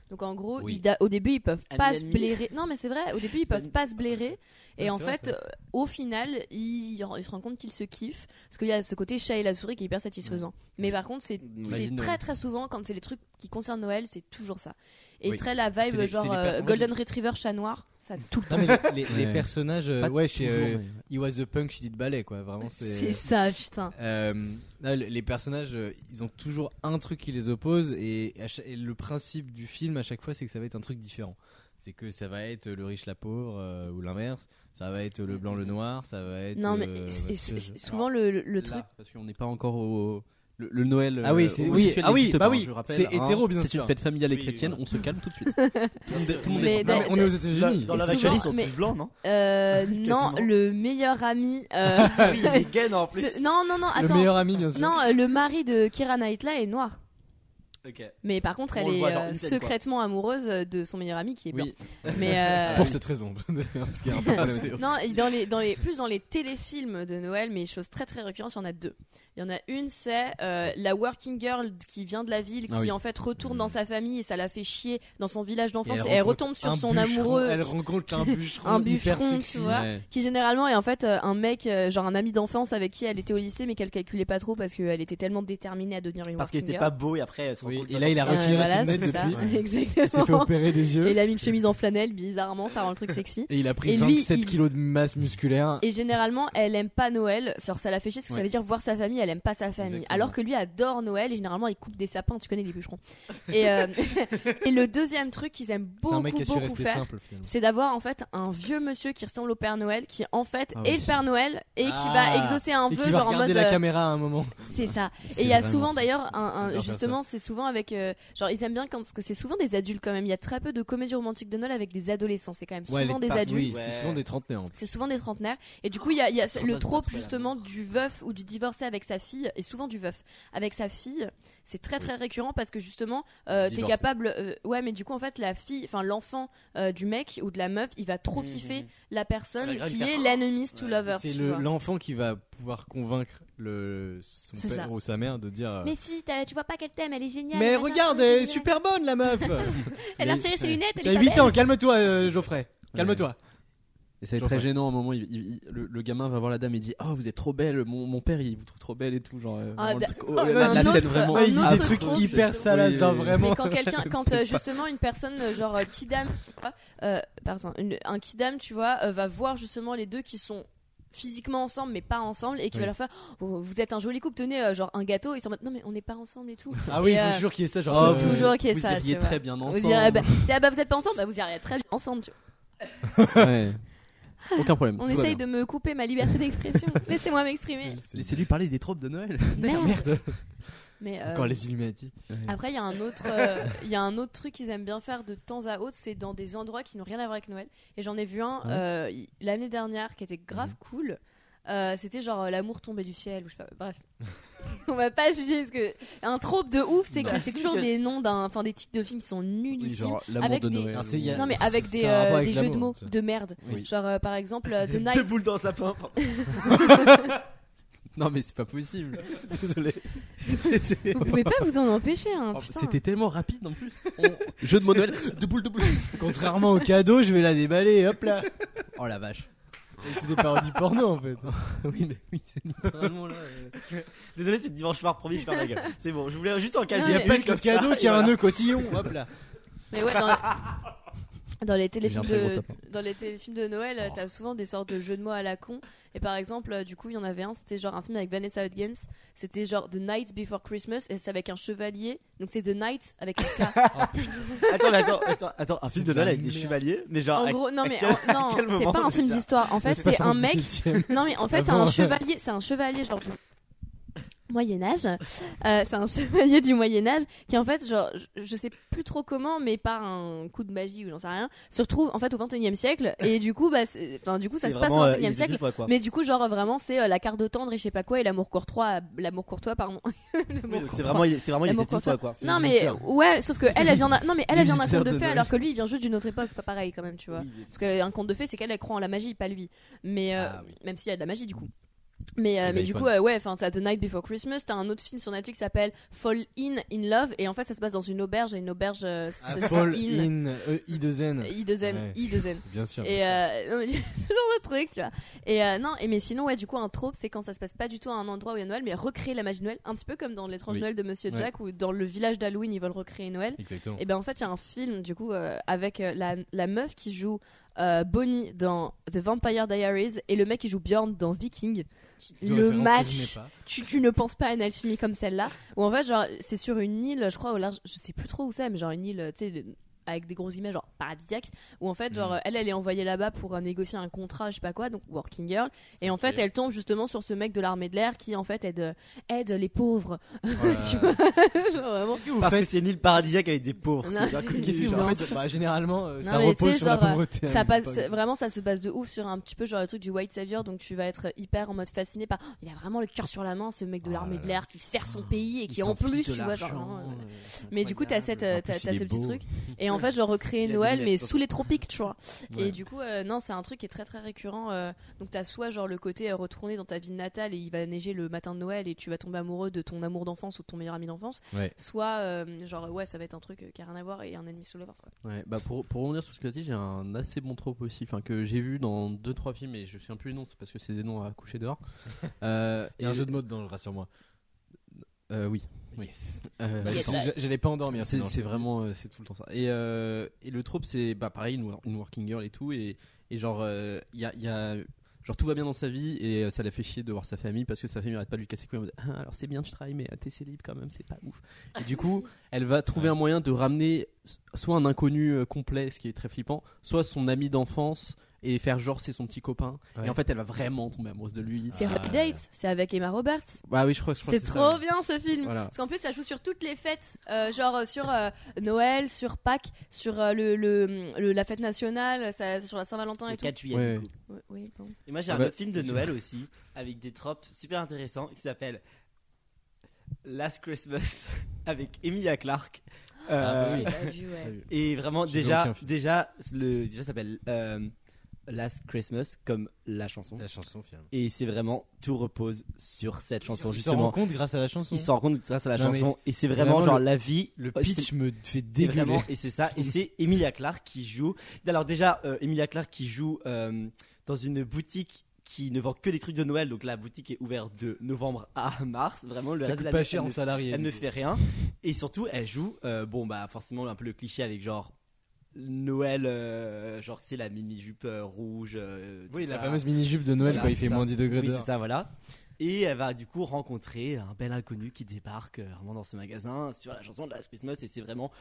S6: Donc en gros,
S5: Oui.
S6: ils da- au début ils peuvent
S7: Un
S6: pas se
S7: ennemi.
S6: blairer. Non mais c'est vrai, au début ils peuvent
S7: Ça-
S6: pas se blairer et
S5: Ouais,
S6: en
S5: c'est vrai,
S6: fait euh, au final ils, ils se rendent compte qu'ils se kiffent parce qu'il y a ce côté chat et la souris qui est hyper satisfaisant. Mais par contre c'est
S8: Magie
S6: c'est
S5: euh,
S8: de
S6: très
S8: Noël.
S6: très souvent quand c'est les trucs qui concernent Noël c'est toujours ça. Et
S5: Oui.
S6: très la
S5: C'est
S6: vibe
S5: les- c'est
S6: genre
S5: les
S6: euh,
S5: personnages-
S6: golden retriever chat noir ça tout le temps.
S5: Non, mais les, les- les
S8: Ouais.
S5: personnages, euh,
S8: Pas
S5: ouais, chez
S8: toujours,
S5: euh,
S8: mais-
S5: He Was the Punk, She Did Ballet, quoi. Vraiment,
S6: C'est ça putain.
S5: Euh, là, le- les personnages, euh, ils ont toujours un truc qui les oppose et, à cha- et le principe du film à chaque fois, c'est que ça va être un truc différent. C'est que ça va être le riche la pauvre euh, ou l'inverse, ça va être le blanc le noir, ça va être.
S6: Non, mais
S5: euh,
S6: et- et-
S5: ce-
S6: et- souvent le, le- le truc.
S8: Là, parce qu'on n'est pas encore au le, le Noël.
S5: Ah oui,
S8: euh,
S5: c'est- oui,
S8: homosexuel
S5: ah oui,
S8: n'existe
S5: bah
S8: pas,
S5: oui,
S8: je rappelle, hein.
S5: c'est hétéro, bien
S8: C'est
S5: sûr.
S8: une fête familiale et
S7: Oui,
S8: chrétienne.
S7: voilà.
S8: On se calme tout
S7: (laughs)
S8: de suite. tout le monde, tout le monde
S6: Mais
S8: est-
S5: Non, mais on est aux États-Unis.
S7: Dans
S6: Et
S7: la
S6: souvent-
S7: vacherie ils sont
S6: mais-
S7: tous blancs non
S6: Euh, non,
S7: Quasiment.
S6: le meilleur ami. euh,
S7: Oui il est gay en plus.
S6: ce- non, non, non,
S5: Le
S6: attends.
S5: meilleur ami, bien sûr.
S6: Non, euh, le mari de Kira Knightley est noir.
S7: Ok.
S6: Mais par contre,
S7: On
S6: elle
S7: le
S6: est
S7: voit, genre,
S6: euh,
S7: une scène, quoi.
S6: secrètement amoureuse euh, de son meilleur ami qui est blanc.
S8: Oui.
S6: Mais euh,
S5: Pour cette raison. (laughs) d'ailleurs, ce qui est un peu
S6: (laughs)
S5: problématique.
S6: non, et dans les, dans les, plus dans les téléfilms de Noël, mais choses très très récurrentes, il y en a deux. Il y en a une, c'est euh, la working girl qui vient de la ville, qui
S8: Ah oui.
S6: en fait retourne
S5: Mm.
S6: dans sa famille et ça la fait chier dans son village
S5: Et
S6: d'enfance et, elle
S5: rencontre
S6: retombe sur
S5: un
S6: son
S5: bûcheron-
S6: amoureux.
S5: Elle rencontre un bûcheron,
S6: Un
S5: hyper
S6: bûcheron, tu
S5: sexy.
S6: vois. qui généralement est en fait euh, un mec, euh, genre un ami d'enfance avec qui elle était au lycée, mais qu'elle calculait pas trop parce qu'elle était tellement déterminée à devenir une
S7: Parce qu'il
S6: working
S7: était
S6: girl.
S7: pas beau et après elle se rend
S5: Oui,
S7: compte
S5: et
S7: que-
S5: là, il a
S6: Euh,
S5: retiré
S6: voilà,
S5: ses lunettes
S6: c'est ça.
S5: depuis. Il s'est fait
S6: (laughs) Exactement.
S5: opérer des
S6: Et
S5: yeux
S6: il a mis une chemise en flanelle, bizarrement, ça rend le truc sexy.
S5: et il a pris
S6: et lui,
S5: 27
S6: il-
S5: kilos de masse musculaire.
S6: Et généralement, elle aime pas Noël, sort ça la fait chier, parce que ça
S8: Ouais.
S6: veut dire voir sa famille, elle aime pas sa famille.
S8: Exactement.
S6: Alors que lui adore Noël et généralement il coupe des sapins, tu connais les bûcherons. Et, euh, (laughs) et le deuxième truc qu'ils aiment
S5: C'est
S6: beaucoup,
S5: un mec qui a su
S6: beaucoup
S5: rester
S6: faire,
S5: simple finalement.
S6: c'est d'avoir en fait un vieux monsieur qui ressemble au Père Noël, qui en fait
S8: Ah
S6: est
S8: oui.
S6: le Père Noël et qui
S5: Ah.
S6: va exaucer un
S5: Et
S6: vœu,
S5: qui va
S6: genre en mode.
S5: regarder la
S6: euh,
S5: caméra à un moment.
S6: C'est ça.
S5: C'est
S6: Et il y a
S5: vraiment
S6: souvent
S5: ça.
S6: d'ailleurs, un- un,
S5: J'adore faire
S6: justement, c'est souvent avec. euh, genre, ils aiment bien quand, parce que c'est souvent des adultes quand même. Il y a très peu de comédies romantiques de Noël avec des adolescents. C'est quand même souvent
S5: Ouais, les
S6: des
S5: passes,
S6: adultes.
S5: Oui,
S6: euh,
S7: Ouais.
S5: c'est souvent des trentenaires. en plus.
S6: C'est souvent des trentenaires. Et du coup, il y a, il y a
S7: Quand
S6: le
S7: on se
S6: trope
S7: retrouve à
S6: justement
S7: l'amour.
S6: du veuf ou du divorcé avec sa fille, et souvent du veuf avec sa fille. C'est très très récurrent parce que justement, euh, t'es
S5: Divorcé.
S6: capable. euh, ouais, mais du coup, en fait, la fille, enfin l'enfant euh, du mec ou de la meuf, il va trop
S5: Mmh,
S7: Mhm.
S6: kiffer la personne
S7: Elle va
S6: qui
S7: grave
S6: est
S7: faire-
S6: l'ennemies to
S7: Ouais.
S6: lovers.
S5: C'est
S6: tu
S5: le-
S6: vois.
S5: l'enfant qui va pouvoir convaincre le, son
S6: C'est
S5: père
S6: ça.
S5: ou sa mère de dire. euh,
S6: Mais si, t'as- tu vois pas qu'elle t'aime, elle est géniale.
S5: Mais
S6: machin,
S5: regarde,
S6: elle est
S5: elle est
S6: géniale.
S5: super bonne la meuf
S6: (laughs) Elle a retiré ses lunettes, elle est
S5: T'as
S6: pas
S5: 8
S6: belle.
S5: ans, calme-toi euh, Geoffrey. Calme-toi.
S7: mmh.
S8: Et ça va être
S5: Geoffrey.
S8: très gênant à un moment. il- il- il- le, le gamin va voir la dame et dit Oh, vous êtes trop belle, mon, mon père il vous trouve trop belle et tout. Genre, euh,
S6: Ah,
S8: vraiment, le
S6: d-
S8: truc- oh, la- la-
S6: un
S8: la
S6: autre-
S8: scène vraiment.
S6: un
S5: Il dit
S6: autre
S5: des trucs
S6: truc,
S5: hyper salaces,
S8: Oui,
S5: genre
S8: oui, oui.
S5: vraiment.
S6: Mais quand quelqu'un, quand euh, justement une personne euh, genre euh, kidam, euh, pardon, une- un kidam, tu vois, euh, va voir justement les deux qui sont physiquement ensemble, mais pas ensemble, et qui va
S5: Oui.
S6: leur faire Oh, Vous êtes un joli couple, tenez, euh, genre un gâteau. Ils sont en mode Non, mais on n'est pas ensemble et tout.
S5: Ah oui,
S6: Et,
S5: je
S6: euh,
S5: vous jure qu'il y ait ça, genre.
S8: Oh,
S5: euh,
S8: vous-
S6: toujours qu'il y ait
S8: vous
S6: ça,
S8: iriez
S6: tu
S8: très
S6: vois.
S8: bien
S6: Vous
S8: ensemble.
S6: direz, ah bah, c'est- ah bah, vous êtes pas ensemble Bah, Vous irez très bien ensemble. tu vois.
S8: Ouais. Aucun problème.
S6: On
S8: tout va
S6: essaye
S8: bien.
S6: de me couper ma liberté d'expression. Laissez-moi m'exprimer.
S8: Laissez-lui parler des tropes de Noël.
S5: (laughs)
S6: Merde.
S5: Merde.
S6: Mais, euh,
S5: Encore les Illuminati.
S6: Après, il y a un autre, euh, il y a un autre truc qu'ils aiment bien faire de temps à autre, c'est dans des endroits qui n'ont rien à voir avec Noël. Et j'en ai vu un
S8: Ah ouais
S6: euh, il- l'année dernière qui était grave cool. Euh, c'était genre euh, l'amour tombé du ciel ou je sais pas. Bref, (laughs) on va pas juger parce que un trope de ouf, c'est que
S7: Non.
S6: c'est toujours des noms d'un, enfin des titres de films qui sont nullissimes.
S8: l'amour
S6: Avec
S8: de
S6: des-
S8: Noël.
S5: Ah, c'est- il y a-
S6: Non mais avec
S5: ça
S6: des,
S5: a un rapport
S6: euh,
S5: avec
S6: des jeux de
S5: l'amour,
S6: mots
S5: ça.
S6: de merde.
S8: Oui.
S6: Genre euh, par exemple euh, The
S7: Deux
S6: Night.
S7: boules dans le sapin. pardon.
S8: Non, mais c'est
S5: (laughs)
S8: pas possible. Désolé.
S6: Vous pouvez pas vous en empêcher. Hein,
S8: Oh,
S6: putain.
S8: C'était tellement rapide
S6: (laughs)
S8: en plus. On- Jeu de mots Noël. De boule de boule.
S5: (laughs) Contrairement au cadeau, je vais la déballer, hop là.
S8: Oh la vache.
S5: Et C'est des parodies porno en fait.
S8: (laughs) oui, mais oui, c'est littéralement là. euh.
S7: Désolé, c'est dimanche soir, promis, je ferme la gueule. C'est bon, je voulais juste en
S6: Non,
S7: cas
S5: Il y a
S6: mais-
S5: pas que le cadeau qui a un nœud cotillon, hop là.
S6: Mais ouais, dans, dans les téléfilms
S8: Il y a un très gros
S6: de,
S8: sapin.
S6: dans les téléfilms de Noël, euh, t'as souvent des sortes de jeux de mots à la con. Et par exemple, euh, du coup, il y en avait un, c'était genre un film avec Vanessa Hudgens. C'était genre The Night Before Christmas, et c'est avec un chevalier. Donc c'est The Night avec un K.
S7: Attends, mais attends, attends, attends, un
S5: C'est
S7: film de
S5: de la
S7: Noël avec des
S5: merde.
S7: chevaliers, mais genre.
S6: en
S7: à-
S6: gros, non mais
S7: quel-
S6: en- non,
S7: quel
S6: c'est
S7: moment
S6: pas un
S7: c'est
S6: film
S7: déjà
S6: d'histoire. En fait,
S5: Ça se passe
S6: c'est
S5: en
S6: un mec.
S5: 17e.
S6: Non mais en fait,
S5: Avant,
S6: un
S5: ouais.
S6: chevalier, c'est un chevalier genre du Moyen Âge. Euh, c'est un (laughs) chevalier du Moyen Âge qui en fait, genre, je, je sais plus trop comment, mais par un coup de magie ou j'en sais rien, se retrouve en fait au 21e siècle. Et du coup, bah, c'est- enfin, du coup, ça
S7: c'est
S6: se passe au
S7: vraiment, euh,
S6: 21e
S7: il faisait
S6: siècle.
S7: deux fois, quoi.
S6: Mais du coup, genre vraiment, c'est euh, la carte de tendre et je sais pas quoi et l'amour courtois, l'amour courtois, pardon. (laughs)
S7: Oui, donc c'est vraiment, il- c'est vraiment, il
S6: L'amour
S7: était une fois, quoi.
S6: Non mais ouais, sauf que elle, elle vient d'un, non mais elle, elle vient d'un
S8: Mystère
S6: conte de
S8: de
S6: fées
S8: Noël.
S6: alors que lui, il vient juste d'une autre époque, c'est pas pareil quand même, tu vois.
S7: Oui,
S6: Parce qu'un conte de fées, c'est qu'elle, elle croit en la magie, pas lui. Mais euh,
S8: Ah oui.
S6: même s'il y a de la magie du coup. Mais, euh,
S5: Les
S6: mais du
S5: iPhones.
S6: coup, euh, ouais, enfin, t'as The Night Before Christmas, t'as un autre film sur Netflix qui s'appelle Fall In In Love, et en fait, ça se passe dans une auberge, et une auberge, euh, (laughs) ça se dit
S5: Ah, Fall
S6: in,
S5: in, E, I 2 N.
S6: I2N,
S5: Ouais.
S6: I2N.
S5: Bien sûr.
S6: Et euh, non, mais du- (laughs) ce genre de truc, tu vois. Et euh, non, et mais sinon, ouais, du coup, un trope, c'est quand ça se passe pas du tout à un endroit où il y a Noël, mais recréer la magie de Noël, un petit peu comme dans l'étrange
S5: Oui.
S6: Noël de Monsieur
S5: Ouais.
S6: Jack ou dans le village d'Halloween, ils veulent recréer Noël.
S5: Exactement.
S6: Et ben en fait, il y a un film du coup euh, avec euh, la, la meuf qui joue euh, Bonnie dans The Vampire Diaries et le mec qui joue Bjorn dans Viking. le match. Tu, tu ne penses pas à une alchimie comme celle-là Ou en fait, genre, c'est sur une île, je crois, au large, je sais plus trop où c'est, mais genre une île, tu sais, de- avec des grosses images, genre paradisiaque, où en fait, genre,
S5: Mhm.
S6: elle, elle est envoyée là-bas pour euh, négocier un contrat, je sais pas quoi, donc working girl, et en fait, elle tombe justement sur ce mec de l'armée de l'air qui, en fait, aide, euh, aide les pauvres. (laughs) tu vois Genre, vraiment.
S7: Parce que
S5: faites-
S7: c'est une île paradisiaque avec des pauvres.
S6: Non.
S7: c'est bien connu,
S5: Qu'est-ce que vous
S7: genre.
S5: en faites Bah, Généralement, euh, ça
S6: mais tu
S5: repose
S6: sais,
S5: sur la
S6: genre, euh,
S5: pauvreté. à
S6: ça
S5: une
S6: passe,
S5: époque.
S6: c'est- vraiment, ça se base de ouf sur un petit peu genre le truc du white savior, donc tu vas être hyper en mode fasciné par. Il a vraiment le cœur sur la main, ce mec de
S5: Oh
S6: l'armée
S5: là
S6: de
S5: là.
S6: l'air qui sert son pays et qui en plus, tu vois, genre. vraiment, euh, Mais du coup, t'as cette, euh,
S5: En
S6: t'as
S5: plus,
S6: t'as
S5: il
S6: ce
S5: est
S6: petit
S5: beau. (laughs)
S6: truc. Et en fait, je recréer
S7: Il a des
S6: Noël,
S7: lunettes,
S6: mais
S7: surtout.
S6: sous les tropiques, tu vois.
S5: Ouais.
S6: Et du coup, euh, non, c'est un truc qui est très très récurrent. euh, donc, t'as soit genre le côté euh, retourner dans ta ville natale et il va neiger le matin de Noël et tu vas tomber amoureux de ton amour d'enfance ou de ton meilleur ami d'enfance.
S5: Ouais.
S6: Soit, euh, genre, ouais, ça va être un truc euh, qui a rien à voir et un ennemi sous le quoi.
S8: Ouais, bah pour, pour revenir sur ce que tu as dit, j'ai un assez bon trope aussi, enfin que j'ai vu dans 2-3 films, et je sais plus les noms, c'est parce que c'est des noms à
S5: (laughs)
S8: coucher dehors. Euh,
S5: Il y a un jeu de mots dedans, rassure-moi.
S8: euh, Oui. Oui.
S5: Yes.
S8: Euh,
S5: Bah,
S8: attends.
S5: si, j'a- J'allais pas endormir.
S8: C'est
S5: sinon,
S8: c'est vraiment, euh, c'est tout le temps ça. Et, euh, et le trope, c'est bah, pareil, une, wor- une working girl et tout. Et, et genre, euh, il y a, il y a- genre, tout va bien dans sa vie et euh, ça la fait chier de voir sa famille parce que sa famille arrête pas de lui casser les couilles en mode, Ah, alors c'est bien, tu travailles, mais euh, t'es célib quand même, c'est pas ouf. Et du coup, elle va trouver un moyen de ramener s- soit un inconnu euh, complet, ce qui est très flippant, soit son ami d'enfance et faire genre c'est son petit copain.
S5: Ouais.
S8: Et en fait, elle va vraiment tomber amoureuse de lui.
S6: C'est
S5: Ah.
S6: Happy Dates, c'est avec Emma Roberts.
S8: Bah oui, je crois, je crois que
S6: C'est
S8: ça,
S6: trop
S8: oui.
S6: bien ce film.
S8: Voilà.
S6: Parce qu'en plus, ça joue sur toutes les fêtes, euh, genre euh, sur euh, Noël, sur Pâques, sur euh, le, le- le- la fête nationale, ça- sur la Saint-Valentin et
S7: Le
S6: tout.
S7: 4 juillet.
S8: Ouais.
S7: du coup.
S6: Ouais, oui, bon.
S7: Et moi j'ai
S8: Ah
S7: un
S8: bah,
S7: autre film de
S8: je-
S7: Noël aussi avec des tropes super intéressants qui s'appelle Last Christmas (laughs) avec Emilia Clarke.
S5: Ah,
S7: Euh,
S5: bah oui.
S6: J'ai pas vu, ouais.
S7: Et vraiment
S5: J'ai
S7: déjà
S5: aucun film.
S7: déjà le déjà ça s'appelle euh, Last Christmas comme la chanson.
S5: La chanson, finalement.
S7: Et c'est vraiment tout repose sur cette chanson
S5: Il s'en rend
S7: justement.
S5: compte grâce à la chanson.
S7: Ils se rendent compte grâce à la
S5: Non, mais
S7: chanson et c'est vraiment,
S5: vraiment
S7: genre
S5: le-
S7: la vie.
S5: Le
S7: euh,
S5: pitch me fait
S7: Et
S5: dégueuler.
S7: vraiment, et c'est ça. Et c'est Emilia Clarke qui joue. Alors déjà, euh, Emilia Clarke qui joue euh, dans une boutique qui ne vend que des trucs de Noël. Donc la boutique est ouverte de novembre à mars. Vraiment, le
S5: ça
S7: reste de
S5: coûte
S7: l'année,
S5: pas cher
S7: elle
S5: en
S7: ne-
S5: salarié.
S7: elle
S5: du
S7: ne
S5: coup.
S7: fait rien. Et surtout, elle joue, euh, bon bah forcément un peu le cliché avec genre Noël, euh, genre, c'est la mini-jupe euh, rouge. euh,
S5: Oui,
S7: tout
S8: Ah.
S5: la
S7: ça.
S5: fameuse mini-jupe de Noël
S7: Voilà,
S5: quand il
S7: c'est
S5: fait
S7: ça.
S5: moins 10 degrés
S7: Oui,
S5: dehors.
S7: c'est ça, voilà. Et elle va du coup rencontrer un bel inconnu qui débarque euh, vraiment dans ce magasin sur la chanson de Last Christmas et c'est vraiment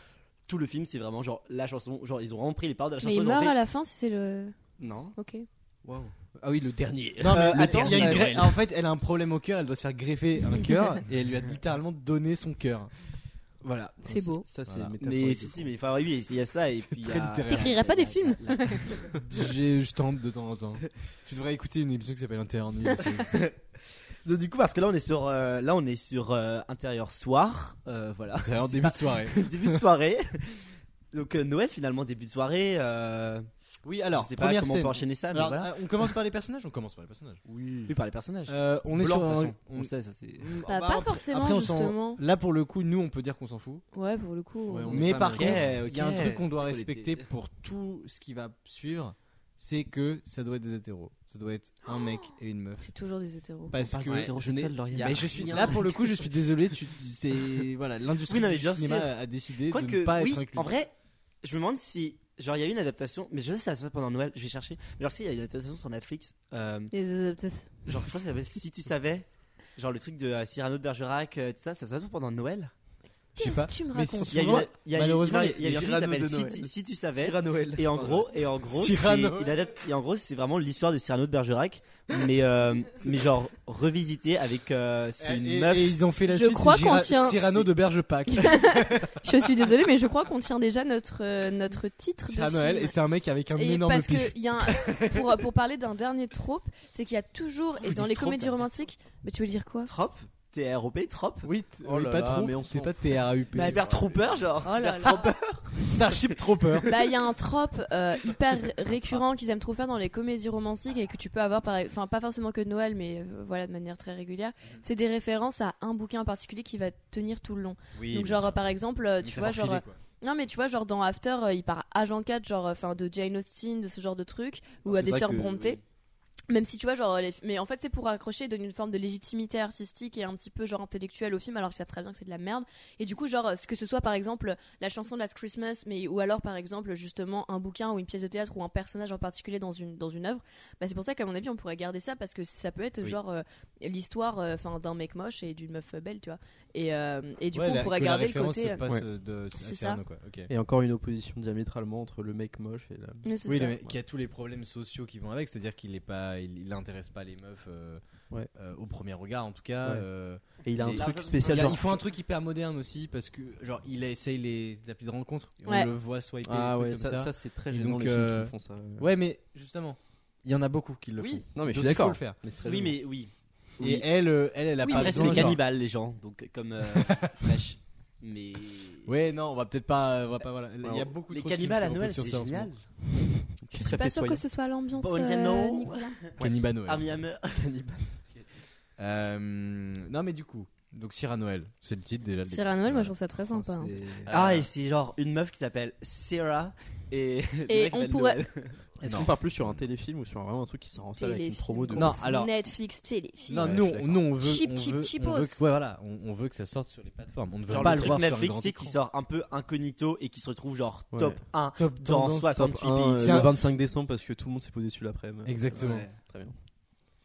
S7: tout le film, c'est vraiment genre la chanson, genre ils ont vraiment pris les paroles de la
S6: Mais
S7: chanson.
S6: il
S7: ils ont
S6: meurt
S7: fait-
S6: à la fin si c'est le.
S7: Non.
S6: Ok.
S8: Waouh. Ah oui, le dernier.
S5: Non, mais
S7: Euh,
S5: le-
S7: attends,
S5: il y a une
S7: euh,
S5: greffe-
S6: Ah,
S7: Noël.
S5: En fait, elle a un problème au cœur, elle doit se faire greffer
S7: (laughs)
S5: un cœur et elle lui a littéralement donné son cœur.
S7: Voilà.
S6: C'est beau.
S8: Ça, c'est
S5: Voilà.
S7: Mais si, si, mais enfin oui, oui, il y a ça et puis. euh, il y
S5: très
S7: a-
S5: littéraire.
S6: T'écrirais pas des films
S5: (laughs) J'ai- je tente de temps en temps. Tu devrais écouter une émission qui s'appelle Intérieur Nuit.
S7: (laughs)
S5: c'est-
S7: Donc, du coup, parce que là on est sur, euh, là on est sur euh, intérieur soir, euh, voilà.
S5: Intérieur
S7: (laughs) C'est
S5: début de soirée.
S7: pas- début de soirée. Donc euh, Noël finalement début de soirée. euh,
S5: Oui, alors,
S7: je sais pas
S5: première
S7: comment on
S5: scène.
S7: peut enchaîner ça, mais
S5: Alors,
S7: voilà.
S5: euh, on commence par les personnages On commence par les personnages.
S7: Oui. par les personnages.
S5: Euh, on est
S7: Blanc,
S5: sur
S7: de
S5: un-
S7: toute façon.
S5: on-
S7: On sait, ça c'est.
S6: Bah,
S5: Bah,
S6: pas
S5: après-
S6: forcément,
S5: après, on s'en-
S6: justement.
S5: Là, pour le coup, nous, on peut dire qu'on s'en fout.
S6: Ouais, pour le coup.
S5: Ouais,
S6: on-
S5: on
S7: est
S5: mais
S7: pas
S5: par contre,
S7: américain.
S5: il
S7: Ok,
S5: y a un
S7: ok.
S5: truc qu'on doit
S7: Faut les
S5: respecter
S7: dé-
S5: pour tout ce qui va suivre, c'est que ça doit être des hétéros. Ça doit être un mec et une meuf.
S6: C'est toujours des hétéros.
S5: Parce que
S7: d'hétérosexuels,
S5: je n'ai-
S7: Lauriane.
S5: y a-
S7: Mais
S5: je suis là pour le coup, je suis désolé. Tu, c'est voilà, l'industrie
S7: Oui, non, mais
S5: du
S7: bien
S5: cinéma
S7: sûr.
S5: a- a décidé de
S7: Quoique,
S5: ne pas
S7: oui,
S5: être inclus.
S7: en vrai, je me demande si. Genre, il y a eu une adaptation, mais je sais ça se passe pendant Noël, je vais chercher. Mais genre, si, il y a une adaptation sur Netflix. euh,
S6: Les adaptations.
S7: genre, je crois que ça s'appelle Si tu savais. Genre, le truc de euh, Cyrano de Bergerac, euh, tout ça, ça se passe pendant Noël.
S5: je sais pas.
S6: Qu'est-ce que tu me
S5: Mais si-
S6: racontes
S7: Il y a eu
S5: Souvent,
S7: une- il y a eu-
S5: malheureusement,
S7: non, il y a eu un film qui
S8: Cyrano
S7: s'appelle
S8: de
S7: si,
S8: Noël.
S7: tu- Si tu savais.
S8: Noël.
S7: Et en gros, et en gros, c'est
S5: Cyrano.
S7: une adap- et en gros, c'est vraiment l'histoire de Cyrano de Bergerac, mais euh, mais genre revisité avec euh, c'est
S5: Et-
S7: une
S5: et,
S7: meuf.
S5: et ils ont fait la
S6: Je
S5: suite,
S6: crois
S5: c'est
S6: qu'on
S5: Gira-
S6: tient-
S5: Cyrano
S6: c'est-
S5: de Bergepac.
S6: (laughs)
S5: (laughs)
S6: Je suis désolée, mais je crois qu'on tient déjà notre, euh, notre titre de
S5: Cyrano elle,
S6: film.
S5: et c'est un mec avec un
S6: Et
S5: énorme
S6: parce
S5: pif.
S6: que y a (laughs) un- pour, pour parler d'un dernier trope, c'est qu'il y a toujours, et
S7: Vous
S6: dans
S7: dites
S6: les
S7: trope,
S6: comédies
S7: ça.
S6: romantiques, mais tu veux dire quoi
S7: Trop, T-R-O-P, trop.
S5: Oui, t-
S8: Oh
S5: oui,
S8: là
S5: pas
S8: là,
S5: trop.
S8: mais on
S5: C'est
S8: s'en
S5: pas
S8: fout.
S5: TRAUP.
S6: Bah,
S7: Super trooper, genre.
S6: Oh là
S7: super
S6: là.
S7: trooper.
S5: Starship Trooper.
S6: Bah, il y a un trope euh, hyper récurrent qu'ils aiment trop faire dans les comédies romantiques et que tu peux avoir, par... enfin, pas forcément que de Noël, mais euh, voilà, de manière très régulière. C'est des références à un bouquin en particulier qui va tenir tout le long. Donc, genre, par exemple, euh, tu vois, genre, euh, non, mais tu vois, genre, dans After, euh, il part agent 4, genre, euh, enfin, de Jane Austen, de ce genre de truc, ou à des sœurs Brontë. Même si tu vois, genre, les- mais en fait, c'est pour accrocher, donner une forme de légitimité artistique et un petit peu, genre, intellectuelle au film, alors que ça très bien que c'est de la merde. Et du coup, genre, ce que ce soit, par exemple, la chanson de Last Christmas, mais, ou alors, par exemple, justement, un bouquin ou une pièce de théâtre ou un personnage en particulier dans une, dans une œuvre, bah, c'est pour ça qu'à mon avis, on pourrait garder ça parce que ça peut être,
S7: Oui.
S6: genre, euh, l'histoire, euh, enfin, d'un mec moche et d'une meuf euh, belle, tu vois. Et, euh, et du
S5: Ouais,
S6: coup,
S5: la-
S6: on pourrait
S5: que la
S6: garder le
S5: référence
S6: côté. euh,
S5: se passe
S8: Ouais.
S5: de- de- à
S6: C'est
S5: Cyrano, quoi. Ok.
S8: Et encore une opposition diamétralement entre le mec moche et la.
S6: Mais c'est
S5: Oui,
S6: ça.
S5: le mec qui a tous les problèmes sociaux qui vont avec, c'est-à-dire qu'il est pas, il, il intéresse pas les meufs euh,
S8: Ouais.
S5: euh, au premier regard en tout cas.
S8: Ouais.
S5: euh,
S8: Et il a un
S5: Et-
S8: truc
S5: il,
S8: spécial,
S5: a-
S8: genre.
S5: il faut un truc hyper moderne aussi parce que genre il essaye les applis de rencontre, et
S6: Ouais.
S5: on le voit swiper. des
S8: Ah
S5: trucs
S8: ouais,
S5: comme
S8: ça,
S5: ça.
S8: ça, c'est très
S5: Et
S8: gênant
S5: donc,
S8: les films
S5: euh,
S8: qui font ça.
S5: Ouais, mais justement, il y en a beaucoup qui le
S8: Oui.
S5: font.
S8: Non mais je
S5: Donc, il faut
S8: suis d'accord.
S5: le faire.
S8: Mais c'est très
S7: Oui,
S8: gênant.
S7: mais oui.
S5: Et elle, euh, elle, elle a
S7: Oui,
S5: pas
S7: après, c'est
S5: besoin.
S7: des
S5: genre-
S7: cannibales, les gens, donc comme euh, Fresh. Mais.
S5: Ouais, non, on va peut-être pas, on va pas voilà. Il y a beaucoup
S7: les
S5: trop de films
S7: cannibales à
S5: qui
S7: Noël,
S5: reposent sur
S7: c'est
S5: ça en ce
S7: génial.
S5: moment.
S8: Je
S6: Je suis pas sûr que ce soit l'ambiance.
S7: Bon,
S6: euh,
S7: non.
S6: Nicolas.
S5: Cannibale à Noël.
S7: Army Hammer.
S5: Euh, non mais du coup, donc Cyrano Noël, c'est le titre déjà. le
S6: Cyrano,
S5: début.
S6: Noël, moi, je trouve ça très sympa. hein.
S7: Ah, et c'est genre une meuf qui s'appelle Sarah.
S6: (laughs)
S7: Et, le
S6: Et
S7: mec
S6: on
S7: s'appelle
S6: pourrait-
S7: Noël.
S8: Est-ce
S5: Non.
S8: qu'on part plus sur un téléfilm ou sur un- vraiment un truc qui sort en salle avec une
S6: Téléfilm,
S8: promo de.
S6: gros.
S5: Non, alors-
S6: Netflix, téléfilm.
S5: Non,
S8: Ouais,
S5: nous,
S8: je suis d'accord.
S5: nous, on veut,
S6: Cheap,
S5: on
S6: cheap,
S5: veut,
S6: cheapos.
S5: on veut que, ouais, voilà, on, on veut que ça sorte sur les plateformes. On ne veut
S7: Genre
S5: pas
S7: le
S5: le
S7: truc
S5: voir sur un
S7: Netflix
S5: grand
S7: tu sais,
S5: écran.
S7: qui sort un peu incognito et qui se retrouve genre
S8: Ouais.
S7: top 1
S5: Top
S7: dans
S5: tendance,
S8: Top
S7: 68
S8: un,
S7: pays.
S8: euh,
S5: C'est un-
S8: le 25 décembre parce que tout le monde s'est posé dessus l'après.
S5: Exactement.
S8: Très bien.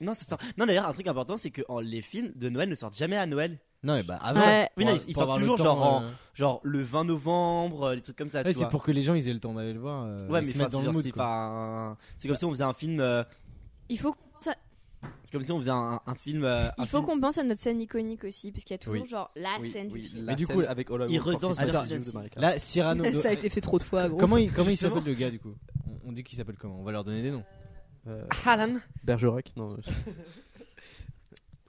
S7: Non, ça sort- non d'ailleurs, un truc important, c'est que en- les films de Noël ne sortent jamais à Noël.
S5: Non, mais bah avant.
S6: Ouais.
S7: Oui, non, ils- ils sortent
S5: avoir le
S7: toujours
S5: temps,
S7: genre en-
S5: euh,
S7: Genre le 20 novembre, euh, les trucs comme ça.
S5: ouais,
S7: tu
S5: c'est
S7: vois.
S5: pour que les gens ils aient le temps d'aller le voir. euh,
S7: Ouais,
S5: et
S7: mais
S5: se mettre
S7: enfin,
S5: dans
S7: c'est
S5: le
S7: genre,
S5: mood.
S7: c'est
S5: quoi. Bah
S7: pas un- C'est comme si on faisait un film. euh,
S6: Il faut,
S7: C'est comme si on faisait un, un film. euh, un
S6: il faut
S7: film-
S6: qu'on pense à notre scène iconique aussi, parce qu'il y a toujours
S5: Oui.
S6: genre la
S8: Oui,
S6: scène
S8: oui,
S6: du film.
S8: la
S5: du
S8: scène
S5: coup,
S8: avec All I
S7: il
S8: Want for
S7: redanse
S8: Christmas
S5: Attends,
S8: is You de Mariah Carey.
S5: Là, Cyrano.
S6: Ça a été fait trop de fois, gros.
S5: Comment il, comment il
S7: Justement.
S5: s'appelle le gars du coup on, on dit qu'il s'appelle comment On va leur donner des noms.
S8: Euh,
S7: Alan
S8: Bergerac, non. euh, je-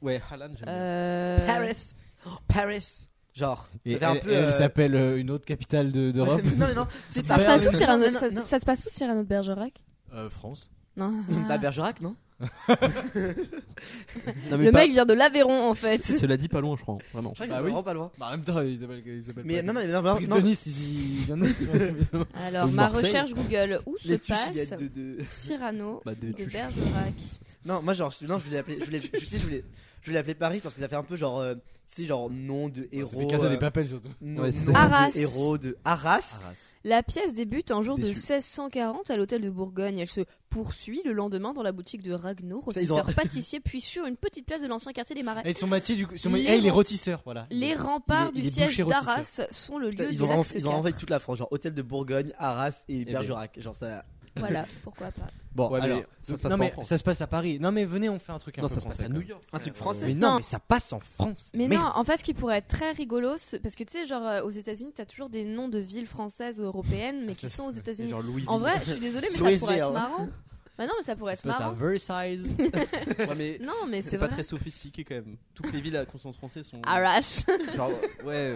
S8: ouais, Alan, j'aime bien.
S6: Euh,
S7: Paris. Oh, Paris. Genre.
S5: Et
S7: ça
S5: elle,
S7: fait un peu,
S5: elle
S7: euh,
S5: s'appelle euh, une autre capitale de- d'Europe.
S7: non, mais non, c'est
S6: Ça se passe où
S7: Non,
S6: Cyrano
S7: non,
S6: ça-
S7: non.
S6: ça se passe où Cyrano de Bergerac
S5: Euh, France.
S6: Non.
S7: Bah, Bergerac, non
S8: Non, mais
S6: Le
S8: pas-
S6: mec vient de l'Aveyron en
S7: (laughs)
S6: fait.
S8: Cela dit, pas loin, je crois. hein, Vraiment.
S7: Je crois que
S5: Bah
S7: c'est
S5: oui.
S7: vraiment pas loin.
S5: Bah, en même temps, ils s'appellent. ils s'appellent
S7: Mais
S5: pas-
S7: non, non, mais non, non,
S5: Brice
S7: non.
S5: de Nice, il il vient de Nice. ouais.
S6: Alors,
S8: Ou
S6: ma
S8: Marseille.
S6: recherche Google, où se
S7: Les
S6: passe
S7: tuches de, de...
S6: Cyrano
S8: Bah, des
S6: de
S8: tuches.
S6: Bergerac
S7: Non, moi genre, je- non, je voulais appeler, je voulais, je, tu sais, je voulais, Je vais l'appeler Paris parce que ça fait un peu genre, euh, tu sais, genre nom de
S5: Ça
S7: héros.
S5: fait casser
S7: euh,
S5: des papels surtout.
S7: nom,
S8: Ouais,
S7: nom
S8: c'est-
S6: Arras.
S7: de héros de Arras.
S6: La pièce débute un jour de
S8: Déçu.
S6: 1640 à l'hôtel de Bourgogne. Elle se poursuit le lendemain dans la boutique de Ragnaud,
S7: Ça, ils ont-
S6: rôtisseur pâtissier, puis sur une petite place de l'ancien quartier des Marais.
S5: Et ils sont bâtis du coup. ils sont-
S6: Les-
S5: Eh, les rôtisseurs, voilà.
S6: Les remparts
S5: les-
S6: du
S5: les
S6: siège
S5: bouchers rôtisseurs.
S6: d'Arras sont le
S7: Putain,
S6: lieu
S7: ils
S6: de
S7: ont
S6: l'acte
S7: renvoyé en fait
S6: 4.
S7: toute la France, genre hôtel de Bourgogne, Arras
S5: Eh
S7: et
S8: ben.
S7: Bergerac. Genre ça.
S6: Voilà, pourquoi pas.
S5: Bon,
S8: Ouais, mais
S5: alors.
S8: ça se passe
S5: non,
S8: pas en
S5: mais
S8: France.
S5: ça se passe à Paris. Non, mais venez, on fait un truc un
S8: Non,
S5: peu
S8: ça se passe
S5: français,
S8: à
S5: quand
S8: New
S5: même.
S8: York.
S7: Un truc
S8: Euh,
S7: français.
S5: Mais non,
S6: Non.
S5: mais ça passe en France.
S6: Mais
S5: Merde.
S6: non, en fait, ce qui pourrait être très rigolo, c'est- parce que tu sais, genre euh, aux États-Unis, t'as toujours des noms de villes françaises ou européennes, mais qui sont aux
S8: c'est
S6: États-Unis.
S8: genre Louis.
S6: En vrai, je suis désolée, mais ça
S7: Louisville.
S6: pourrait être marrant. Bah non, mais ça pourrait
S5: Ça
S6: être
S5: se passe à
S6: marrant.
S5: Versailles.
S8: ouais, mais
S6: Non, mais
S8: (laughs) c'est Ah,
S6: c'est
S8: pas
S6: vrai.
S8: très sophistiqué quand même. Toutes les villes à consonance française sont.
S6: Arras.
S8: (laughs) Genre, ouais.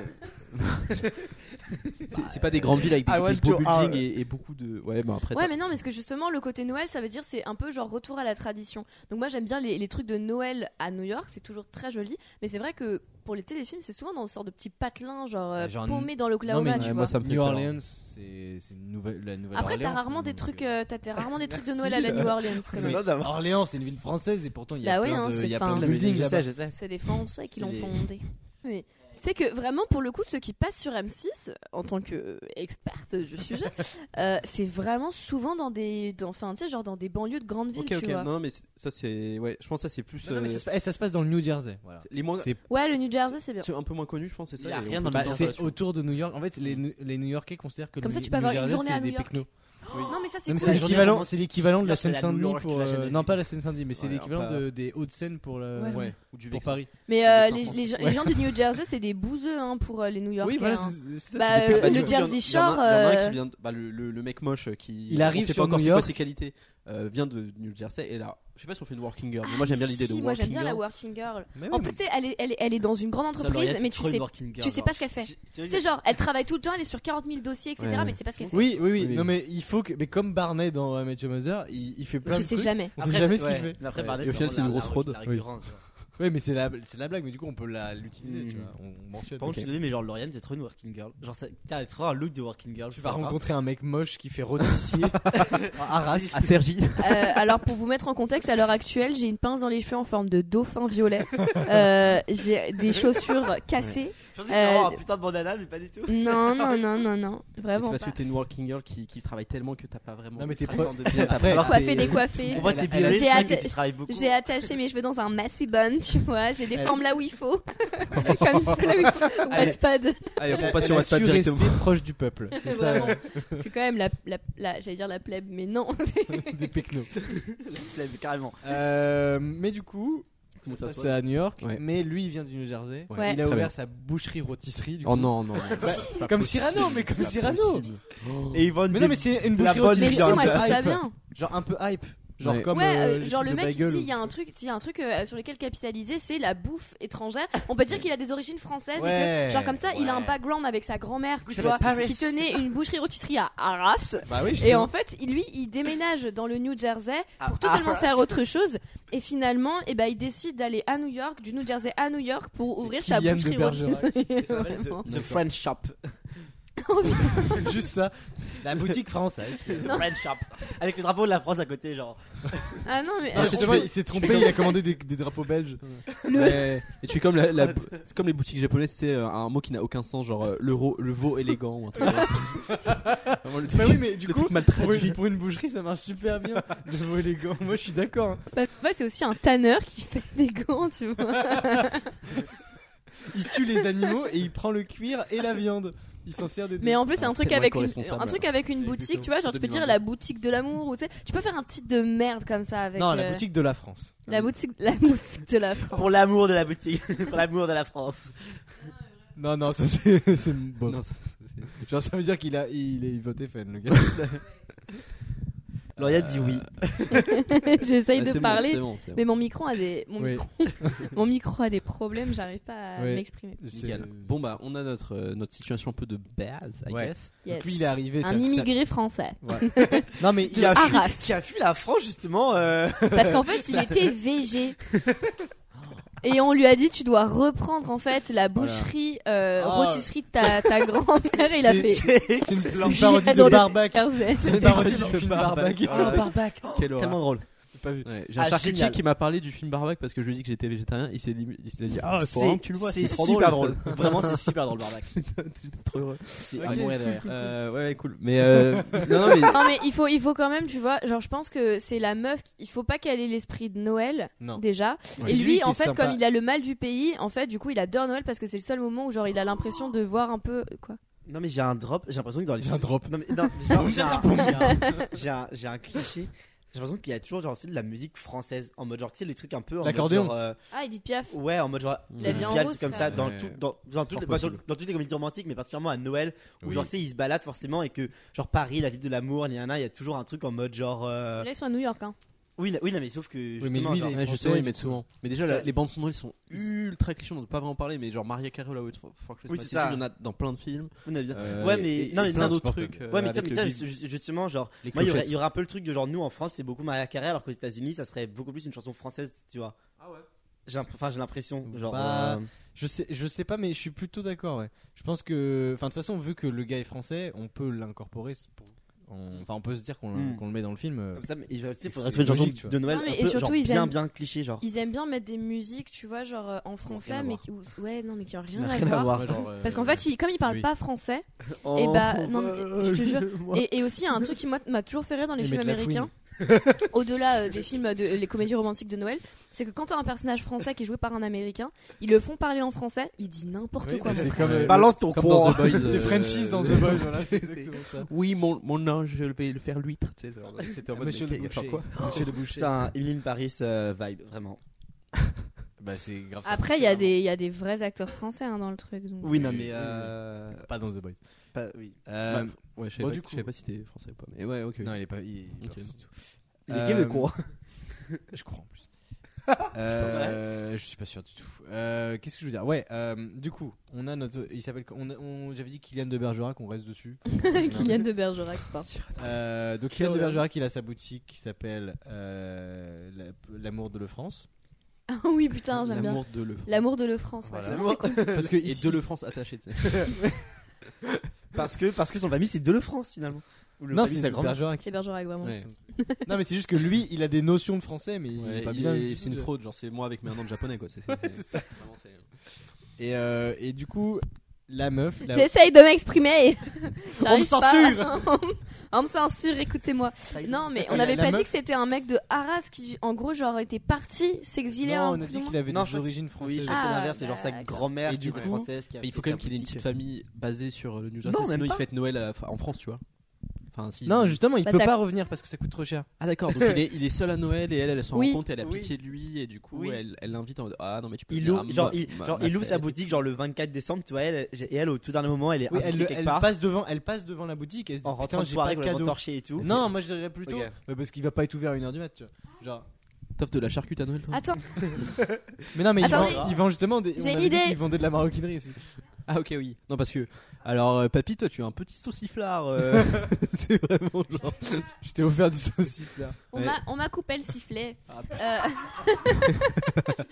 S8: c'est c'est pas des grandes villes avec des,
S7: I want
S8: des beaux
S7: to- ah,
S8: buildings et, et beaucoup de. Ouais, bon après
S6: Ouais,
S8: ça.
S6: mais non, parce que justement, le côté Noël, ça veut dire c'est un peu genre retour à la tradition. Donc moi, j'aime bien les, les trucs de Noël à New York, c'est toujours très joli. Mais c'est vrai que pour les téléfilms, c'est souvent dans une sorte de petit patelin, genre, euh,
S5: Ouais, genre
S6: paumé dans l'Oklahoma,
S5: non, mais-
S6: tu
S8: Ouais,
S6: vois.
S8: moi ça me fait
S5: New
S8: peur.
S5: Orleans, c'est c'est une nouvelle, la nouvelle
S6: Après,
S5: Orléans.
S6: t'as rarement des
S5: donc,
S6: trucs,
S5: euh,
S6: euh, t'as t'as rarement des trucs de
S7: Merci,
S6: Noël à la
S7: euh,
S5: (laughs)
S6: New Orleans. quand
S7: C'est
S6: même.
S7: bien d'avoir-
S5: Orléans, c'est une ville française et pourtant il y a
S6: Bah
S5: plein
S6: ouais, hein,
S5: de, il y a
S6: c'est-
S5: plein
S6: enfin,
S5: de
S6: Le
S5: buildings.
S7: je
S5: là-bas.
S7: sais, je sais.
S6: C'est les Français
S7: C'est
S6: qui l'ont
S7: les-
S6: fondé. Oui. C'est que vraiment, pour le coup, ce qui passe sur M6, en tant qu'experte du sujet, (laughs) euh, c'est vraiment souvent dans des, dans- enfin, tu sais, genre dans des banlieues de grandes villes,
S8: Ok, ok.
S6: tu vois.
S8: Non, mais c'est- ça c'est. Ouais, je pense que ça c'est plus.
S5: Non, non, mais
S8: euh,
S5: ça, se- eh, ça se passe dans le New Jersey. Voilà.
S8: les moins.
S5: C'est
S6: Ouais, le New Jersey, c'est bien.
S8: C'est un peu moins connu, je pense, c'est ça.
S7: Il y a
S8: et on
S7: rien
S8: peut
S7: dans
S8: tout
S7: le
S8: le temps
S5: c'est
S8: faire là-dessus.
S5: autour de New York. En fait, les, les New Yorkais considèrent que
S6: Comme
S5: le
S6: ça, tu
S5: New-
S6: peux avoir
S5: New
S6: une
S5: Jersey,
S6: journée
S5: c'est
S6: à
S5: des
S6: New York.
S5: Technos.
S6: Non, mais ça, c'est
S5: Non, mais
S6: cool.
S5: c'est
S7: la journée
S5: l'équivalent,
S7: romantique.
S5: c'est l'équivalent de la
S7: Là, c'est la New
S5: Seine-Saint-Denis
S7: York
S5: pour
S7: qu'il a
S5: euh,
S7: jamais
S5: non
S7: fait.
S5: pas la Seine-Saint-Denis mais c'est
S7: Ouais,
S5: l'équivalent
S7: pas-
S5: de- des Hauts-de-Seine pour le-
S6: Ouais.
S5: ouais,
S8: Ou du
S5: pour
S8: Vexin.
S5: Paris.
S6: Mais euh,
S8: Ouais,
S6: les,
S8: ça,
S6: les, gens-
S5: ouais.
S6: les gens du New Jersey, c'est des bouseux hein, pour euh, les New Yorkais.
S5: Oui voilà,
S6: hein.
S5: c'est- c'est ça,
S6: Bah,
S5: c'est des Pays-Bas,
S6: euh, le
S5: tu vois.
S8: il y en a-
S6: Jersey
S8: il y en a-
S6: Shore,
S8: il y en a un
S6: euh,
S8: qui vient de- bah, le, le- le mec moche euh, qui.
S5: Il arrive
S8: on sait
S5: sur
S8: pas encore
S5: New
S8: c'est quoi
S5: York.
S8: ses qualités. euh, vient de New Jersey et là, je sais pas si on fait une working girl, mais moi j'aime bien l'idée de
S6: Ah, Si, moi
S8: working
S6: j'aime bien la
S8: girl.
S6: working girl.
S5: Mais Ah
S6: en
S5: oui,
S6: plus, tu sais, elle est, elle, est, elle est dans une grande entreprise, mais tu sais, tu sais pas ce qu'elle fait. Tu sais, genre, elle travaille tout le temps, elle est sur 40 000 dossiers, etc.,
S8: Ouais, ouais.
S6: mais tu sais pas ce qu'elle fait.
S5: Oui, oui, oui,
S8: Oui.
S5: Non, mais il faut que. Mais comme Barney dans Match Mother, il, il fait plein
S6: tu
S5: de
S6: sais
S5: trucs. (laughs)
S6: jamais.
S5: On sait jamais ce qu'il fait.
S7: Après,
S5: Ouais.
S7: Bardet,
S8: Et au final, c'est une
S7: vraiment
S8: grosse
S7: la-
S8: fraude.
S7: la récurrence, genre.
S5: Oui, mais c'est la, c'est la blague, mais du coup, on peut la- l'utiliser,
S7: Mm.
S8: Hmm.
S5: tu vois. On, on mentionne.
S7: Par
S5: Ok.
S7: contre, je suis désolé, mais genre Lauriane, c'est trop une working girl. Genre, ça- t'as t'as trop un look de working girl. hein.
S5: Tu vas rencontrer un mec moche qui fait
S8: (laughs)
S5: rôtissier
S7: Ah,
S5: à Arras.
S7: (laughs)
S8: À Sergi.
S6: Euh, alors pour vous mettre en contexte, à l'heure actuelle, j'ai une pince dans les cheveux en forme de dauphin violet. Euh, j'ai des chaussures cassées.
S7: Je pensais que t'allais avoir
S6: Euh,
S7: un putain de bandana, mais pas du tout.
S6: Non, non, non, non, non,
S8: Mais C'est
S6: vraiment
S8: parce
S6: pas.
S8: que t'es une working girl qui, qui travaille tellement que t'as pas vraiment.
S5: Non, mais t'es
S8: le
S5: pro-
S8: temps de (laughs) bien
S5: Après,
S8: t'apprendre
S6: Coiffée,
S8: tes-
S6: décoiffée.
S7: On voit
S5: Elle a-
S7: tes
S5: elle a-
S7: birés,
S6: J'ai
S7: c'est que
S6: atta-
S7: tu travailles beaucoup.
S6: J'ai attaché mes cheveux dans un massy bun, tu vois. J'ai des formes là où
S5: (laughs)
S6: il faut. (laughs) Comme Wattpad.
S8: Allez,
S5: Elle
S8: on
S5: a- elle
S8: passe sur
S5: a
S8: WhatsApp
S5: su
S8: directement.
S5: rester (laughs) proche du peuple. C'est ça,
S6: Vraiment. C'est quand même la, la, la- j'allais dire la plèbe, mais non.
S5: euh, des
S6: (laughs)
S5: pecnos.
S7: Flemme, Carrément.
S5: Euh, mais du coup,
S8: Comment ça se
S5: c'est à New York.
S8: Ouais.
S5: Mais lui, il vient du New Jersey.
S8: Ouais.
S6: Ouais.
S5: Il a
S8: Très
S5: ouvert
S8: bien.
S5: sa boucherie-rôtisserie. du
S8: Oh
S5: coup.
S8: non, non.
S5: Comme Cyrano, mais comme Cyrano.
S8: Oh,
S7: Et ils vendent
S5: Mais
S7: des-
S5: non, mais c'est une
S7: La bonne
S6: Mais
S5: boucherie-rôtisserie.
S6: si,
S7: Genre
S6: moi je
S5: un peu
S6: trouve ça
S5: hype.
S6: bien.
S5: Genre un peu hype. Genre
S8: Ouais.
S5: comme.
S6: Ah, ouais,
S5: euh,
S6: euh,
S5: les
S6: genre
S5: trucs
S6: le
S5: de
S6: mec il
S5: bagel
S6: dit
S5: ou-
S6: il y a un truc, il y a un truc euh, sur lequel capitaliser, c'est la bouffe étrangère. On peut dire qu'il a des origines françaises et
S5: Ouais,
S6: que genre comme ça, il a un
S5: ouais.
S6: background avec sa grand-mère, tu
S5: Ça
S6: vois,
S5: s'appelle Paris.
S6: qui tenait une boucherie rôtisserie à Arras.
S5: Bah oui,
S6: Et en fait, il- lui, il déménage dans le New Jersey
S5: Ah,
S6: pour totalement faire autre chose. Et finalement, eh ben, il décide d'aller à New York, du New Jersey à New York, pour ouvrir sa
S5: Kylian de
S6: boucherie
S5: Bergerac. (laughs)
S6: rôtisserie. Oh,
S7: Ça s'appelle
S6: Vraiment.
S7: The- The French Shop.
S5: (laughs) Juste ça. (laughs) La boutique française.
S7: The French Shop. Avec le drapeau de la France à côté, genre.
S6: (laughs) Ah non, mais.
S5: Non,
S6: euh,
S5: justement, il s'est trompé, il a commandé des, des drapeaux belges.
S8: Ouais. Et tu es comme, la, la- c'est comme les boutiques japonaises, c'est euh, un mot qui n'a aucun sens, genre euh, l'euro, le veau élégant. Ou un truc comme ça. (laughs) Vraiment, le
S5: (laughs)
S8: truc-
S5: Bah oui, mais du
S8: le
S5: coup,
S8: truc mal
S5: pour
S8: traduit.
S5: une, pour une boucherie, ça marche super (laughs) bien. Le mot élégant, moi je suis d'accord. hein.
S6: bah, en fait, c'est aussi un tanneur qui (laughs) fait des gants,
S5: (laughs)
S6: tu vois.
S5: Il tue les animaux et il prend le cuir et la viande. Il s'en sert des deux.
S6: Mais en plus, c'est
S8: Ah,
S6: un
S8: c'est
S6: truc
S8: tellement
S6: avec une,
S8: éco-responsable.
S6: un truc avec une
S8: J'ai vu
S6: boutique,
S8: ça
S6: tu vois,
S8: sur
S6: genre tu peux dire
S8: 2022.
S6: la boutique de l'amour ou tu sais, tu peux faire un titre de merde comme ça avec.
S5: non,
S6: euh,
S5: la boutique de la France.
S6: La boutique, la boutique
S5: (laughs)
S6: de la France.
S7: Pour l'amour de la boutique. (laughs) Pour l'amour de la France.
S5: Non, non, ça c'est (laughs) c'est bon.
S8: Non, ça- ça- c'est-
S5: Genre, ça veut dire qu'il a, il, il vote FN, le gars.
S7: Lauriane dit oui.
S6: (laughs) J'essaye
S8: Ah,
S6: de
S8: c'est bon,
S6: parler,
S8: c'est bon, c'est bon.
S6: mais mon micro a des, mon,
S5: Oui.
S6: micro, (laughs) mon micro a des problèmes, j'arrive pas à
S5: Oui.
S6: m'exprimer.
S8: Nickel. Bon bah on a notre, euh, notre situation un peu de base, I
S5: Ouais.
S8: guess.
S5: Donc
S6: Yes.
S5: lui, il est arrivé. ça-
S6: Un immigré français. (laughs)
S5: ça- Non, mais il
S7: Qui a, fui,
S6: Arras.
S7: qui a fui la France, justement. euh,
S6: Parce qu'en fait, il était VG. Et on lui a dit, tu dois reprendre en fait la boucherie, euh,
S5: Ah.
S6: rôtisserie de ta, ta grand-mère. Et il a
S5: c'est-
S6: fait.
S5: C'est une- c'est
S7: C'est
S5: une (laughs)
S6: J'irai
S5: parodie
S6: dans
S5: de
S6: le
S5: Barbac.
S6: Jersey.
S5: C'est une parodie de Barbac.
S7: Barbac.
S8: Quelle horreur.
S7: Tellement drôle.
S8: pas vu. J'ai un
S7: Ah,
S8: charcutier
S7: génial.
S8: qui m'a parlé du film Barbac parce que je lui ai dit que j'étais végétarien. Il s'est lim- il s'est dit Ah, faut
S7: C'est-
S8: vraiment que tu le vois,
S7: c'est
S8: trop
S7: super
S8: drôle.
S7: drôle. Vraiment, c'est super drôle,
S8: (laughs)
S7: Barbac.
S8: J'étais trop heureux.
S7: C'est
S8: Ok.
S7: à mourir de rire.
S8: Euh, ouais, ouais, cool.
S5: (laughs)
S8: Mais euh, non, non, mais
S6: Non mais il faut, il faut quand même, tu vois, genre je pense que c'est la meuf, qui- il faut pas qu'elle ait l'esprit de Noël
S5: Non.
S6: déjà.
S7: Ouais.
S6: Et
S7: C'est
S6: lui,
S7: lui qui
S6: en
S7: est
S6: fait,
S7: sympa.
S6: comme il a le mal du pays, en fait, du coup, il adore Noël parce que c'est le seul moment où genre il a l'impression de voir un peu quoi.
S7: Non, mais j'ai un drop. J'ai l'impression que dans les
S5: J'ai un drop.
S7: Non, mais, non, mais genre, j'ai un- j'ai un- j'ai un, j'ai un cliché. J'ai l'impression qu'il y a toujours genre aussi de la musique française en mode genre tu sais les trucs un peu en mode
S5: L'accordéon.
S7: genre, euh,
S6: Ah, Edith Piaf.
S7: ouais en mode genre
S8: La
S7: Edith
S8: vie en
S7: Piaf,
S6: rose,
S7: c'est comme
S6: ça.
S7: ça dans
S8: Ouais.
S7: tout dans, dans toutes
S8: Fort
S7: les, pas dans-
S8: possible.
S7: dans toutes les comédies romantiques mais particulièrement à Noël où
S5: Oui.
S7: genre tu sais ils se baladent forcément et que genre Paris la ville de l'amour il y en a il y a toujours un truc en mode genre euh,
S6: Là, ils sont à New York. Hein.
S7: oui là- oui non mais sauf que
S5: mais
S7: justement
S5: lui,
S7: genre,
S5: il est-
S8: Ouais, je
S5: Français,
S8: sais,
S5: du
S8: ils mettent souvent. Mais déjà, la-
S7: Ouais.
S8: les bandes sonores, ils sont ultra clichés, on ne peut pas vraiment en parler. Mais genre Maria Carey, là, What the Fuck Christmas
S7: Oui, c'est
S8: Is You,
S7: ça.
S8: il y en a dans plein de films.
S7: on a bien-
S8: Euh,
S7: ouais
S8: et-
S7: mais
S8: et
S7: non mais
S8: plein
S7: ça-
S8: d'autres
S5: insupportable.
S8: trucs. euh,
S7: Ouais, mais tu sais,
S8: avec
S7: mais tu
S8: le
S7: sais,
S8: bip,
S7: ju- justement, genre,
S8: les
S7: moi, il y aurait-
S8: clochettes.
S7: il y aura un peu le truc de genre, nous en France, c'est beaucoup Maria Carré, alors qu'aux États-Unis, ça serait beaucoup plus une chanson française, tu vois.
S8: Ah ouais.
S7: J'ai l'imp- enfin, j'ai l'impression, genre.
S5: Bah,
S7: euh,
S5: Je sais, je sais pas, mais je suis plutôt d'accord. Ouais. Je pense que, enfin, de toute façon, vu que le gars est français, on peut l'incorporer. c'est pour- on- Enfin, on peut se dire qu'on l'in-
S7: Mm.
S5: qu'on le met dans le film. euh.
S7: Comme ça, mais il va- tu sais,
S5: Et
S7: faudrait
S5: c'est
S7: trouver une chanson
S5: logique, tu vois.
S7: de Noël.
S6: Non, mais-
S7: un
S6: et
S7: peu,
S6: surtout,
S7: genre,
S6: ils
S7: bien,
S6: aiment-
S7: bien cliché, genre.
S6: Ils aiment bien mettre des musiques, tu vois, genre euh, en français,
S8: à
S6: mais
S8: voir.
S6: qui- ou- ouais, non, mais qui ont rien,
S7: rien à
S6: à voir.
S5: Ouais, genre, euh,
S6: Parce qu'en fait, il- comme ils parlent
S5: oui.
S6: pas français, Eh bah, non, mais je te jure,
S7: Oh. moi.
S6: Et, et aussi, un truc qui moi, m'a toujours fait rire dans les
S5: Ils
S6: films
S5: mettent la
S6: américains, au-delà euh, des films, de, les comédies romantiques de Noël, c'est que quand t'as un personnage français qui est joué par un américain, ils le font parler en français, il dit n'importe
S5: Oui,
S6: quoi.
S5: mais
S6: mon
S5: c'est
S6: frère.
S5: comme, euh,
S7: Balance ton
S8: Comme
S7: con.
S8: dans The Boys. (laughs)
S5: C'est
S8: euh,
S5: Frenchies dans The Boys, voilà, c'est
S8: c'est-
S5: exactement ça.
S8: Oui, mon, mon ange, je vais le faire l'huître. tu sais, genre, C'était en mode
S5: Ah, Monsieur
S8: mais
S5: le
S8: qu'est- enfin,
S5: boucher. (laughs)
S8: quoi
S5: Monsieur le boucher.
S7: C'est un Emeline Paris euh, vibe, vraiment.
S5: Bah, c'est grave. ça.
S6: Après, il y, a des- il y a des vrais acteurs français hein, dans le truc. donc.
S7: Oui, non,
S5: oui,
S7: mais.
S5: oui,
S7: euh,
S5: Pas dans The Boys.
S7: pas- oui.
S5: Euh,
S8: Bah, Ouais, je sais
S5: Bon,
S8: pas-
S5: du
S8: je
S5: coup-
S8: sais pas si t'es français ou pas. Mais ouais, ok.
S5: Non, il est pas. Il, il est pas
S8: Ok.
S5: français du tout. Euh,
S7: Il est québécois.
S5: (laughs) Je crois en
S8: (laughs)
S5: plus. Euh, je suis pas sûr du tout. Euh, Qu'est-ce que je veux dire Ouais, euh, du coup, on a notre. Il s'appelle. on a- on- J'avais dit Kylian de Bergerac, on reste
S8: (laughs)
S5: dessus.
S6: (laughs) Kylian de Bergerac, c'est pas.
S5: Euh, donc Kylian de Bergerac, il a sa boutique qui s'appelle euh, la- L'amour de Le France.
S6: Ah oui, putain, j'aime bien.
S8: L'amour de Le.
S6: L'amour de Le France, ouais.
S5: Voilà.
S6: c'est-
S8: Parce (laughs) que et
S5: ici-
S8: de Le France attaché. tu sais.
S5: (laughs)
S7: Parce que, parce que son famille, c'est de le France, finalement. Ou le
S5: non,
S7: famille,
S5: c'est
S7: sa
S5: de
S7: grand-mère.
S5: Bergerac.
S6: C'est Bergerac, vraiment.
S8: Ouais.
S5: non, mais c'est juste que lui, il a des notions de français, mais il est
S8: Ouais,
S5: pas
S8: il
S5: bien.
S8: est- C'est une fraude, genre c'est moi avec mes un nom de japonais quoi. c'est-
S5: Ouais,
S8: c'est-
S5: c'est ça.
S8: vraiment, c'est-
S5: Et, euh, et du coup, la meuf. la-
S6: J'essaye de m'exprimer. (laughs)
S5: On me
S6: J'arrive pas. (laughs) On me censure, écoutez-moi. Non, mais on
S5: La-
S6: n'avait
S5: la
S6: pas
S5: meuf-
S6: dit que c'était un mec de Haras qui, en gros, genre, était parti s'exiler.
S5: Non,
S6: un
S5: on a
S6: plus
S5: dit
S6: ou moins.
S5: qu'il avait
S7: Non, je
S5: des
S7: crois que-
S5: origines
S7: Oui,
S5: françaises.
S7: je pense que
S6: Ah,
S7: c'est l'inverse, c'est genre sa
S6: d'accord.
S7: grand-mère
S5: Et
S7: qui
S5: du
S7: était
S5: coup,
S7: française. qui a
S8: Mais il faut
S7: fait
S8: quand
S7: sa
S8: même qu'il ait une
S7: boutique.
S8: petite famille basée sur le
S7: Non,
S8: New Jersey,
S7: même
S8: sinon il
S7: pas.
S8: fête Noël à- en France, tu vois. Enfin, si.
S5: Non, justement, il
S6: Bah,
S5: peut
S6: ça-
S5: pas revenir parce que ça coûte trop cher.
S8: Ah d'accord, donc il est, il est seul à Noël et elle, elle, s'en
S6: Oui.
S8: rend compte, elle a
S7: Oui.
S8: pitié de lui et du coup
S7: Oui.
S8: elle elle l'invite en mode Ah non mais tu peux
S7: Il
S8: venir
S7: ouvre,
S8: à
S7: genre,
S8: ma-
S7: il,
S8: ma-
S7: genre,
S8: ma
S7: il ouvre sa
S8: fête.
S7: boutique genre le 24 décembre, tu vois, elle, j'ai- et elle au tout dernier moment, elle est
S5: Oui,
S6: Ah,
S7: invitée
S5: elle,
S7: quelque
S5: elle
S7: part
S5: passe devant, elle passe devant la boutique. Elle se dit,
S7: en rentrant
S5: putain,
S7: de
S5: j'ai pas
S7: soirée
S5: de
S7: complètement
S5: cadeau.
S7: torchée et tout.
S5: Non, moi je dirais plutôt
S7: Ok.
S5: euh, parce qu'il va pas être ouvert à 1h du mat, tu vois. Genre.
S8: T'offres de la charcute à Noël toi
S6: Attends,
S5: Mais non, mais ils
S6: Attendez.
S5: vendent, ils vendent justement des.
S6: J'ai
S5: on
S6: une
S5: avait dit
S6: idée.
S5: qu'ils vendaient de la maroquinerie aussi.
S8: Ah ok oui, non parce que alors euh, papy toi tu es un petit sauciflard, euh, (laughs) c'est vraiment genre...
S5: Je t'ai offert du saucif là.
S6: on
S8: Ouais.
S6: m'a- on m'a coupé le sifflet.
S8: Ah,
S5: (laughs)
S6: Euh,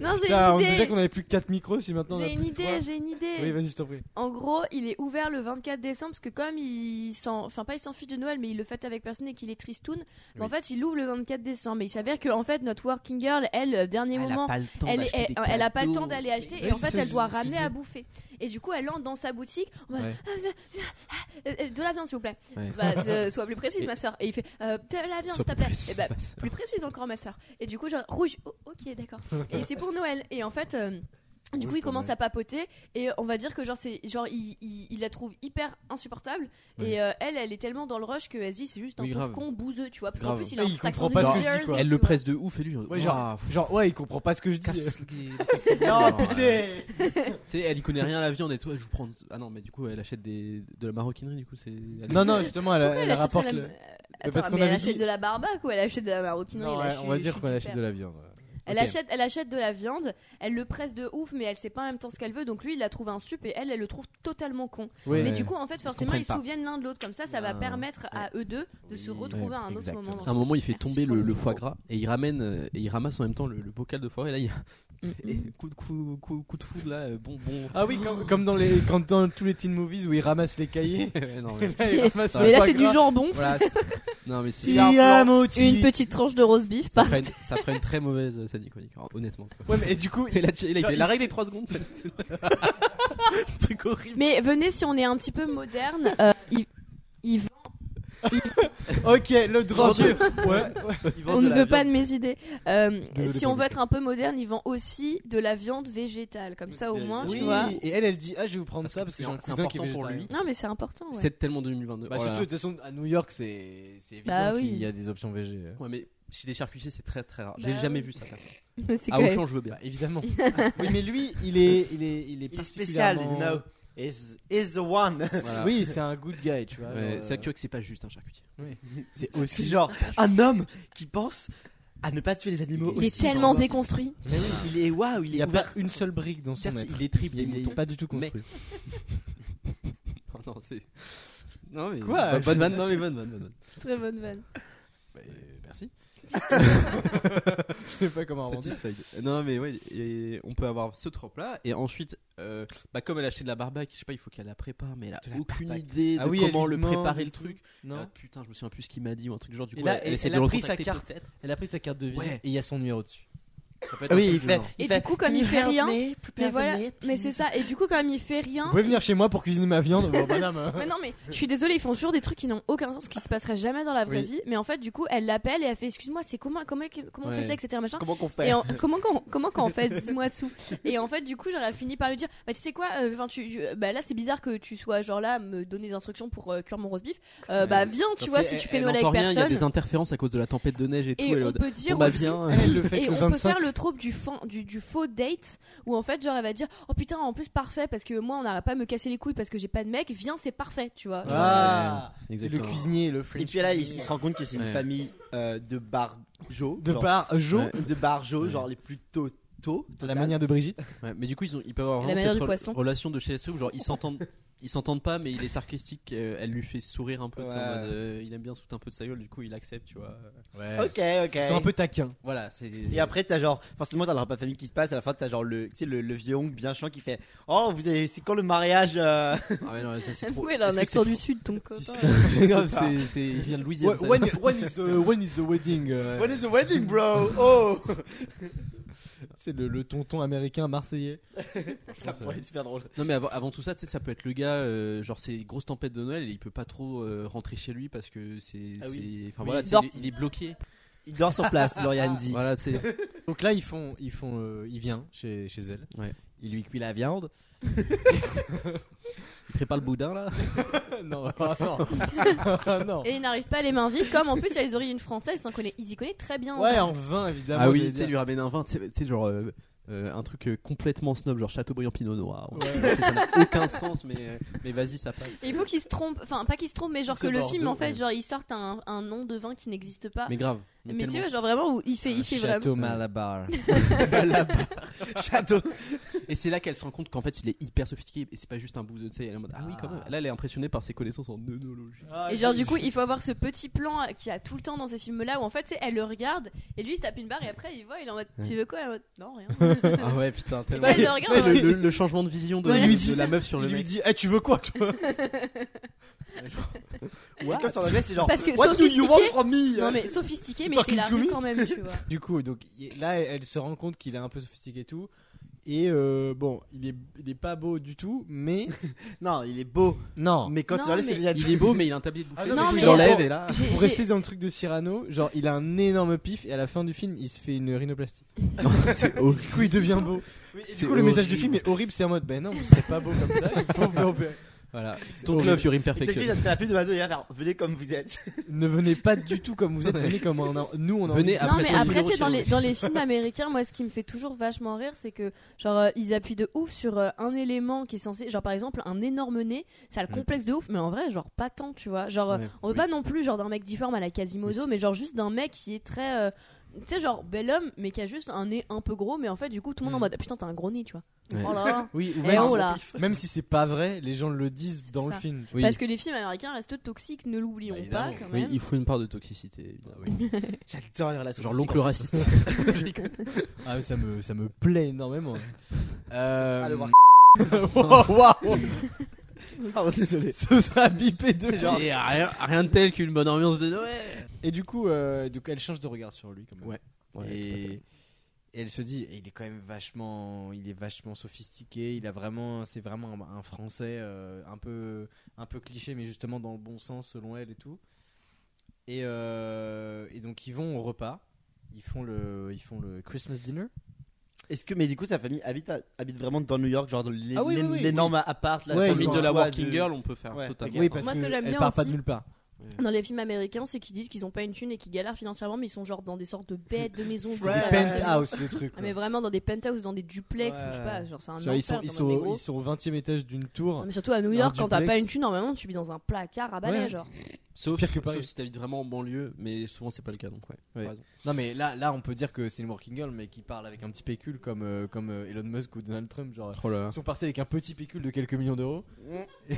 S6: non, j'ai
S5: Putain, on-
S6: une
S5: déjà
S6: idée.
S5: qu'on avait plus que 4 micros, si maintenant. on a
S6: J'ai une
S5: plus que trois.
S6: idée, j'ai une idée.
S5: Oui, vas-y, je t'en prie.
S6: En gros, il est ouvert le 24 décembre parce que comme il s'en, enfin pas il s'en fiche de Noël, mais il le fête avec personne et qu'il est tristoun. Mais en fait, il ouvre le 24 décembre. Et il s'avère que en fait, notre working girl, elle, euh, dernier moment,
S8: pas le temps
S6: elle, est- elle, elle a pas le temps d'aller acheter
S5: Oui,
S6: et en
S5: c'est
S6: fait,
S5: ça,
S6: elle
S5: je-
S6: doit
S5: ce que je
S6: ramener
S5: disais.
S6: à bouffer. Et du coup, elle entre dans sa boutique. en mode,
S5: Ouais.
S6: Ah, viens, viens, ah, euh, euh, de la viande, s'il vous plaît.
S8: Ouais.
S5: (laughs)
S6: Bah, de- sois plus
S8: Et-
S6: précise, ma soeur. Et il fait euh, de la viande, s'il te plaît. Et bah, plus précise encore ma soeur et du coup genre rouge Oh, ok
S5: (laughs)
S6: d'accord et c'est pour Noël et en fait euh,
S5: Rouge
S6: du coup, il
S5: pour
S6: commence
S5: Noël.
S6: à papoter et on va dire que genre c'est genre il, il- il la trouve hyper insupportable
S8: Ouais.
S6: et euh, elle elle est tellement dans le rush que elle se dit c'est juste un
S8: Oui,
S6: pauvre
S8: grave.
S6: con bouseux tu vois parce
S8: Grave.
S6: qu'en plus il a
S5: Et
S6: un
S5: il
S6: petit accent
S5: comprend pas
S6: de
S5: ce que je
S6: New
S5: dis,
S6: Jersey,
S5: quoi.
S8: Elle
S6: tu
S8: le
S6: vois.
S8: presse de ouf et lui
S5: Ouais,
S8: Ah,
S5: genre, genre, ouais, il comprend pas ce que je dis. (laughs)
S8: Casse (laughs)
S7: Non,
S8: Ouais.
S7: putain
S8: euh, Tu sais, elle y connaît rien à la viande et toi, je vous prends. Ah non, mais du coup, elle achète des... de la maroquinerie, du coup, c'est. elle-
S5: Non, non, justement, elle,
S6: Pourquoi
S5: elle rapporte.
S6: achèterait
S5: le-
S6: la-
S5: Mais
S6: Attends,
S5: parce qu'on
S6: mais elle
S5: avait
S6: achète
S5: dit-
S6: de la barbac ou elle achète de la maroquinerie
S5: Non,
S6: Là,
S5: ouais,
S6: je suis-
S5: on va
S6: je
S5: dire
S6: suis
S5: qu'on
S6: hyper-
S5: achète de la viande. ouais.
S6: Elle,
S5: Ok.
S6: achète, elle achète de la viande, elle le presse de ouf, mais elle sait pas en même temps ce qu'elle veut, donc lui il la trouve un sup et elle, elle le trouve totalement con.
S5: Ouais.
S6: Mais du coup, en fait, forcément,
S8: comprennent
S6: ils se
S8: pas.
S6: souviennent l'un de l'autre. Comme ça, ça va
S8: Ah,
S6: permettre à eux deux de se
S5: Oui.
S6: retrouver
S8: Ouais,
S6: à un autre
S5: exactement.
S6: moment. dans
S8: À un moment, il fait
S6: Merci
S8: tomber
S6: pour
S8: le,
S6: le
S8: le
S6: micro.
S8: foie gras et il ramène euh, et il ramasse en même temps le, le bocal de foie. Et là, il y a
S6: Mm.
S8: et coup de coup, coup, coup de foudre là, euh, bonbon.
S5: Ah oui, comme, comme dans, les, quand dans tous les teen movies où ils ramassent les cahiers.
S6: (laughs)
S5: (laughs)
S8: (laughs) Ouais, non, mais-
S5: Là, ils ramassent
S6: Mais
S5: le
S6: là,
S5: foie
S6: c'est du
S5: gras.
S6: jambon.
S8: Voilà, c'est- Non, mais c'est-
S6: Il y a un plan.
S7: Yamauchi.
S6: Une petite tranche de roast beef,
S8: ça
S6: par
S8: ferait, une, ça ferait une très mauvaise euh, scène iconique, alors, honnêtement.
S5: Ouais, mais du coup,
S8: Et là, tu- et là, il
S5: Genre,
S8: fait la
S5: il-
S8: règle des 3 secondes, c'est Un truc horrible.
S6: Mais venez, si on est un petit peu moderne, euh, il- il-
S5: ok, le drop.
S8: Dieu.
S5: Ouais.
S6: on ne veut pas de mes idées. Euh, si on veut être un peu moderne, ils vendent aussi de la viande végétale. Comme ça, au
S7: de la
S6: moins,
S5: Oui.
S6: tu vois.
S5: Et elle, elle dit ah je vais vous prendre ça parce que j'ai un
S8: c'est
S5: cousin qui est
S8: important pour
S5: végétarien.
S8: lui.
S6: Non, mais c'est important. ouais.
S8: C'est tellement 2022.
S5: Bah
S8: Oh là
S5: surtout de
S8: là.
S5: toute façon à New York c'est c'est évident
S6: Bah oui.
S5: qu'il y a des options végé. euh.
S8: Ouais, mais chez des charcutiers, c'est très très rare.
S6: Bah
S8: J'ai jamais
S6: oui.
S8: vu ça. personne.
S6: (laughs) Mais c'est
S8: À
S6: quand même-
S8: Auchan, je veux bien.
S5: Bah évidemment. (laughs) oui mais lui il est il est il est,
S7: Il est spécial, you
S5: particulièrement-
S7: know. Is, is the one.
S8: Voilà.
S5: Oui c'est un good guy tu vois.
S8: Ouais,
S5: genre,
S8: c'est vrai
S5: euh,
S8: que tu vois que c'est pas juste un (laughs) charcutier.
S5: c'est
S7: C'est
S5: aussi
S7: genre un homme qui pense à ne pas tuer les animaux
S6: Il est
S7: aussi.
S6: tellement déconstruit.
S5: Mais oui.
S7: Il est waouh, il
S5: Il n'y
S7: est
S5: a
S7: ouvert.
S5: pas une seule brique dans son
S8: Certes,
S5: être.
S8: il est triple, il y a des
S5: Il
S8: moutons.
S5: est pas du tout
S8: Mais-
S5: construit.
S8: Non, Oh non, c'est. (laughs) Non, mais.
S5: Quoi
S8: Bonne- Bonne vanne, non, mais bonne vanne, bonne vanne.
S6: Très bonne vanne.
S8: Bah, euh, merci.
S5: Je sais pas comment arrondir.
S8: Satisfied. Non, mais ouais, et on peut avoir ce trope-là. Et ensuite, euh, bah, comme elle a acheté de la barbac, je sais pas, il faut qu'elle la prépare, mais elle a aucune idée de
S5: Ah oui, elle
S8: comment
S5: lui
S8: le
S5: demande
S8: préparer
S5: et
S8: le
S5: tout.
S8: truc. Ah,
S5: Non.
S8: putain, je me souviens plus ce qu'il m'a dit ou un truc du genre. Du
S5: Et
S8: coup,
S5: là,
S8: elle,
S5: et-
S8: essaie
S5: elle
S8: de
S5: a
S8: le
S5: pris sa
S8: recontacter
S5: carte.
S8: peut-être.
S5: Elle a pris sa carte de visite
S8: Ouais. Ah
S5: et il y a son numéro dessus.
S8: Ça peut être un
S7: Oui,
S8: truc
S7: il
S8: du
S7: fait.
S8: genre.
S6: Et du coup, comme il fait rien, mais voilà. Mais c'est ça. Et du coup, comme il fait rien.
S5: Vous pouvez venir chez moi pour cuisiner ma viande, bon, madame. hein.
S6: Mais non, mais je suis désolée, ils font toujours des trucs qui n'ont aucun sens, qui se passeraient jamais dans la vraie
S5: Oui.
S6: vie. Mais en fait, du coup, elle l'appelle et elle fait Excuse-moi, c'est comment, comment, comment on
S8: Ouais.
S6: fait ça, etc. Machin.
S7: Comment qu'on
S6: Et
S7: fait
S6: en- (laughs) comment quand comment quand en fait dis-moi
S8: (laughs)
S6: dessous. Et en fait du coup j'aurais fini par lui dire bah tu sais quoi euh, enfin, tu- tu- bah là c'est bizarre que tu sois genre là à me donner des instructions pour euh, cuire mon roast beef. Euh, bah viens tu
S8: Genre,
S6: vois
S8: sais,
S6: si tu
S8: elle-
S6: fais
S8: elle
S6: Noël avec
S8: entend Eh, rien, Il y a des
S6: personne
S8: interférences à cause de la tempête de neige et tout.
S6: et
S8: elle est en
S6: on
S8: mode,
S6: peut dire
S8: bon, bah,
S6: aussi (laughs)
S8: viens.
S5: Elle le fait
S6: et
S5: que
S6: on
S5: le
S6: peut
S5: 25.
S6: faire le trope du, fan- du, du faux date où en fait genre elle va dire oh putain en plus parfait parce que moi on n'arrête pas à me casser les couilles parce que j'ai pas de mec viens c'est parfait tu vois. Genre,
S5: Ah, c'est le
S8: Exactement.
S5: cuisinier, le French.
S7: Et puis là, il, il
S5: cuisinier.
S7: se rend compte que c'est une
S8: Ouais.
S7: famille euh, de barjo.
S5: de
S7: genre-
S5: par euh, Jo,
S8: Ouais.
S7: (laughs) De barjo,
S8: Ouais.
S7: genre les plus totaux.
S5: de la manière de Brigitte.
S8: Ouais, mais du coup, ils, ont, ils peuvent avoir
S6: Et la
S8: vraiment
S6: manière
S8: cette
S6: du
S8: rel-
S6: poisson.
S8: relation de chez les où genre ils s'entendent. (laughs) Ils s'entendent pas, mais il est sarcastique. euh, elle lui fait sourire un peu. c'est en
S7: Ouais.
S8: mode, euh, il aime bien foutre un peu de sa gueule, du coup il accepte, tu vois. Ah,
S5: Ouais.
S7: Ok, ok.
S5: Ils sont un peu taquins.
S8: Voilà, c'est.
S7: Et après, t'as genre, forcément, t'as le repas de famille qui se passe. À la fin, t'as genre le, tu sais, le, le vieux oncle bien chiant qui fait Oh, vous avez, c'est quand le mariage euh,
S8: Ah, mais non, ça c'est trop.
S6: (laughs) (laughs) Oui, elle a un
S8: Est-ce que
S6: accent
S8: c'est
S6: du
S8: fran-
S6: sud ton
S8: Si,
S6: copain.
S8: c'est-
S7: Je sais
S8: grave,
S7: pas.
S8: c'est- c'est- Il vient de Louisiane. ça.
S5: is the, when is the wedding euh,
S7: When is the wedding, (laughs) bro Oh
S5: C'est le, le tonton américain marseillais.
S7: Ça pourrait être super drôle.
S8: Non mais avant, avant tout ça, tu sais, ça peut être le gars, euh, genre c'est grosse tempête de Noël et il peut pas trop euh, rentrer chez lui parce que c'est,
S7: Ah oui.
S8: c'est- enfin
S7: Oui,
S8: voilà,
S7: il
S8: tu sais,
S6: dort.
S8: il, est- il est bloqué.
S7: Il dort sur place, Lauriane (laughs) dit.
S8: Voilà, tu sais.
S5: Donc là, ils font, ils font, euh, il vient chez, chez elle.
S8: Ouais.
S5: Il lui cuit la viande.
S8: il prépare le boudin là.
S5: (laughs) non, ah, non. Ah, non.
S6: Et il n'arrive pas les mains vides comme en plus il a les origines françaises, il s'en connaît, il s'y connaît très bien.
S5: Ouais, en vin évidemment.
S8: Ah oui,
S5: j'allais
S8: tu sais,
S5: dire.
S8: lui ramène un vin, tu sais- tu sais, genre euh, euh, un truc euh, complètement snob, genre Chateaubriand Pinot Noir.
S5: Ouais.
S8: Tu sais, ça (laughs) n'a aucun sens, mais, euh, mais vas-y, ça passe.
S6: Et il faut qu'il se trompe, enfin pas qu'il se trompe, mais genre
S5: Ce
S6: que le
S5: Bordeaux,
S6: film en fait,
S5: ouais.
S6: genre il sorte un, un nom de vin qui n'existe pas.
S8: Mais grave.
S6: Ah. Mais, tu
S8: tellement.
S6: sais, genre vraiment où il fait, il fait vraiment.
S5: Château Malabar.
S8: (laughs)
S7: Château.
S8: Et c'est là qu'elle se rend compte qu'en fait, il est hyper sophistiqué et c'est pas juste un bouseux, tu sais. Elle est en mode, ah oui, quand même. Là, elle est impressionnée par ses connaissances en œnologie.
S6: Et genre du coup, il faut avoir ce petit plan qu'il y a tout le temps dans ces films-là où en fait, tu sais, elle le regarde et lui il se tape une barre et après il voit, il est en mode, tu veux quoi Elle est en mode, Non, rien.
S8: (laughs) ah ouais, putain, tellement.
S6: elle le regarde,
S8: Ouais,
S6: ouais.
S8: le, le- le changement de vision de,
S6: Voilà,
S8: de
S5: c'est
S8: la
S5: ça.
S8: meuf sur le
S5: Il lui
S8: mec.
S5: dit, Eh, tu veux quoi
S6: (laughs)
S5: toi
S7: Et comme ça, en anglais, c'est genre
S6: Parce que
S7: What do you want
S6: sophistiqué-
S7: from me
S6: non mais sophistiqué, mais c'est
S5: Talking
S6: la
S5: to
S6: rue
S5: me
S6: quand même, tu vois.
S5: Du coup, donc y- là, elle se rend compte qu'il est un peu sophistiqué et tout. Et euh, bon, il est, il est pas beau du tout,
S8: (laughs)
S5: mais
S7: Non, il est beau.
S5: non.
S7: Mais quand
S6: Non,
S7: tu l'enlèves,
S6: mais-
S7: c'est Lauriane.
S8: Il est beau, mais il a un tablier de boucher.
S5: Ah
S8: Du
S6: non,
S8: coup,
S6: mais-
S8: il l'enlève et là.
S6: J'ai-
S5: Pour
S6: j'ai-
S5: rester dans le truc de Cyrano, genre il a un énorme pif et à la fin du film, il se fait une
S8: (laughs)
S5: rhinoplastie.
S8: c'est horrible.
S5: Du coup, il devient beau. Et
S8: C'est
S5: du coup, le message du
S8: horrible.
S5: film est horrible, c'est en mode ben non, vous serez pas beau comme ça, il faut vous opérer.
S8: Voilà.
S5: horrible.
S8: Don't love your
S7: Et t'as dit,
S8: imperfection.
S7: t'as tapé de Mado et il va faire Venez comme vous êtes.
S5: Ne venez pas du tout comme vous êtes, venez comme on a- nous on a
S8: Venez
S5: envie.
S6: Non
S8: Après,
S6: mais
S8: c'est
S6: après
S8: Olivier
S6: tu sais dans
S8: Rocher,
S6: les
S8: oui.
S6: dans les films américains moi ce qui me fait toujours vachement rire c'est que genre euh, ils appuient de ouf sur euh, un élément qui est censé genre par exemple un énorme nez ça a le
S8: Mm.
S6: complexe de ouf mais en vrai genre pas tant tu vois genre euh,
S8: Ouais.
S6: on veut pas non plus genre d'un mec difforme à la Quasimodo
S8: Oui.
S6: mais genre juste d'un mec qui est très euh, tu sais genre bel homme mais qui a juste un nez un peu gros mais en fait du coup tout le monde en
S5: Mm.
S6: mode Ah, putain t'as un gros nez tu vois
S8: Ouais.
S6: oh là là.
S5: Oui, ou
S6: Eh
S5: même,
S6: oh là.
S5: même si c'est pas vrai, les gens le disent dans
S6: C'est
S5: le
S6: ça.
S5: film.
S8: Oui.
S6: parce que les films américains restent toxiques ne l'oublions
S8: Bah, évidemment.
S6: pas quand
S8: Oui,
S6: même
S8: il faut une part de toxicité. évidemment, oui.
S7: J'adore les relations.
S8: Genre l'oncle raciste.
S5: Ah, mais ça me ça me plaît
S7: (laughs)
S5: énormément. Euh...
S7: Allez voir.
S5: (laughs) Waouh, waouh.
S7: Pardon, désolé.
S5: Ce sera bipé de genre.
S8: Et rien, rien de tel qu'une bonne ambiance de Noël.
S5: Et du coup, euh, donc elle change de regard sur lui quand même.
S8: Ouais.
S5: et, et elle se dit, il est quand même vachement, il est vachement sophistiqué. Il a vraiment, c'est vraiment un, un français euh, un peu, un peu cliché, mais justement dans le bon sens selon elle et tout. Et, euh, et donc ils vont au repas, ils font le, ils font le Christmas dinner.
S7: Est-ce que, mais du coup, sa famille habite, à- habite vraiment dans New York, genre dans l'é-
S5: Ah oui, oui, oui,
S7: l'énorme appart, la
S5: Ouais, ils
S8: Famille
S5: sont
S7: sur
S8: de
S7: un
S8: la
S7: toit
S8: working
S7: de-
S8: girl, on peut faire
S7: Ouais,
S8: totalement.
S7: ok.
S5: Ah, Oui, parce
S6: Moi, ce que
S5: que
S6: j'aime
S5: elle
S6: bien
S5: part pas de
S6: aussi-
S5: nulle part.
S6: Dans les films américains, c'est qu'ils disent qu'ils ont pas une thune et qu'ils galèrent financièrement, mais ils sont genre dans des sortes de beds, de maisons.
S5: C'est des
S7: Ouais.
S5: penthouse, des trucs.
S6: Ah, mais vraiment dans des penthouses, dans des duplex,
S7: Ouais.
S6: ou je sais pas, genre c'est un
S5: Genre, ils, sont,
S6: enfer
S5: ils,
S6: dans un
S5: sont,
S6: métro.
S5: ils sont au 20 e étage d'une tour.
S6: Non, mais surtout à New
S5: un
S6: York, quand t'as
S5: duplex.
S6: pas une thune, normalement tu vis dans un placard à balai,
S5: Ouais.
S6: genre.
S8: Sauf,
S5: Pire que
S8: sauf
S5: Paris.
S8: si t'habites vraiment en banlieue, mais souvent c'est pas le cas donc ouais.
S5: Ouais.
S8: t'as raison.
S5: Non mais là, là on peut dire que c'est une working girl mais qui parle avec un petit pécule comme, euh, comme euh, Elon Musk ou Donald Trump. Genre,
S8: Oh Hein.
S5: ils sont partis avec un petit pécule de quelques millions d'euros.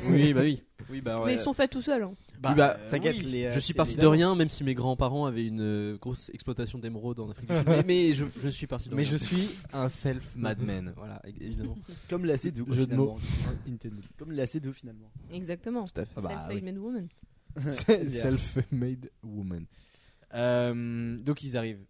S8: Oui, bah oui. Oui, bah,
S6: Mais
S8: ouais.
S6: ils sont faits tout seuls. hein.
S5: Bah,
S8: Oui, bah,
S5: euh,
S7: T'inquiète,
S5: oui.
S7: les, euh,
S8: Je suis
S7: c'est
S8: parti
S7: les-
S8: de rien, même si mes grands-parents avaient une euh, grosse exploitation d'émeraudes en Afrique du
S5: (laughs)
S8: Sud. Mais, mais je, je suis parti de
S5: Mais
S8: rien.
S5: je suis un self madman.
S8: (laughs) Voilà, é-
S6: (laughs)
S8: évidemment.
S7: Comme la Cédou,
S5: Jeu de
S7: finalement.
S5: mots. Intended.
S7: Comme la Cédou, finalement.
S6: Exactement.
S8: Tout à fait.
S5: Ah bah,
S6: Self-made woman.
S8: (laughs)
S5: Self-made woman. Euh, donc ils arrivent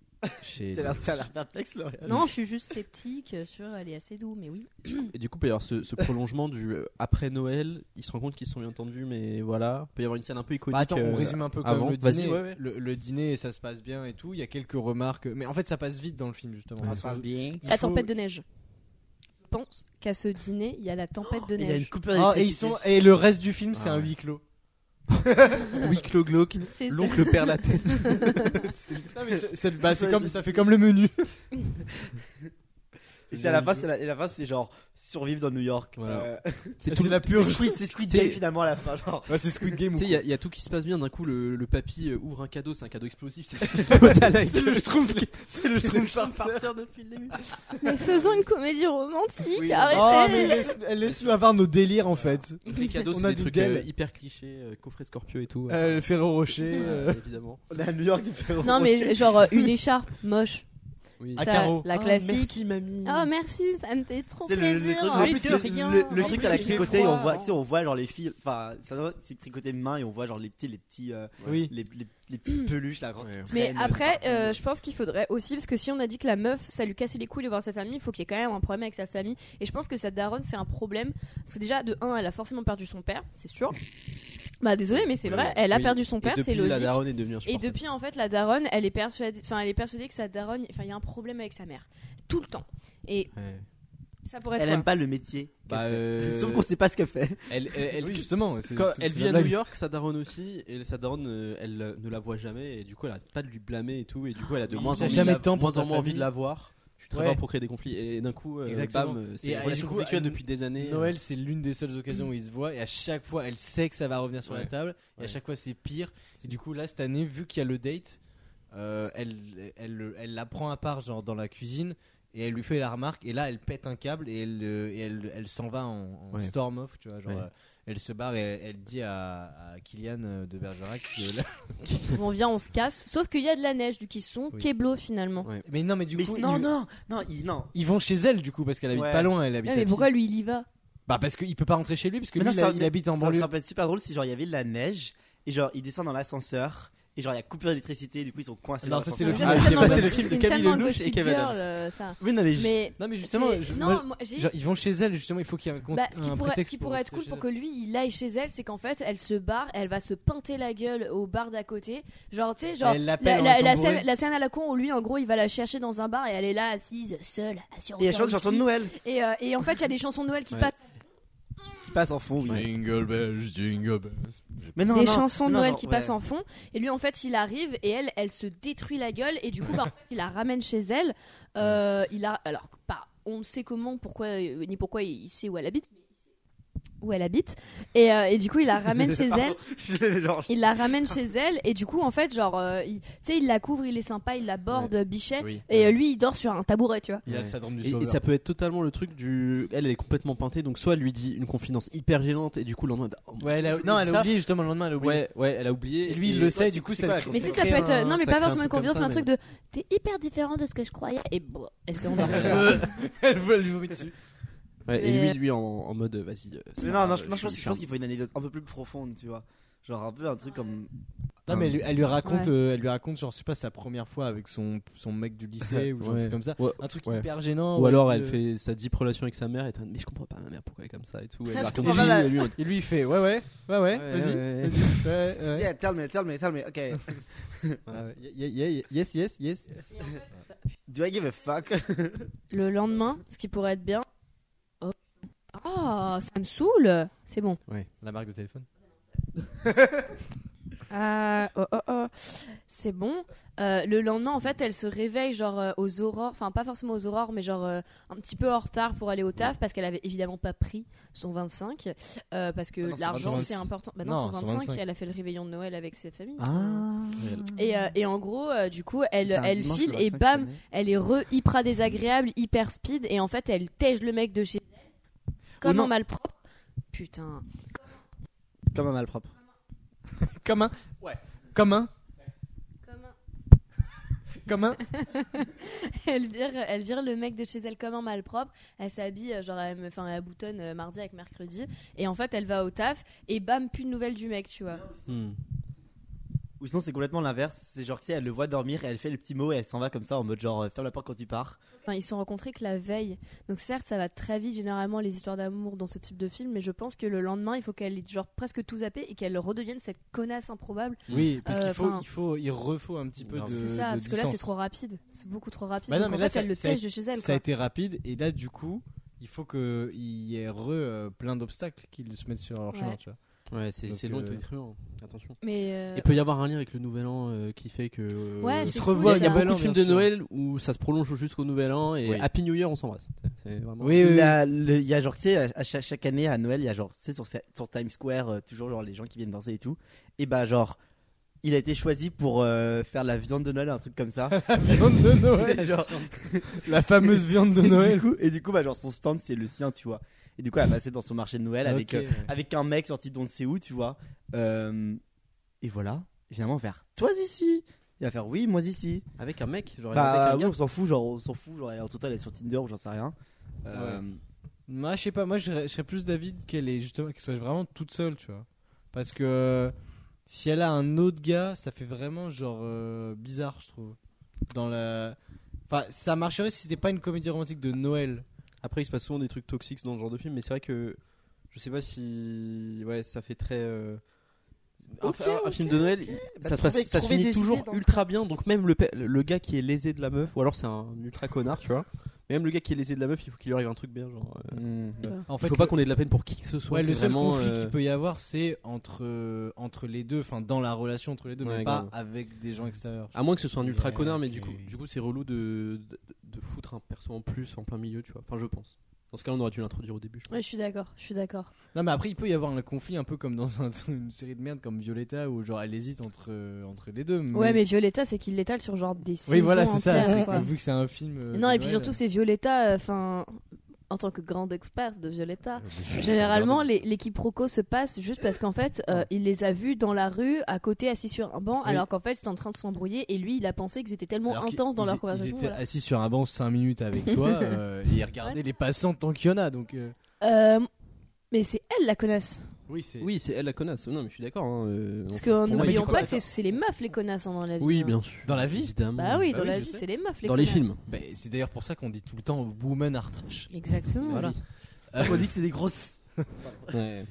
S5: chez.
S7: T'as l'air- t'as l'air perplexe, L'Oréal.
S6: Non, je suis juste sceptique euh, sur elle est assez doux, mais oui.
S8: Et du coup, il peut y avoir ce, ce prolongement du euh, après Noël. Ils se rendent compte qu'ils sont bien entendus, mais voilà. Il peut y avoir une scène un peu iconique.
S5: Bah, attends, on
S8: euh,
S5: résume un peu quand
S8: avant.
S5: même le
S8: Vas-y,
S5: dîner.
S8: ouais, ouais.
S5: Le, le dîner, ça se passe bien et tout. Il y a quelques remarques, mais en fait, ça passe vite dans le film justement.
S8: Ah,
S5: Parce qu'on-
S7: bien.
S5: il
S6: La
S5: faut-
S6: tempête de neige. Je pense qu'à ce dîner, il y a la tempête
S5: (gasps)
S6: de
S7: Il y a une
S6: neige.
S7: coupure
S5: Ah, et ils
S7: d'électricité.
S5: sont et le reste du film, c'est
S8: Ah
S5: un
S8: ouais.
S5: huis clos.
S8: Oui, Clo Glock,
S6: C'est ça.
S8: l'oncle perd
S6: (laughs)
S8: la tête.
S5: Non, mais c'est- c'est- bah, c'est
S7: Ça
S5: comme-
S7: dit-
S5: ça fait comme le menu.
S7: Et c'est à la fin, c'est la, et la fin, c'est genre survivre dans New York.
S8: Voilà.
S7: Euh,
S5: C'est
S8: tout le-
S5: la
S7: c'est
S5: purge.
S7: Squid, c'est Squid
S8: C'est- (laughs)
S7: Game finalement à la fin, genre.
S5: Ouais, c'est Squid Game.
S8: Tu
S5: ou
S8: sais, il y,
S5: quoi.
S8: a- il y a tout qui se passe bien. D'un coup, le, le papy euh, ouvre un cadeau, c'est un cadeau explosif.
S5: (laughs)
S8: C'est explosé à la
S5: C'est le
S8: gueule.
S5: Schtroumpf qui- c'est le Schtroumpf farceur. (laughs)
S7: Partir depuis le début.
S6: Mais faisons une comédie romantique,
S8: Oui,
S5: Oh, mais
S6: arrêtez
S5: laisse- elle laisse nous avoir nos délires en fait.
S8: (laughs) Les cadeaux,
S5: On
S8: c'est
S5: a
S8: des
S5: du
S8: trucs
S5: Dell.
S8: euh, hyper clichés, euh, coffret Scorpio et tout. ouais.
S5: Euh, le Ferrero Rocher,
S8: Ouais,
S5: euh,
S8: évidemment.
S7: On est à New York différent.
S6: Non, mais genre euh, une écharpe moche.
S8: Oui.
S5: À
S6: Ça,
S5: carreaux.
S6: La
S8: Ah,
S6: classique.
S8: mamie.
S6: Oh, merci, ça me fait trop
S7: C'est le, le
S6: plaisir.
S7: truc,
S6: En
S7: le,
S6: plus,
S7: truc-
S6: rien.
S7: le- le
S6: En
S7: truc
S6: plus,
S7: à la
S6: il fait
S7: tricotée, et on
S6: froid.
S7: voit, tu sais, on voit genre les filles, enfin, ça doit- c'est tricoté de main et on voit genre les petits, les petits, euh,
S5: Oui.
S7: les, les,
S6: (clears throat)
S7: les petites peluches là. quand
S8: Ouais.
S7: ils
S6: Mais
S7: traînent,
S6: après,
S7: partout.
S6: euh, je pense qu'il faudrait aussi, parce que si on a dit que la meuf, ça lui cassait les couilles de voir sa famille, il faut qu'il y ait quand même un problème avec sa famille. Et je pense que sa daronne, c'est un problème. Parce que déjà, de un, elle a forcément perdu son père, c'est sûr. Bah désolé, mais c'est
S8: Oui.
S6: vrai, elle a
S8: Oui.
S6: perdu son
S8: Et
S6: père, c'est
S8: depuis, La
S6: logique.
S8: daronne est devenue
S6: Et
S8: insupportable.
S6: depuis, en fait, la daronne, elle est persuadée, enfin, elle est persuadée que sa daronne, enfin, il y a un problème avec sa mère, tout le temps. Et
S8: Ouais.
S6: ça pourrait être
S7: elle
S6: quoi
S7: aime pas le métier.
S8: Bah,
S7: qu'elle fait. (laughs)
S8: euh,
S7: Sauf qu'on sait pas ce qu'elle fait.
S8: elle, elle, elle-
S5: Oui, justement. c'est-
S8: quand
S5: c'est-
S8: elle
S5: c'est
S8: vit
S5: la
S8: à
S5: blague.
S8: New York, sa daronne aussi, et sa daronne, euh, elle euh, ne la voit jamais, et du coup, elle arrête pas de lui blâmer et tout, et du coup, elle a de
S5: Mais
S8: moins
S5: t'as
S8: en, envie
S5: jamais
S8: de la-
S5: de temps pour
S8: moins
S5: ta
S8: en moins envie
S5: famille.
S8: de la voir. Je suis très
S5: Ouais.
S8: fort pour créer des conflits, et d'un coup, euh,
S5: Exactement.
S8: bam, euh, c'est
S5: Et-
S8: une
S5: et
S8: relation
S5: du coup,
S8: conflictuelle
S5: à-
S8: depuis des années. euh.
S5: Noël, c'est l'une des seules occasions où ils se voient et à chaque fois, elle sait que ça va revenir sur la
S8: Ouais.
S5: table et à
S8: Ouais.
S5: chaque fois, c'est pire. Et du coup, là, cette année, vu qu'il y a le date, euh, elle, elle, elle la prend à part, genre dans la cuisine, et elle lui fait la remarque. Et là, elle pète un câble et elle, euh, et elle, elle s'en va en, en
S8: Ouais.
S5: storm off, tu vois. Genre,
S8: Ouais.
S5: euh, elle se barre et elle, elle dit à, à Kylian euh, de Bergerac. que là-
S6: On vient, on se casse. Sauf qu'il y a de la neige, du qui sont
S5: Oui.
S6: Keblo finalement.
S8: (laughs) Ouais.
S5: Mais non, mais du
S7: Mais
S5: coup,
S7: non,
S5: ils,
S7: non, non, il- non.
S5: ils vont chez elle, du coup, parce qu'elle habite
S7: Ouais.
S5: pas loin. Elle habite
S6: Ah,
S5: à
S6: mais
S5: Pied.
S6: pourquoi lui il y va
S5: Bah, parce qu'il peut pas rentrer chez lui, parce que
S7: Mais
S5: lui,
S7: non,
S5: il,
S7: ça-
S5: a- il habite en
S7: Ça,
S5: banlieue.
S7: ça peut être super drôle si genre il y avait de la neige et genre ils descendent dans l'ascenseur et genre il y a coupure d'électricité du coup ils sont coincés.
S5: Non,
S7: dans
S5: ça, c'est
S6: Ça,
S5: le
S7: l'ascenseur.
S5: film.
S8: Ah,
S6: une
S8: ok,
S6: tellement
S8: ça, c'est le
S6: gossip-
S8: film de
S6: c'est une
S8: Camille
S6: tellement
S8: Lelouch et
S6: gossip
S8: Kevin
S6: girl,
S8: Adams.
S6: euh, ça.
S7: Oui, non mais, juste-
S6: Mais
S5: Non, mais justement,
S6: c'est-
S5: je-
S6: non,
S5: moi-
S6: moi, j'ai-
S5: genre, ils vont chez elle, justement, il faut qu'il y ait un compte.
S6: Bah, ce qui
S5: un
S6: pourrait, ce
S5: prétexte
S6: qui pourrait être
S5: rentrer
S6: cool
S5: chez
S6: pour
S5: elle.
S6: que lui il aille chez elle, c'est qu'en fait elle se barre, elle va se pinter la gueule au bar d'à côté. Genre, tu sais, genre,
S5: Elle
S6: la,
S5: l'appelle en
S6: la- la
S5: tambourine.
S6: scène, la scène à la con où lui en gros il va la chercher dans un bar et elle est là assise, seule, assise
S7: Et il y a une chanson de Noël
S6: Et, euh, et en fait il y a des chansons de Noël qui
S8: Ouais.
S6: passent.
S7: qui passe en fond. Oui.
S5: Jingle bells, jingle bells.
S7: Mais non,
S6: des
S7: non,
S6: chansons de
S7: non,
S6: Noël
S7: genre,
S6: qui
S7: ouais.
S6: passent
S7: (laughs)
S6: en fond. Et lui, en fait, il arrive et elle, elle se détruit la gueule. Et
S7: (laughs)
S6: du coup, bah, en fait, il la ramène chez elle. Euh, il a, alors, pas, on ne sait comment, pourquoi, euh, ni pourquoi il il sait où elle habite. mais il sait Où elle habite. Et, euh, et du coup,
S7: (laughs)
S6: il la ramène chez elle.
S7: Pardon. genre,
S6: Il la ramène chez elle. Et du coup, en fait, genre, euh, il- tu sais, il la couvre, il est sympa, il la borde, bichet.
S8: Oui.
S6: Et euh, lui, il dort sur un tabouret, tu vois.
S5: Il a le
S8: Ouais.
S5: syndrome du
S8: Et, et
S5: sauveur.
S8: ça peut être totalement le truc du. Elle, elle est complètement peintée, donc soit elle lui dit une confidence hyper gênante, et du coup, le lendemain, elle- oh,
S5: Ouais, elle a- non, elle a oublié justement le lendemain, elle a oublié.
S8: ouais, ouais, elle a oublié.
S5: Et lui, il le sait, du coup,
S8: c'est
S5: ça
S8: pas-
S5: lui-
S6: Mais
S5: Ça
S6: tu sais, ça peut
S5: crée
S6: être. euh,
S8: un-
S6: non, mais
S8: ça
S6: pas
S8: crée un
S6: forcément une
S8: truc comme
S6: confiance,
S8: ça,
S6: mais un truc
S8: mais-
S6: de. T'es hyper différent de ce que je croyais. Et bon, elle s'est
S5: Euh, elle veut lui vomir dessus.
S8: Ouais,
S6: Mais-
S8: et lui, lui en, en mode, euh, vas-y. euh,
S5: Ah,
S7: Mais
S8: c'est pas
S7: non, non,
S8: grave,
S7: je, moi, je pense,
S8: suis-
S7: je pense qu'il faut une anecdote un peu plus profonde, tu vois. Genre un peu un truc comme.
S5: Non, mais elle, lui- elle lui raconte,
S6: Ouais.
S5: euh, elle lui raconte, genre, je sais pas, sa première fois avec son, son mec du (laughs) lycée ou genre, un
S8: Ouais.
S5: truc comme ça.
S8: Ouais.
S5: Un truc
S8: Ouais.
S5: hyper gênant.
S8: Ou
S5: ouais,
S8: alors
S5: qui euh,
S8: elle
S5: le-
S7: euh,
S8: fait sa deep relation avec sa mère et t'es en mode, mais je comprends pas ma mère pourquoi elle est comme ça et tout. Elle
S7: Ah, je
S6: Oh,
S8: raconte-
S6: bah,
S7: comprends pas,
S8: et lui, et lui,
S5: Et lui, il fait Ouais, ouais, ouais, ouais,
S8: Ouais,
S5: vas-y,
S8: ouais, ouais.
S5: vas-y. ouais, ouais.
S7: Yeah, tell me, tell me, tell me. Okay.
S5: (laughs) Ouais, ouais. Yeah, yeah, yeah, yes, yes, yes.
S7: Do I give a fuck
S6: Le lendemain, ce qui pourrait être bien. Oh, Ah, ça me saoule. C'est bon.
S5: La marque de téléphone.
S6: Ah, oh, oh, oh. C'est bon. Euh, le lendemain, en fait, elle se réveille genre euh, aux aurores, enfin pas forcément aux aurores, mais genre euh, un petit peu en retard pour aller au taf parce qu'elle avait évidemment pas pris son 25 euh, parce que
S7: Ah non, son
S6: l'argent
S5: 25.
S6: c'est important. Bah
S5: Non,
S6: non, son
S5: son
S6: 25,
S5: 25.
S6: elle a fait le réveillon de Noël avec ses familles.
S7: Ah.
S6: Et, euh, et en gros, euh, du coup, elle,
S7: C'est un
S6: elle
S7: dimanche,
S6: file
S7: le
S6: et
S7: 25,
S6: bam,
S7: c'est
S6: elle est re hyper désagréable, hyper speed et en fait, elle tège le mec de chez elle comme
S7: non.
S6: un malpropre. Putain. (laughs)
S7: bon. Comme un malpropre.
S5: Comme un. Ouais. Comme un.
S6: Comme un-
S5: Comme un.
S6: elle vire, elle vire le mec de chez elle comme un malpropre. Elle s'habille, euh, genre, elle, me- enfin, elle boutonne euh, mardi avec mercredi. Et en fait, elle va au taf et bam, plus de nouvelles du mec, tu vois.
S8: Hmm.
S7: Ou sinon, c'est complètement l'inverse. C'est genre, que c'est elle le voit dormir et elle fait le petit mot et elle s'en va comme ça en mode genre, euh, ferme la porte quand tu pars.
S6: Enfin, ils se sont rencontrés que la veille. Donc, certes, ça va très vite, généralement, les histoires d'amour dans ce type de film. Mais je pense que le lendemain, il faut qu'elle ait genre presque tout zappé et qu'elle redevienne cette connasse improbable.
S5: Oui, parce qu'il
S6: Euh,
S5: faut,
S6: enfin-
S5: il faut, il refaut un petit peu
S8: Non,
S5: de.
S6: c'est
S5: de
S6: ça, parce que là, c'est
S5: distance.
S6: trop rapide. C'est beaucoup trop rapide.
S5: Bah non,
S6: Donc,
S5: mais
S6: en
S5: là,
S6: fait,
S5: ça-
S6: elle le
S5: ça-
S6: tège de chez elle.
S5: Ça a
S6: quoi.
S5: été rapide et là du coup il faut qu'il y ait re, euh, plein d'obstacles qu'ils se mettent sur leur
S6: Ouais.
S5: chemin tu vois.
S8: Ouais, c'est
S5: Donc,
S8: c'est long
S5: euh,
S8: et déprimant. Attention.
S6: Mais. euh,
S8: Il peut y avoir un lien avec le nouvel an euh, qui fait que. euh,
S6: Ouais,
S5: Ils
S6: Ah, c'est
S5: se
S6: cool,
S5: revoient
S6: ça.
S5: il y a
S6: Beaucoup
S8: beaucoup
S5: beaucoup
S8: de films de Noël où ça se prolonge jusqu'au nouvel an et
S5: Oui.
S8: Happy New Year on s'embrasse. C'est- C'est vraiment.
S5: Oui, oui, oui.
S7: La- le- Il y a genre, tu sais, à, à chaque, chaque année à Noël, il y a genre, tu sais, sur, sa- sur Times Square, euh, toujours genre les gens qui viennent danser et tout. Et bah, genre, il a été choisi pour euh, faire la viande de Noël, un
S5: (laughs)
S7: truc comme ça.
S5: viande de (laughs) Noël,
S7: Genre,
S5: la fameuse viande de
S7: Et du
S5: Noël.
S7: coup, et du coup, bah, genre, son stand, c'est le sien, tu vois. Et du coup, elle a passé dans son marché de Noël avec,
S5: Ok,
S7: euh,
S5: ouais.
S7: avec un mec sorti d'on ne sait où, tu vois. Euh, et voilà, évidemment, on va faire toi ici. Il va faire oui, moi ici.
S8: Avec un mec, genre
S7: Bah,
S8: avec un
S7: oui,
S8: gars.
S7: on s'en fout, genre, on s'en fout, genre, elle est en total, elle est sur Tinder ou j'en sais rien. Euh,
S5: Moi je sais pas, moi je serais, je serais plus David qu'elle est justement qu'elle soit vraiment toute seule tu vois. Parce que si elle a un autre gars ça fait vraiment genre euh, bizarre je trouve. Dans la... Enfin ça marcherait si c'était pas une comédie romantique de Noël.
S8: Après, il se passe souvent des trucs toxiques dans ce genre de film, mais c'est vrai que je sais pas si. Ouais, ça fait très. euh, un-
S7: Ok,
S8: un, un
S7: ok,
S8: film de Noël, il- ça, se passe-
S7: trouvez-
S8: ça se
S7: trouvez
S8: finit
S7: des
S8: toujours
S7: idées dans ce
S8: ultra bien. Donc, même le, pe- le gars qui est lésé de la meuf, ou alors c'est un ultra connard, tu vois. mais Même le gars qui est lésé de la meuf, il faut qu'il lui arrive un truc bien. Genre, euh,
S7: hmm.
S5: En
S8: il
S5: fait
S8: faut pas qu'on ait de la peine pour qui que ce soit.
S5: Ouais,
S8: c'est
S5: le seul
S8: vraiment,
S5: conflit
S8: euh,
S5: qu'il peut y avoir, c'est entre, euh, entre les deux, enfin dans la relation entre les deux, mais
S8: Ouais,
S5: pas
S8: grave.
S5: avec des gens extérieurs.
S8: À moins que ce soit un ultra
S5: Yeah,
S8: connard, mais du
S5: ok.
S8: coup, du coup, c'est relou de, de, de foutre un perso en plus en plein milieu, tu vois. Enfin, je pense. Dans ce cas, on aurait dû l'introduire au début. Je pense.
S6: Ouais, je suis d'accord, je suis d'accord.
S5: Non, mais après, il peut y avoir un conflit un peu comme dans un- (laughs) une série de merde comme Violetta où genre elle hésite entre, euh, entre les deux.
S6: Ouais, mais Violetta, c'est qu'il l'étale sur genre des
S5: Oui,
S6: saisons
S5: voilà, c'est ça.
S6: entières,
S5: c'est
S6: quoi.
S5: que Vu que c'est un film. (laughs) euh,
S6: Non,
S5: de
S6: et puis
S5: Noël,
S6: surtout, c'est Violetta, enfin, en tant que grande experte de Violetta.
S5: Euh,
S6: Généralement, les, les quiproquos se passent juste parce qu'en fait, euh, il les a vus dans la rue, à côté, assis sur un banc,
S5: Oui.
S6: alors qu'en fait, c'était en train de s'embrouiller, et lui, il a pensé qu'ils étaient tellement
S5: alors qu'ils-
S6: intenses dans
S5: ils-
S6: leur
S5: Ils
S6: conversation.
S5: étaient
S6: voilà.
S5: assis sur un banc 5 minutes avec
S6: (laughs)
S5: toi euh, et ils regardaient les passants tant qu'il y en a. Donc, euh,
S6: Euh, mais c'est elle la connasse.
S5: oui, c'est.
S8: Oui, c'est elle la connasse. Non, mais je suis d'accord. hein, euh,
S6: Parce
S8: on-
S6: que
S8: pour moi, il
S6: n'oublions
S8: faut
S6: pas que c'est- c'est les meufs les connasses hein, dans la vie.
S8: Oui,
S6: hein.
S8: bien sûr.
S5: Dans la vie
S8: Évidemment.
S6: Bah oui,
S5: Bah
S6: dans
S5: oui,
S6: la
S5: je
S6: vie,
S5: sais.
S6: c'est les meufs les
S8: Dans les
S6: connasses.
S8: films.
S5: Bah, c'est d'ailleurs pour ça qu'on dit tout le temps woman are trash.
S6: Exactement.
S5: Voilà.
S7: on dit que c'est des grosses.
S8: (laughs)
S5: (laughs)
S8: Ouais.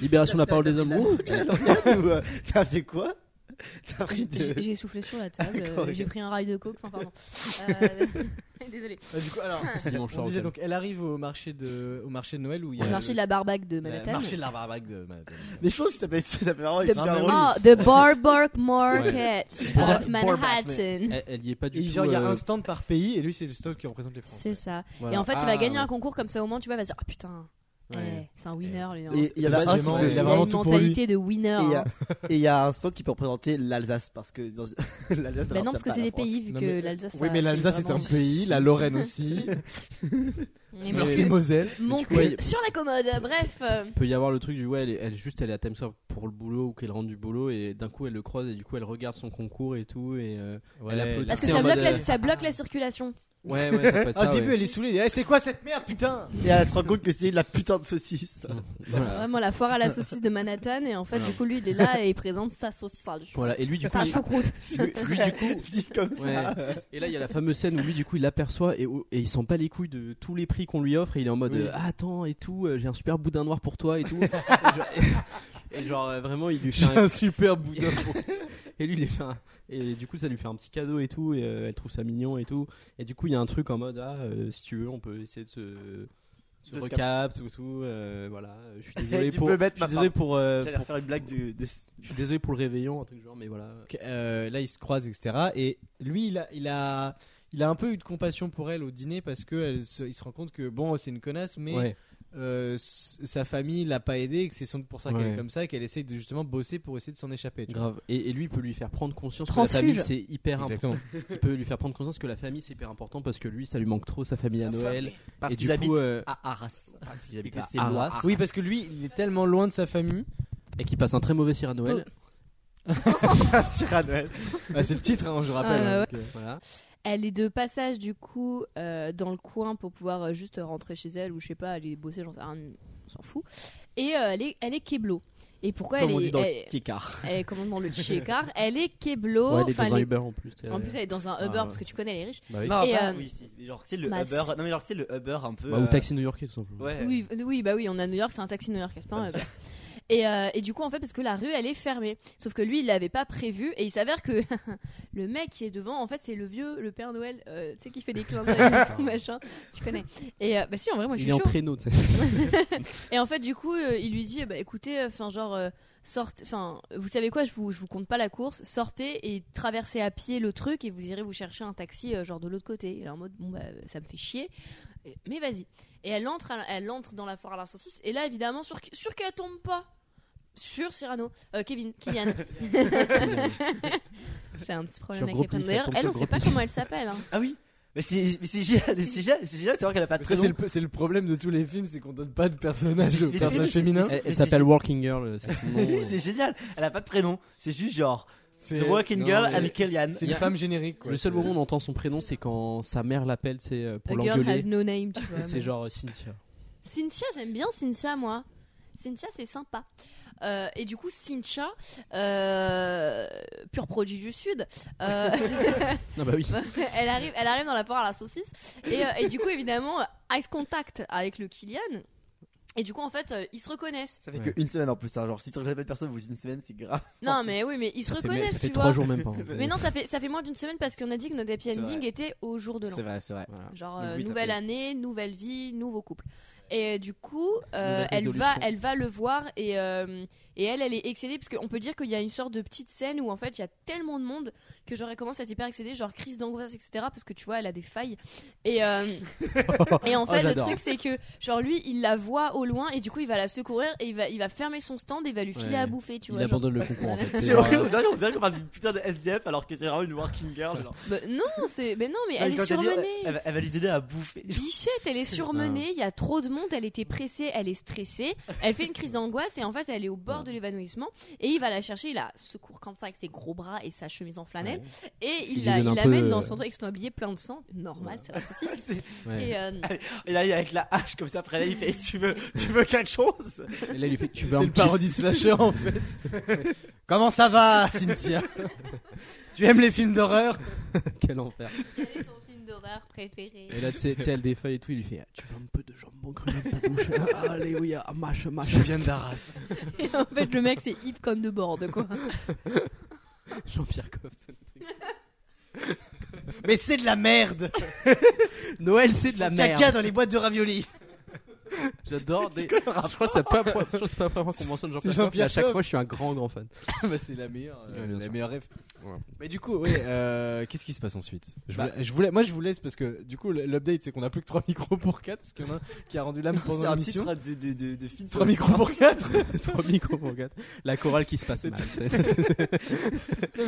S8: Libération de la parole des hommes. Ouh,
S7: Quelle enquête, ou, euh, T'as fait quoi T'as pris de-
S6: J'ai j'ai soufflé sur la table, euh,
S7: D'accord, ok.
S6: j'ai pris un rail de coke, enfin pardon. Euh, (laughs) Désolée.
S5: Bah, du coup, alors.
S8: c'est dimanche
S5: on
S8: soir.
S5: disait,
S8: ok.
S5: donc, elle arrive au marché de, au marché de Noël où il y a.
S6: Le marché de la barbac de
S5: le- le
S6: Manhattan.
S5: marché Bah, de la baraque de Manhattan.
S7: Mais je pense que ça peut être ça peut vraiment
S6: The-
S7: être super
S5: mais
S7: drôle.
S6: Ah, the Barbark Market of
S5: Barbark
S6: Manhattan.
S8: Elle, elle y est pas du
S5: Et
S8: tout.
S5: genre, il y a
S8: euh,
S5: un stand par pays et lui, c'est le stand qui représente les Français.
S6: (laughs) C'est ça.
S5: Voilà.
S6: Et en fait, il va
S8: Ah,
S6: gagner
S8: ouais.
S6: un concours comme ça au moins, tu vois, il va se dire Ah putain, eh,
S8: ouais.
S6: c'est un winner lui. hein.
S7: Et il y en a
S5: Bah,
S7: un qui
S5: vraiment,
S7: peut-
S5: il a
S6: Il
S5: vraiment
S6: une
S5: tout pour lui.
S6: mentalité de winner.
S7: Et il y a-
S6: hein.
S7: et il y a un stand qui peut représenter l'Alsace parce que dans... (laughs)
S6: Bah
S7: l'Alsace.
S6: non,
S7: n'appartient
S6: parce que
S7: pas à
S6: c'est
S7: la
S6: des
S7: France.
S6: pays, vu
S5: Non,
S6: que
S5: mais-
S6: l'Alsace.
S5: Oui, mais
S6: ça,
S5: l'Alsace est un
S6: vraiment-
S5: pays, la Lorraine aussi,
S6: Mais
S5: Meurthe
S6: parce
S5: et
S6: que
S5: Moselle.
S6: Mon
S8: tu vois,
S6: cul
S8: il-
S6: sur la commode, bref. euh,
S8: peut y avoir le truc du ouais, elle, est- elle juste elle est à Times Square pour le boulot ou qu'elle rentre du boulot et d'un coup elle le croise et du coup elle regarde son concours et tout et euh,
S5: Ouais,
S8: applaudit.
S5: la- Ah,
S6: Parce que
S8: C'est
S6: ça
S8: en
S6: bloque
S8: mode,
S6: la-
S8: euh,
S6: ça bloque la circulation.
S8: Ouais, ouais, ça peut être
S5: Au
S8: Ah, ça,
S5: début,
S8: ouais.
S5: elle est saoulée. Eh, c'est quoi cette merde, putain
S7: Et elle se rend compte que c'est de la putain de saucisse.
S8: Voilà.
S6: Vraiment la foire à la saucisse de Manhattan et en fait
S8: Voilà.
S6: du coup lui il est là et il présente sa saucisse sale.
S8: Voilà, et lui, du coup,
S6: Sa
S8: il-
S6: choucroute.
S8: lui, du coup,
S7: Dit comme (laughs) ça.
S8: Ouais. Et là, il y a la fameuse scène où lui, du coup, il aperçoit et, et il sent pas les couilles de tous les prix qu'on lui offre. Et il est en mode
S10: Oui.
S8: euh, Ah, Attends et tout, euh, j'ai un super boudin noir pour toi
S7: (laughs)
S8: et tout. et, genre, et- et genre, euh, vraiment, il lui fait un.
S10: super
S8: boudin pour- et lui, il lui fait un- Et du coup, ça lui fait un petit cadeau et tout. Et euh, elle trouve ça mignon et tout. Et du coup, il y a un truc en mode Ah, euh, si tu veux, on peut essayer de se. Se
S7: De se
S8: recapte ou tout, euh, voilà.
S7: (laughs)
S8: Je suis désolé
S7: Tu
S8: pour.
S7: peux mettre
S8: je suis
S7: ma
S8: désolé
S7: femme.
S8: pour, euh,
S7: J'allais
S8: pour-
S7: refaire une blague de. de-
S8: je suis désolé pour le réveillon, un truc du genre, mais voilà.
S5: Donc, euh, là, ils se croisent, etc. Et lui, il a, il a, il a un peu eu de compassion pour elle au dîner parce que elle se- il se rend compte que bon, c'est une connasse, mais
S8: Ouais.
S5: euh, s- sa famille l'a pas aidée, et que c'est sans doute pour ça qu'elle
S8: Ouais.
S5: est comme ça, et qu'elle essaye de justement bosser pour essayer de s'en échapper. tu vois.
S8: Grave. Et, et lui il peut lui faire prendre conscience que la
S6: Transfuge.
S8: famille c'est hyper important.
S5: Exactement.
S8: (laughs) Il peut lui faire prendre conscience que la famille c'est hyper important parce que lui ça lui manque trop sa famille à Noël.
S7: Parce
S8: et du
S7: qu'ils habitent
S8: coup, euh,
S7: à Arras. Parce qu'ils habitent
S8: que
S7: à
S8: c'est
S7: Arras.
S8: loin.
S5: oui, parce que lui, il est tellement loin de sa
S7: (laughs)
S5: famille.
S8: et qui passe un très mauvais cire à Noël.
S7: Ah, C'est à Noël.
S5: (laughs) Bah, c'est le titre, hein, je rappelle.
S6: Ah,
S5: hein,
S6: ouais.
S5: donc, euh,
S8: Voilà.
S6: Elle est de passage du coup euh, dans le coin pour pouvoir euh, juste rentrer chez elle ou je sais pas aller bosser, j'en sais rien, on s'en fout. Et euh, elle est elle est keblo. Et pourquoi
S7: Comme
S6: elle
S7: on
S6: est
S7: dit dans
S6: elle-
S7: le petit car.
S6: elle est comment dans
S8: (laughs)
S6: le Chekar Elle est keblo.
S8: Ouais, elle est
S6: enfin,
S8: dans un
S6: elle est-
S8: Uber en plus.
S6: En plus elle est dans un Uber
S8: Ah, ouais.
S6: parce que tu connais elle est riche.
S8: Bah oui.
S7: Non,
S6: Et,
S7: bah,
S6: euh,
S7: oui, si. Genre, c'est le
S6: Mads.
S7: Uber. Non, mais genre, c'est le Uber un peu.
S8: Bah, ou
S7: euh,
S8: taxi new-yorkais tout simplement.
S7: Ouais.
S6: Oui, oui, bah oui, on est à New York, c'est un taxi New York, c'est pas
S8: (laughs)
S6: un Uber. Et, euh, et du coup, en fait, parce que la rue, elle est fermée. Sauf que lui, il l'avait pas prévu. Et il s'avère que (laughs) le mec qui est devant, en fait, c'est le vieux, le Père Noël, euh, tu sais, qui fait des clins
S8: (laughs)
S6: d'œil et tout, machin. Tu connais. Et euh, bah si, en vrai, moi, je
S8: il
S6: suis
S8: est en
S6: chaud.
S8: traîneau,
S5: (laughs)
S8: tu sais.
S6: Et en fait, du coup, euh, il lui dit, eh bah écoutez, enfin, genre, euh, sortez, enfin, vous savez quoi, je vous, je vous compte pas la course, sortez et traversez à pied le truc et vous irez vous chercher un taxi, euh, genre de l'autre côté. Et là, en mode, bon, bah, ça me fait chier, Et- mais vas-y. Et elle entre, à la- elle entre dans la foire à la saucisse, et là, évidemment, sûr, que- sûr qu'elle tombe pas. Sur Cyrano, Euh, Kevin, Kylian. (laughs) J'ai un petit problème
S8: Sur
S6: avec
S8: gros
S6: les prénoms.
S8: pif, elle
S6: D'ailleurs,
S8: tombe
S6: elle,
S8: sur
S6: on
S8: gros
S6: sait pas
S8: pif.
S6: comment elle s'appelle. hein.
S7: Ah oui. Mais c'est mais c'est génial. C'est génial, c'est génial de savoir qu'elle a pas de
S5: mais ça,
S7: prénom.
S5: c'est le, c'est le problème de tous les films, c'est qu'on donne pas de personnage
S7: Mais
S5: au
S7: c'est-
S5: personnage féminin.
S8: Elle, elle
S7: Mais c'est
S8: s'appelle
S7: gé-
S8: Working Girl, euh, c'est son nom.
S7: Oui, c'est génial. Elle a pas de prénom. C'est juste genre.
S5: C'est
S7: The Walking
S8: non,
S7: Girl
S8: mais-
S7: avec Kellyanne.
S5: c'est une femme générique. quoi.
S8: Le seul
S5: C'est-
S8: moment où on entend son prénom, c'est quand sa mère l'appelle, c'est euh, pour
S6: A girl
S8: l'engueuler.
S6: has no name, tu vois.
S8: C'est
S6: mais-
S8: genre euh, Cynthia.
S6: Cynthia, j'aime bien Cynthia, moi. Cynthia, c'est sympa. Euh, et du coup, Cynthia, euh, pur produit du Sud, euh, (laughs)
S8: (laughs)
S5: Ah,
S8: Non, bah oui.
S6: elle, arrive, elle arrive dans la foire à la saucisse. Et, euh, et du coup, évidemment, euh, ice contact avec le Kylian. Et du coup, en fait, euh, ils se reconnaissent.
S7: Ça fait qu'une semaine en plus. hein. Genre, si tu reconnais pas de personne, vous une semaine, c'est grave.
S6: Non, mais oui, mais ils se
S8: Oh. Ça fait, mais-
S6: reconnaissent,
S8: ça fait
S6: tu
S8: trois
S6: vois.
S8: jours même pas.
S6: Mais non, ça fait, ça fait moins d'une semaine parce qu'on a dit que notre happy
S7: C'est
S6: ending
S7: vrai.
S6: était au jour de l'an.
S7: vrai, c'est vrai.
S8: Voilà.
S6: Genre
S7: Donc
S6: euh,
S7: oui, ça
S6: nouvelle
S7: fait-
S6: année, nouvelle vie, nouveau couple. Et euh, du coup, euh,
S8: Nouvelle
S6: elle va,
S8: résolution.
S6: elle va le voir et, euh, et elle, elle est excédée parce qu'on peut dire qu'il y a une sorte de petite scène où en fait il y a tellement de monde que j'aurais commencé à être hyper excédée, genre crise d'angoisse, etc. Parce que tu vois, elle a des failles. Et,
S8: (laughs)
S6: euh, et en
S8: Oh,
S6: fait, le
S8: j'adore.
S6: truc c'est que genre lui, il la voit au loin et du coup il va la secourir et il va, il va fermer son stand et il va lui filer
S8: Ouais.
S6: à bouffer, tu
S8: (laughs) Il
S6: vois. genre.
S8: abandonne le concours en
S7: (laughs)
S8: fait.
S7: C'est horrible. On dirait- On dirait qu'on parle d'une putain de SDF alors que c'est vraiment une working girl. genre.
S6: (laughs) Bah, non, c'est, mais non, mais elle
S7: Quand
S6: est
S7: t'as dit,
S6: surmenée.
S7: elle, va- elle va lui donner à bouffer.
S6: Bichette, elle est surmenée, il y a trop de monde, elle était pressée, elle est stressée, elle fait une crise d'angoisse et en fait elle est au bord de l'évanouissement et il va la chercher, il la secourt comme ça avec ses gros bras et sa chemise en flanelle et il
S8: Il
S6: la-
S8: lui
S6: il
S8: donne un
S6: l'amène
S8: peu,
S6: dans
S8: euh,
S6: son truc, ils sont habillés plein de sang, normal, c'est la saucisse.
S7: C'est-
S8: Ouais.
S6: Et, euh,
S7: Et là, il est avec la hache comme ça. Après, là, il fait Tu veux, tu veux quelque chose
S8: Euh, Et là, il lui fait Tu veux
S5: C'est
S8: un
S5: une
S8: petit
S5: parodie de
S8: (laughs)
S5: slasher en fait. Comment ça va, Cynthia Tu aimes les films d'horreur
S8: (laughs) Quel enfer.
S6: quel est ton film d'horreur préféré
S8: Et là, tu sais, tu sais, elle défeuille et tout. Il lui fait Ah, Tu veux un peu de jambon cru dans
S5: (laughs)
S8: ta bouche Ah, Alléluia, ah, mâche, mâche.
S5: Je viens d'Arras.
S6: Et (laughs) En fait, le mec c'est Yves Conne de Borde quoi.
S8: Jean-Pierre Coff. c'est le truc.
S5: (laughs) Mais c'est de la (laughs) merde
S8: Noël, c'est de la
S5: Caca
S8: merde.
S5: dans les boîtes de ravioli
S8: J'adore. Des... Je crois que c'est pas- je crois que c'est pas la première fois qu'on mentionne Jean-Pierre
S5: C'est
S8: Coff. mais À
S5: Jean-Pierre
S8: chaque
S5: Coff.
S8: fois, je suis un grand, grand fan.
S5: (laughs) bah, C'est la meilleure, euh,
S8: Ouais, bien
S5: la
S8: sûr.
S5: meilleure rêve.
S8: Ouais.
S5: Mais du coup, ouais, euh, qu'est-ce qui se passe ensuite je
S8: Bah-
S5: voulais, je voulais- Moi je vous laisse parce que du coup l- l'update c'est qu'on a plus que 3 (laughs) micros pour 4 parce qu'il y en a un qui a rendu l'âme
S7: C'est
S5: pendant
S7: un
S5: l'émission.
S7: titre de, de, de, de film.
S5: 3 micros pour (laughs)
S7: (laughs)
S5: 4
S8: Trois micros, mon gars. La chorale qui se passe mal. tu sais.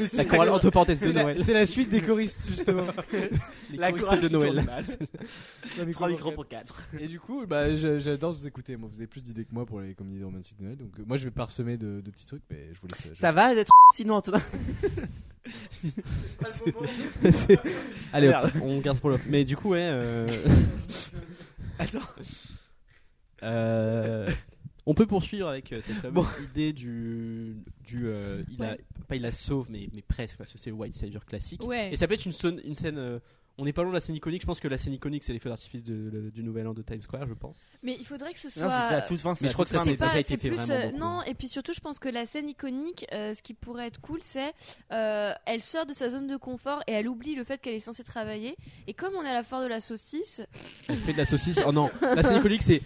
S5: c'est-
S8: la chorale entre parenthèses de
S5: C'est la,
S8: Noël.
S5: c'est la suite des choristes justement.
S8: Les
S7: la
S8: choristes
S7: chorale
S8: de
S7: qui tourne
S8: Noël.
S7: mal. 3
S5: 3
S7: micros pour 4.
S5: Et du coup, bah, je- j'adore vous écouter. Moi, vous avez plus d'idées que moi pour les comédies romantiques de Noël. Donc, euh, moi, je vais parsemer de, de petits trucs, mais je vous laisse. je vous laisse.
S7: va d'être sinon, Antonin
S8: C'est- Allez, hop,
S7: Ah, Merde.
S8: on garde pour l'off. Mais du coup, ouais. euh,
S7: (laughs)
S8: (laughs)
S7: Attends.
S8: euh, On peut poursuivre avec euh, cette fameuse
S7: Bon.
S8: idée du. du euh, il a, pas il la sauve, mais, mais presque, parce que c'est le White Savior classique.
S6: Ouais.
S8: Et ça peut être une, sonne- une scène. euh, on n'est pas loin de la scène iconique. Je pense que la scène iconique, c'est les feux d'artifice de- le- du Nouvel An de Times Square, je pense.
S6: Mais il faudrait que ce soit.
S7: Non, c'est que c'est à toute fin.
S8: Mais je crois que c'est un
S6: Bah, C'est
S8: message
S6: pas-
S8: a été
S6: c'est
S8: fait
S6: plus,
S8: vraiment.
S6: euh,
S8: beaucoup.
S6: non, et puis surtout, je pense que la scène iconique, euh, ce qui pourrait être cool, c'est euh, elle sort de sa zone de confort et elle oublie le fait qu'elle est censée travailler. Et comme on est à la foire de la saucisse,
S8: Elle fait de la saucisse. Oh non, la scène iconique, c'est.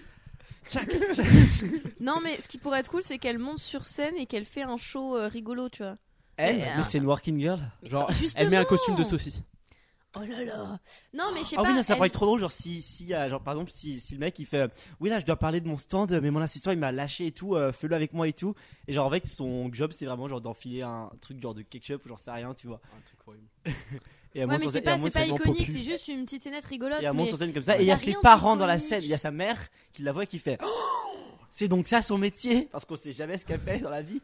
S6: non, mais ce qui pourrait être cool, c'est qu'elle monte sur scène et qu'elle fait un show euh, rigolo, tu vois.
S7: Elle,
S6: Mais,
S7: mais c'est une working girl.
S8: Genre,
S6: Justement.
S8: elle met un costume de saucisse.
S6: Oh là là. Non, mais je sais
S7: Ah
S6: pas.
S7: oui, non, ça
S6: elle-
S7: pourrait être trop drôle. Genre, si, si, euh, genre, par exemple, si, si le mec il fait euh, Oui, là, je dois parler de mon stand, euh, mais mon assistant il m'a lâché et tout, euh, fais-le avec moi et tout. Et genre, avec son job, c'est vraiment genre d'enfiler un truc genre de ketchup ou j'en sais rien, tu vois. (laughs) Et elle
S6: Ouais,
S7: monte
S6: mais
S7: sur
S6: c'est
S7: scène- et
S6: pas,
S7: elle monte
S6: c'est pas
S7: sur-
S6: iconique, c'est juste une petite scénette rigolote.
S7: Et elle monte
S6: mais-
S7: sur scène comme ça.
S6: Mais
S7: Et il y a
S6: t'as
S7: ses
S6: rien
S7: parents dans la
S6: d'iconique.
S7: scène. Il y a sa mère qui la voit et qui fait Oh, C'est donc ça son métier Parce qu'on sait jamais ce qu'elle fait dans la vie.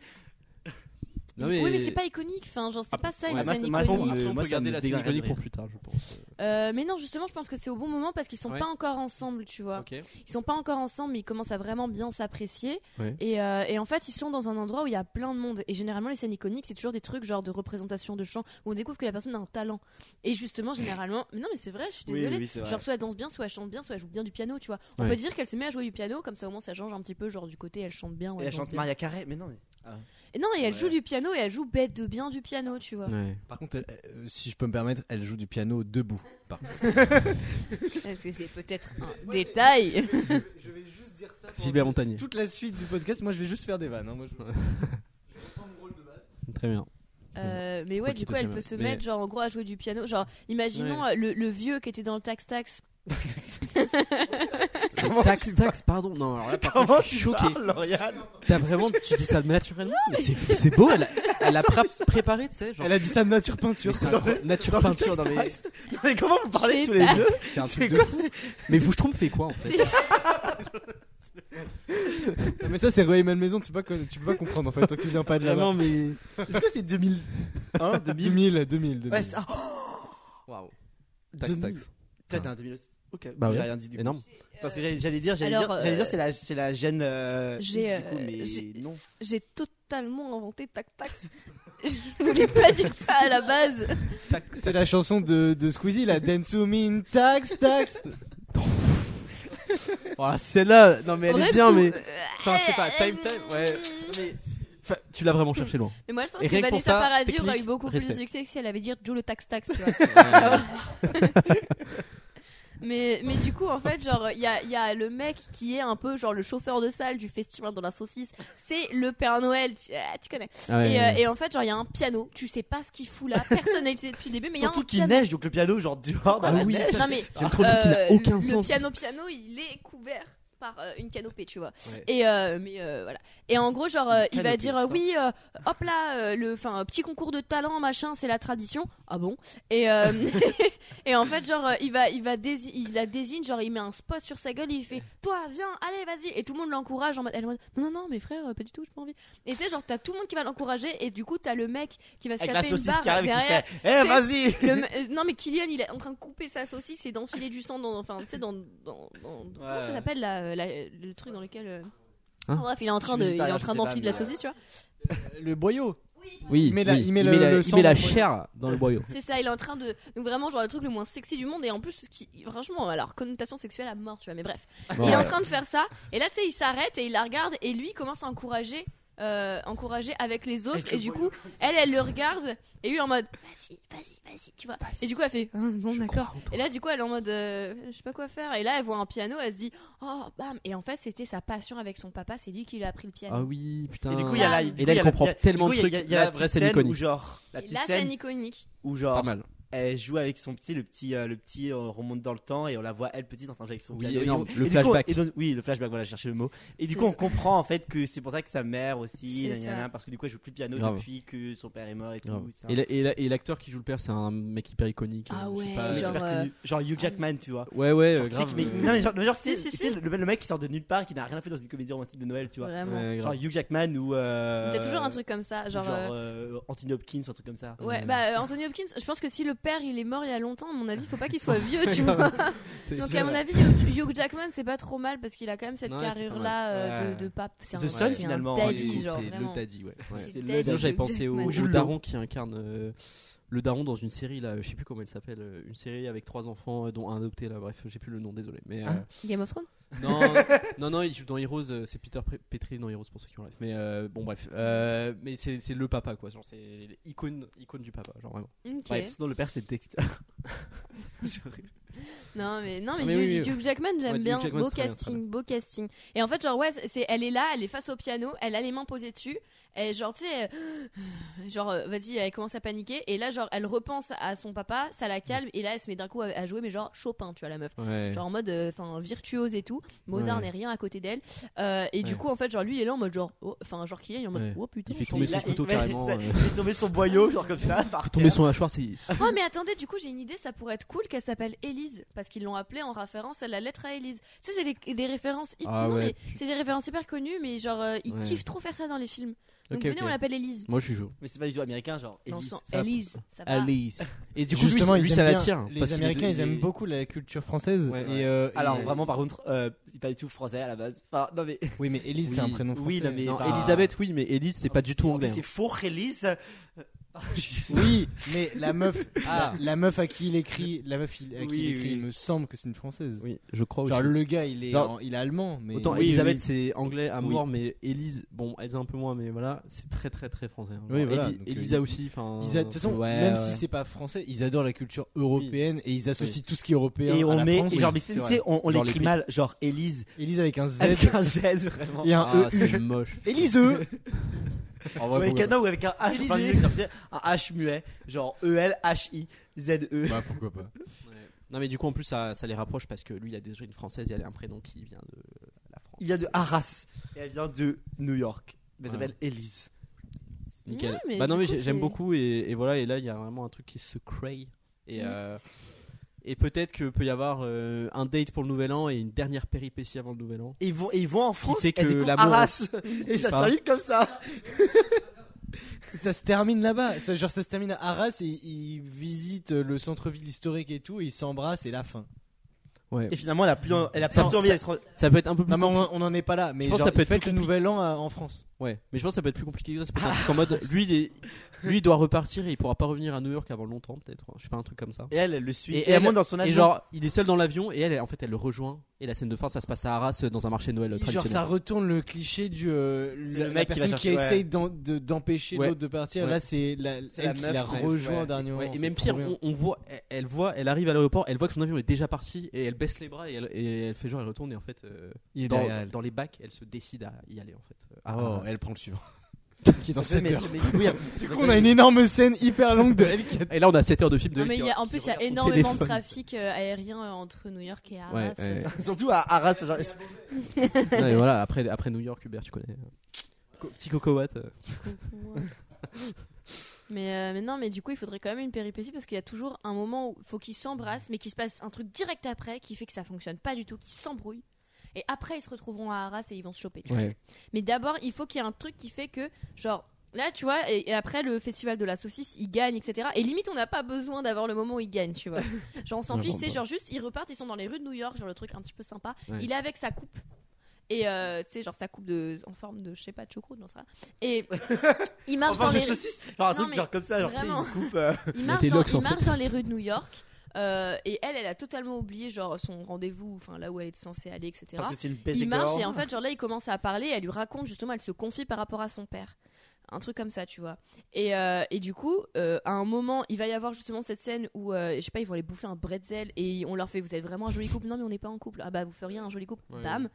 S8: Non,
S6: Oui, mais c'est pas iconique. Enfin, genre, c'est pas ça une
S7: ouais, moi,
S6: scène
S7: c'est ma forme
S6: iconique.
S7: de-
S8: Après, on
S7: moi,
S8: peut
S7: ça
S8: garder
S7: me
S8: la scène
S7: dégrade de
S8: iconique
S7: rire.
S8: pour plus tard, je pense.
S6: Euh, mais non, justement, je pense que c'est au bon moment parce qu'ils sont
S8: Ouais.
S6: pas encore ensemble, tu
S9: Ah.
S6: vois.
S8: Ok.
S6: Ils sont pas encore ensemble, mais ils commencent à vraiment bien s'apprécier.
S8: Ouais.
S6: Et, euh, et en fait, ils sont dans un endroit où il y a plein de monde. Et généralement, les scènes iconiques, c'est toujours des trucs genre de représentation de chant où on découvre que la personne a un talent. Et justement, généralement, mais non, mais c'est vrai, je suis désolée.
S7: c'est
S6: Genre soit elle danse bien, soit elle chante bien, soit elle joue bien du piano, tu vois. On
S8: Ouais.
S6: peut dire qu'elle se met à jouer du piano, comme ça au moins ça change un petit peu, genre du côté elle chante bien. ou
S7: Et elle
S6: danse
S7: chante
S6: bien.
S7: Maria Carré, mais non, mais.
S6: Et non, et elle
S7: Ouais.
S6: joue du piano et elle joue bête de bien du piano, tu
S8: (laughs)
S6: vois.
S8: Ouais.
S5: Par contre, elle- euh, si je peux me permettre, elle joue du piano debout. Par contre.
S6: Parce que c'est peut-être un détail.
S9: Je vais juste dire ça
S8: Gilbert Montagnier.
S9: toute la suite du podcast. Moi, je vais juste faire des vannes. hein. Moi, je-
S8: Très bien.
S6: Euh, mais ouais,
S8: Ok,
S6: du coup,
S8: tout à
S6: elle
S8: fait.
S6: peut se
S8: Mais-
S6: mettre, genre, en gros, à jouer du piano. Genre, imaginons euh, le, le vieux qui était dans le tax-tax.
S8: Tax, tax, pardon. Non, alors
S6: Ah,
S8: là, par contre, je suis choqué.
S7: Lauriane
S8: T'as vraiment, tu dis ça naturellement, mais c'est c'est beau. (laughs) Elle, a- elle a pra- préparé, tu sais, genre.
S9: Elle a dit ça de
S8: (laughs)
S9: nature peinture.
S8: Mais c'est incroyable. nature peinture dans mes.
S7: Non, mais comment vous parlez
S6: Je
S7: tous
S6: sais
S7: les
S6: pas.
S7: deux
S8: C'est un
S7: C'est
S8: truc de
S7: quoi
S8: fou.
S7: c'est-
S8: Mais vous, je trompe, fait quoi en fait
S9: Non, mais ça, c'est Roy Maison. Tu peux pas, con- tu peux pas comprendre en fait. Tant que tu viens pas de là-bas.
S8: Ah
S7: Vraiment, mais. Est-ce que c'est 2001 2000
S8: Hein,
S9: 2000, 2000, 2000.
S7: Ouais, ça. oh,
S8: Waouh. Tax,
S9: 2000.
S8: tax.
S7: Putain, t'es un 2000. hein, Ok,
S8: Bah
S7: j'ai
S8: ouais.
S7: rien dit du coup.
S8: Énorme.
S7: Parce que j'allais j'allais dire, j'allais
S6: Alors,
S7: dire, j'allais
S6: euh,
S7: dire c'est la, c'est la gêne. euh,
S6: j'ai,
S7: X, du coup,
S6: euh,
S7: mais
S6: j'ai-
S7: non.
S6: J'ai totalement inventé tac-tac. (laughs) Je voulais pas dire ça à la base.
S9: C'est la chanson de, de Squeezie, la Dance to Me in Tax Tax.
S8: Oh, celle-là, non mais elle est bien, mais. Enfin,
S6: Enfin,
S8: je sais pas, time, time, ouais. Mais. enfin, Tu l'as vraiment cherché loin.
S6: Mais moi, je pense
S8: Et rien
S6: que
S8: que pour
S6: Vanessa
S8: ça,
S6: Paradis aurait eu
S8: technique,
S6: beaucoup plus de
S8: respect.
S6: succès que si elle avait dit Joe le tax-tax, tu vois.
S8: Ouais.
S6: (laughs) Mais, mais du coup, en fait, genre, il y a, il y a le mec qui est un peu genre le chauffeur de salle du festival dans la saucisse. C'est le Père Noël, tu, ah, tu connais.
S8: Ah ouais,
S6: et, euh,
S8: ouais.
S6: et en fait, genre, il y a un piano. Tu sais pas ce qu'il fout là. Personne n'a utilisé depuis le début, mais il y a un
S7: Surtout qu'il
S6: piano.
S7: neige, donc le piano, genre dehors dans
S8: Ah
S7: la
S8: oui,
S7: neige.
S8: ça,
S6: Non,
S8: c'est-
S6: mais,
S8: J'aime trop le truc qui n'a
S6: euh,
S8: aucun
S6: le
S8: sens.
S6: piano, piano, il est couvert par euh, une canopée, tu vois.
S8: Ouais.
S6: Et euh, mais euh, voilà. Et en gros, genre, euh, il va
S7: canopée,
S6: dire euh,
S7: putain.
S6: oui, euh, hop là, euh, le, enfin, petit concours de talent, machin, c'est la tradition. Ah bon Et euh, (laughs) et en fait, genre, euh, il va, il va, dési- il la désigne, genre, il met un spot sur sa gueule, il fait, toi, viens, allez, vas-y. Et tout le monde l'encourage en mode, elle est en mode, non, non, non, mais frère, euh, pas du tout, j'ai pas envie. Et tu sais, genre, t'as tout le monde qui va l'encourager, et du coup, t'as le mec qui va se
S7: Avec la
S6: taper une
S7: saucisse
S6: barre
S7: qui arrive et qui
S6: derrière.
S7: fait Eh, vas-y
S6: Le
S7: (laughs)
S6: me- euh, non mais Kylian il est en train de couper sa saucisse et d'enfiler du sang dans enfin tu sais dans, dans- dans- comment ça s'appelle là, euh, la- le truc dans lequel euh,
S8: Hein
S6: bref il est en train
S7: Je
S6: de
S7: suis
S6: il est en
S7: végétarien,
S6: train
S7: je sais
S6: d'enfiler de la
S7: pas, mais-
S6: saucisse tu vois
S9: Le boyau.
S8: Oui,
S9: Il met la-
S8: oui,
S9: il met le- le
S8: il
S9: sang
S8: met
S9: dans
S8: la
S9: le boyau.
S8: chair dans le boyau.
S6: c'est ça il est en train de donc vraiment genre le truc le moins sexy du monde et en plus ce qui franchement alors connotation sexuelle à mort tu vois mais bref il est en train de faire ça et là tu sais il s'arrête et il la regarde et lui il commence à encourager euh, encourager avec les autres et du coup elle elle le regarde et lui en mode vas-y vas-y vas-y tu vois et du coup elle fait Ah, bon d'accord Et là, du coup, elle est en mode, euh, je sais pas quoi faire. Et là, elle voit un piano, elle se dit, oh, bam. Et en fait, c'était sa passion avec son papa, c'est lui qui lui a appris le piano.
S8: Ah oui, putain.
S7: Et du coup, il y a la. du
S8: Et
S7: coup,
S8: là,
S7: il y a
S8: il
S7: la-
S8: comprend
S7: il y a-
S8: tellement
S7: du coup,
S8: de
S7: il y a-
S8: trucs.
S7: Il y a
S8: Là,
S7: la
S8: vraie
S7: petite
S8: scène
S7: scène où,
S8: iconique.
S7: genre. La
S6: Et
S7: petite
S6: là, scène
S7: scène
S6: iconique.
S7: où,
S8: Pas
S7: genre.
S8: mal.
S7: elle joue avec son petit, le petit, euh, le petit euh, remonte dans le temps et on la voit elle petite en train de jouer avec son
S8: Oui,
S7: piano.
S8: énorme.
S7: Et on-
S8: Le
S7: et du coup,
S8: flashback.
S7: et donc- oui, le flashback, voilà, je cherchais le mot. Et du coup, on comprend en fait que c'est pour ça que sa mère aussi,
S6: C'est
S7: nanana,
S6: ça.
S7: parce que du coup, elle joue plus de piano
S8: Grave.
S7: depuis que son père est mort et tout.
S8: Grave.
S7: c'est un-
S8: Et la- Et la- et l'acteur qui joue le père, c'est un mec hyper iconique.
S6: Ah
S8: euh, je sais
S6: ouais,
S8: pas,
S7: Genre,
S6: Genre,
S7: euh, genre Hugh Jackman, tu vois.
S8: Ouais, ouais,
S7: Genre,
S8: euh,
S7: tu sais
S8: grave.
S7: qui- mais,
S8: euh,
S7: non, mais genre, mais genre,
S6: Si,
S7: c'est-
S6: si,
S7: c'est
S6: si.
S7: le, le mec qui sort de nulle part, qui n'a rien fait dans une comédie romantique de Noël, tu vois.
S6: Vraiment.
S8: ouais,
S7: Genre
S8: grave.
S7: Hugh Jackman ou. Euh,
S6: T'as toujours un truc comme ça,
S7: ou
S6: genre. euh,
S7: euh, Anthony Hopkins, un truc comme ça. (laughs)
S6: Ouais, bah euh, Anthony Hopkins, je pense que si le père il est mort il y a longtemps, à mon avis, faut pas qu'il soit vieux, tu vois. Donc à mon avis, Hugh Hugh Jackman c'est pas trop mal parce qu'il a quand même cette
S8: Ouais, c'est pas
S6: carrure là
S8: mal.
S6: de, de pape. C'est
S7: The
S6: un,
S7: Sun,
S6: c'est un
S7: finalement,
S8: Ouais,
S6: daddy,
S8: c'est-
S6: genre,
S8: c'est
S6: vraiment.
S8: le daddy, ouais. ouais.
S6: C'est
S7: C'est le
S6: daddy,
S8: Sinon, j'avais
S6: Hugh
S8: pensé au,
S6: Jackman.
S8: au
S7: Jules Law.
S8: daron qui incarne euh, le daron dans une série là, je sais plus comment elle s'appelle, euh, une série avec trois enfants euh, dont un adopté là, bref, j'ai plus le nom, désolé. Mais
S9: Hein
S8: euh,
S6: Game of Thrones
S8: non, non, non, il joue dans Heroes, euh, c'est Peter Pre- Petrie dans Heroes pour ceux qui ont la ref. Mais euh, bon, bref, euh, mais c'est c'est le papa quoi, genre c'est l'icône, icône du papa, genre vraiment.
S6: Ok.
S7: Ouais, sinon, le père, c'est le texte.
S6: Non mais non mais,
S8: Ah, mais
S6: Hugh,
S8: oui, oui.
S6: Hugh Jackman j'aime
S8: Ouais, Hugh
S6: bien
S8: Jackman,
S6: beau
S8: c'est très bien, c'est
S6: casting beau casting et en fait genre ouais c'est- c'est elle est là elle est face au piano elle a les mains posées dessus et genre tu sais elle- genre euh, vas-y elle commence à paniquer et là genre elle repense à son papa ça la calme et là elle se met d'un coup à, à jouer mais genre Chopin tu vois la meuf
S8: (laughs) Ouais.
S6: genre en mode euh, enfin virtuose et tout Mozart
S8: Ouais.
S6: n'est rien à côté d'elle Euh, et du
S8: Ouais.
S6: coup en fait genre lui il est là en mode genre oh, enfin genre qu'il est il est en mode
S8: Ouais.
S6: oh putain
S8: Il fait
S6: je
S8: tomber
S6: suis-
S8: son couteau
S7: il- mais
S8: carrément,
S7: ça-
S8: euh.
S7: Il fait tomber son boyau, genre comme ça, par
S8: Tomber
S7: terre.
S8: son hachoir, c'est
S6: Oh mais attendez, du coup j'ai une idée, ça pourrait être cool qu'elle s'appelle Élise parce qu'ils l'ont appelée en référence à la lettre à Élise. Tu sais, c'est des, des références hyper,
S8: Ah
S6: non,
S8: ouais.
S6: mais c'est des références hyper connues, mais genre euh, ils
S8: Ouais.
S6: kiffent trop faire ça dans les films. Donc
S8: Ok,
S6: venez,
S8: ok.
S6: on l'appelle Élise.
S8: Moi je suis chaud.
S7: Mais c'est pas du tout américain, genre.
S6: Dans le
S7: Elvis.
S6: sens-
S8: ça-
S6: Élise, ça va.
S8: Alice. Et du coup,
S9: Justement,
S8: lui,
S9: ils
S8: lui,
S9: aiment
S8: ça
S9: bien-
S8: l'attire.
S9: Les
S8: parce qu'il est
S9: Américains,
S8: de-
S9: ils aiment beaucoup la culture française.
S8: Ouais,
S9: et,
S8: ouais.
S9: euh, et-
S7: Alors, vraiment, par contre, euh, c'est pas du tout français à la base. Enfin, non, mais.
S9: Oui, mais Elise, c'est
S8: Oui,
S9: un prénom français.
S7: Oui, non, mais.
S8: Non,
S7: bah-
S8: Elisabeth, oui, Ah, mais Elise, c'est pas du tout
S7: En plus,
S8: anglais. hein.
S9: hein.
S7: C'est faux, Elise.
S9: Oui, mais la meuf, la, la meuf à qui il écrit, la meuf il- à qui
S7: Oui,
S9: il écrit,
S7: oui.
S9: il me semble que c'est une française.
S8: Oui, je crois aussi.
S9: Genre le gars, il est,
S8: Genre-
S9: en- il est allemand, mais
S8: Autant
S9: Oui,
S8: Elisabeth c'est anglais à
S9: Oui.
S8: mort, mais Elise, bon, elle est un peu moins, mais voilà, c'est très très très français. hein.
S9: Oui,
S8: Genre,
S9: voilà,
S8: Eli-
S9: donc,
S8: Elisa
S9: euh,
S8: aussi, enfin.
S9: ils a- de toute façon,
S8: ouais,
S9: même
S8: ouais.
S9: si c'est pas français, ils adorent la culture européenne et ils associent tout ce qui est européen
S7: Et
S9: à
S7: on
S9: la
S7: met.
S9: France.
S7: et Genre, mais
S9: Oui,
S7: c'est-
S9: c'est
S7: tu sais,
S9: vrai.
S7: on on
S9: Genre
S7: l'écrit
S9: les-
S7: mal. Genre, Elise.
S9: Elise avec un Z
S7: Avec un Z, vraiment.
S9: et un
S8: Ah,
S9: E. (laughs)
S8: c'est moche.
S9: Elise E. En
S7: Ou
S9: vrai,
S7: avec
S9: pourquoi
S7: un, non, ou avec un H,
S9: Élysée.
S7: enfin, mieux, genre, c'est un H muet, genre E E-L-H-I-Z-E.
S9: pas. Bah, pourquoi pas.
S8: Non, mais du coup, en plus, ça, ça les rapproche parce que lui, il a déjà une française et elle a un prénom qui vient de la France.
S7: Il vient de Arras et elle vient de New York. Elle
S8: Ouais.
S7: s'appelle Elise.
S8: Nickel.
S6: Ouais, mais
S8: bah, non,
S6: du
S8: mais
S6: coup,
S8: j'ai- j'aime
S6: c'est-
S8: beaucoup et, et voilà, et là, il y a vraiment un truc qui se crée. Et.
S6: Mm.
S8: euh, Et peut-être que peut y avoir euh, un date pour le nouvel an et une dernière péripétie avant le nouvel an.
S7: Et ils vont, et ils vont en France
S8: fait
S7: et
S8: que
S7: découvrent
S8: l'amour-
S7: Arras. Et ça se
S8: pas.
S7: termine comme ça.
S9: Ça se termine là-bas. Ça, genre, ça se termine à Arras et ils visitent le centre-ville historique et tout. Et ils s'embrassent et la fin.
S8: Ouais.
S7: Et finalement, elle a plus, en- elle a plus
S8: Ça-
S7: envie
S8: ça-
S7: d'être.
S8: Ça peut être un peu plus
S9: Non, mais on on en est pas là. Mais
S8: Je pense
S9: genre,
S8: que ça peut
S9: ils
S8: être
S9: fêtent
S8: plus
S9: le nouvel an à- en France.
S8: Ouais, mais je pense que ça peut être plus compliqué que ça. C'est peut-être
S9: (laughs)
S8: un truc en mode, lui il, est- lui, il doit repartir et il pourra pas revenir à New York avant longtemps, peut-être. hein. Je sais pas, un truc comme ça.
S7: Et elle, elle le suit.
S8: Et
S7: Et, elle
S8: elle-
S7: monte dans son avion.
S8: Et genre, il est seul dans l'avion et elle, elle- en fait, elle le rejoint. Et la scène de fin, ça se passe à Arras euh, dans un marché de Noël euh,
S9: Genre, ça
S8: traditionnel.
S9: retourne le cliché du euh,
S7: C'est
S9: la,
S7: le
S9: la
S7: mec qui va
S9: personne qui,
S7: chercher, ouais.
S9: essaye d'en- de- d'empêcher
S8: Ouais.
S9: l'autre de partir.
S8: Ouais.
S9: Là, c'est la, elle
S7: C'est la
S9: qui
S7: meuf
S9: l'a
S7: qui-
S9: rejoint
S7: ouais.
S9: au dernier
S8: Ouais,
S9: moment.
S8: et même
S9: c'est
S8: pire,
S9: trop bien.
S8: on, on voit, elle, elle voit, elle arrive à l'aéroport, elle voit que son avion est déjà parti et elle baisse les bras et elle, et elle fait genre, elle retourne et en fait, euh,
S9: il est derrière
S8: dans,
S9: elle.
S8: dans les bacs, elle se décide à y aller en fait. euh, à
S9: Ah, oh,
S8: Arras.
S9: elle prend le suivant. qui est dans
S7: Mais-
S9: 7
S7: mais-
S9: heures.
S7: mais du coup, il y a-
S9: Du coup, on a une énorme scène hyper longue de
S8: (laughs)
S9: elle qui a-
S8: Et là, on a 7 heures de film de
S6: Non,
S8: elle
S6: mais
S8: qui-
S6: il y a- en
S8: qui
S6: plus il y a
S8: regarde son
S6: énormément de
S8: téléphone.
S6: trafic euh, aérien euh, entre New York et Arras.
S8: Ouais, ouais.
S7: (laughs) Surtout à Arras. genre,
S8: (laughs) Non, et voilà, après, après New York, Hubert, tu connais. Co- Petit coco watt, euh.
S6: (laughs) mais, euh, mais non, mais du coup, il faudrait quand même une péripétie parce qu'il y a toujours un moment où faut qu'ils s'embrassent, mais qu'il se passe un truc direct après qui fait que ça fonctionne pas du tout, qu'ils s'embrouillent. Et après, ils se retrouveront à Arras et ils vont se choper. tu vois. Mais d'abord, il faut qu'il y ait un truc qui fait que, genre, là, tu vois, et, et après le festival de la saucisse, ils gagnent, etc. Et limite, on n'a pas besoin d'avoir le moment où ils gagnent, tu vois. Genre, on s'en
S8: Ouais,
S6: fiche,
S8: bon,
S6: c'est
S8: bah.
S6: genre juste, ils repartent, ils sont dans les rues de New York, genre le truc un petit peu sympa.
S8: Ouais.
S6: Il est avec sa coupe. Et euh, tu sais, genre sa coupe de, en forme de, je sais pas, de choucroute, j'en sais rien. Et il marche
S7: Enfin,
S6: dans
S7: des
S6: les rues.
S7: saucisses. Genre un
S6: Non,
S7: truc
S6: mais
S7: genre comme ça. Genre, tu sais,
S6: vraiment.
S7: une coupe. euh,
S6: Il marche,
S8: tes
S6: dans,
S8: locks,
S6: il
S8: en
S6: marche dans les rues de New York. euh, et elle, elle a totalement oublié genre son rendez-vous, enfin là où elle est censée aller, etc.
S7: Parce que c'est une baisse
S6: il marche et en fait, genre là, il commence à parler. Elle lui raconte justement, elle se confie par rapport à son père. Un truc comme ça, tu vois. Et, euh, et du coup, euh, à un moment, il va y avoir justement cette scène où, euh, je sais pas, ils vont aller bouffer un bretzel et on leur fait Vous êtes vraiment un joli couple Non, mais on n'est pas en couple. Ah bah, vous feriez un joli couple.
S8: Ouais,
S6: Bam.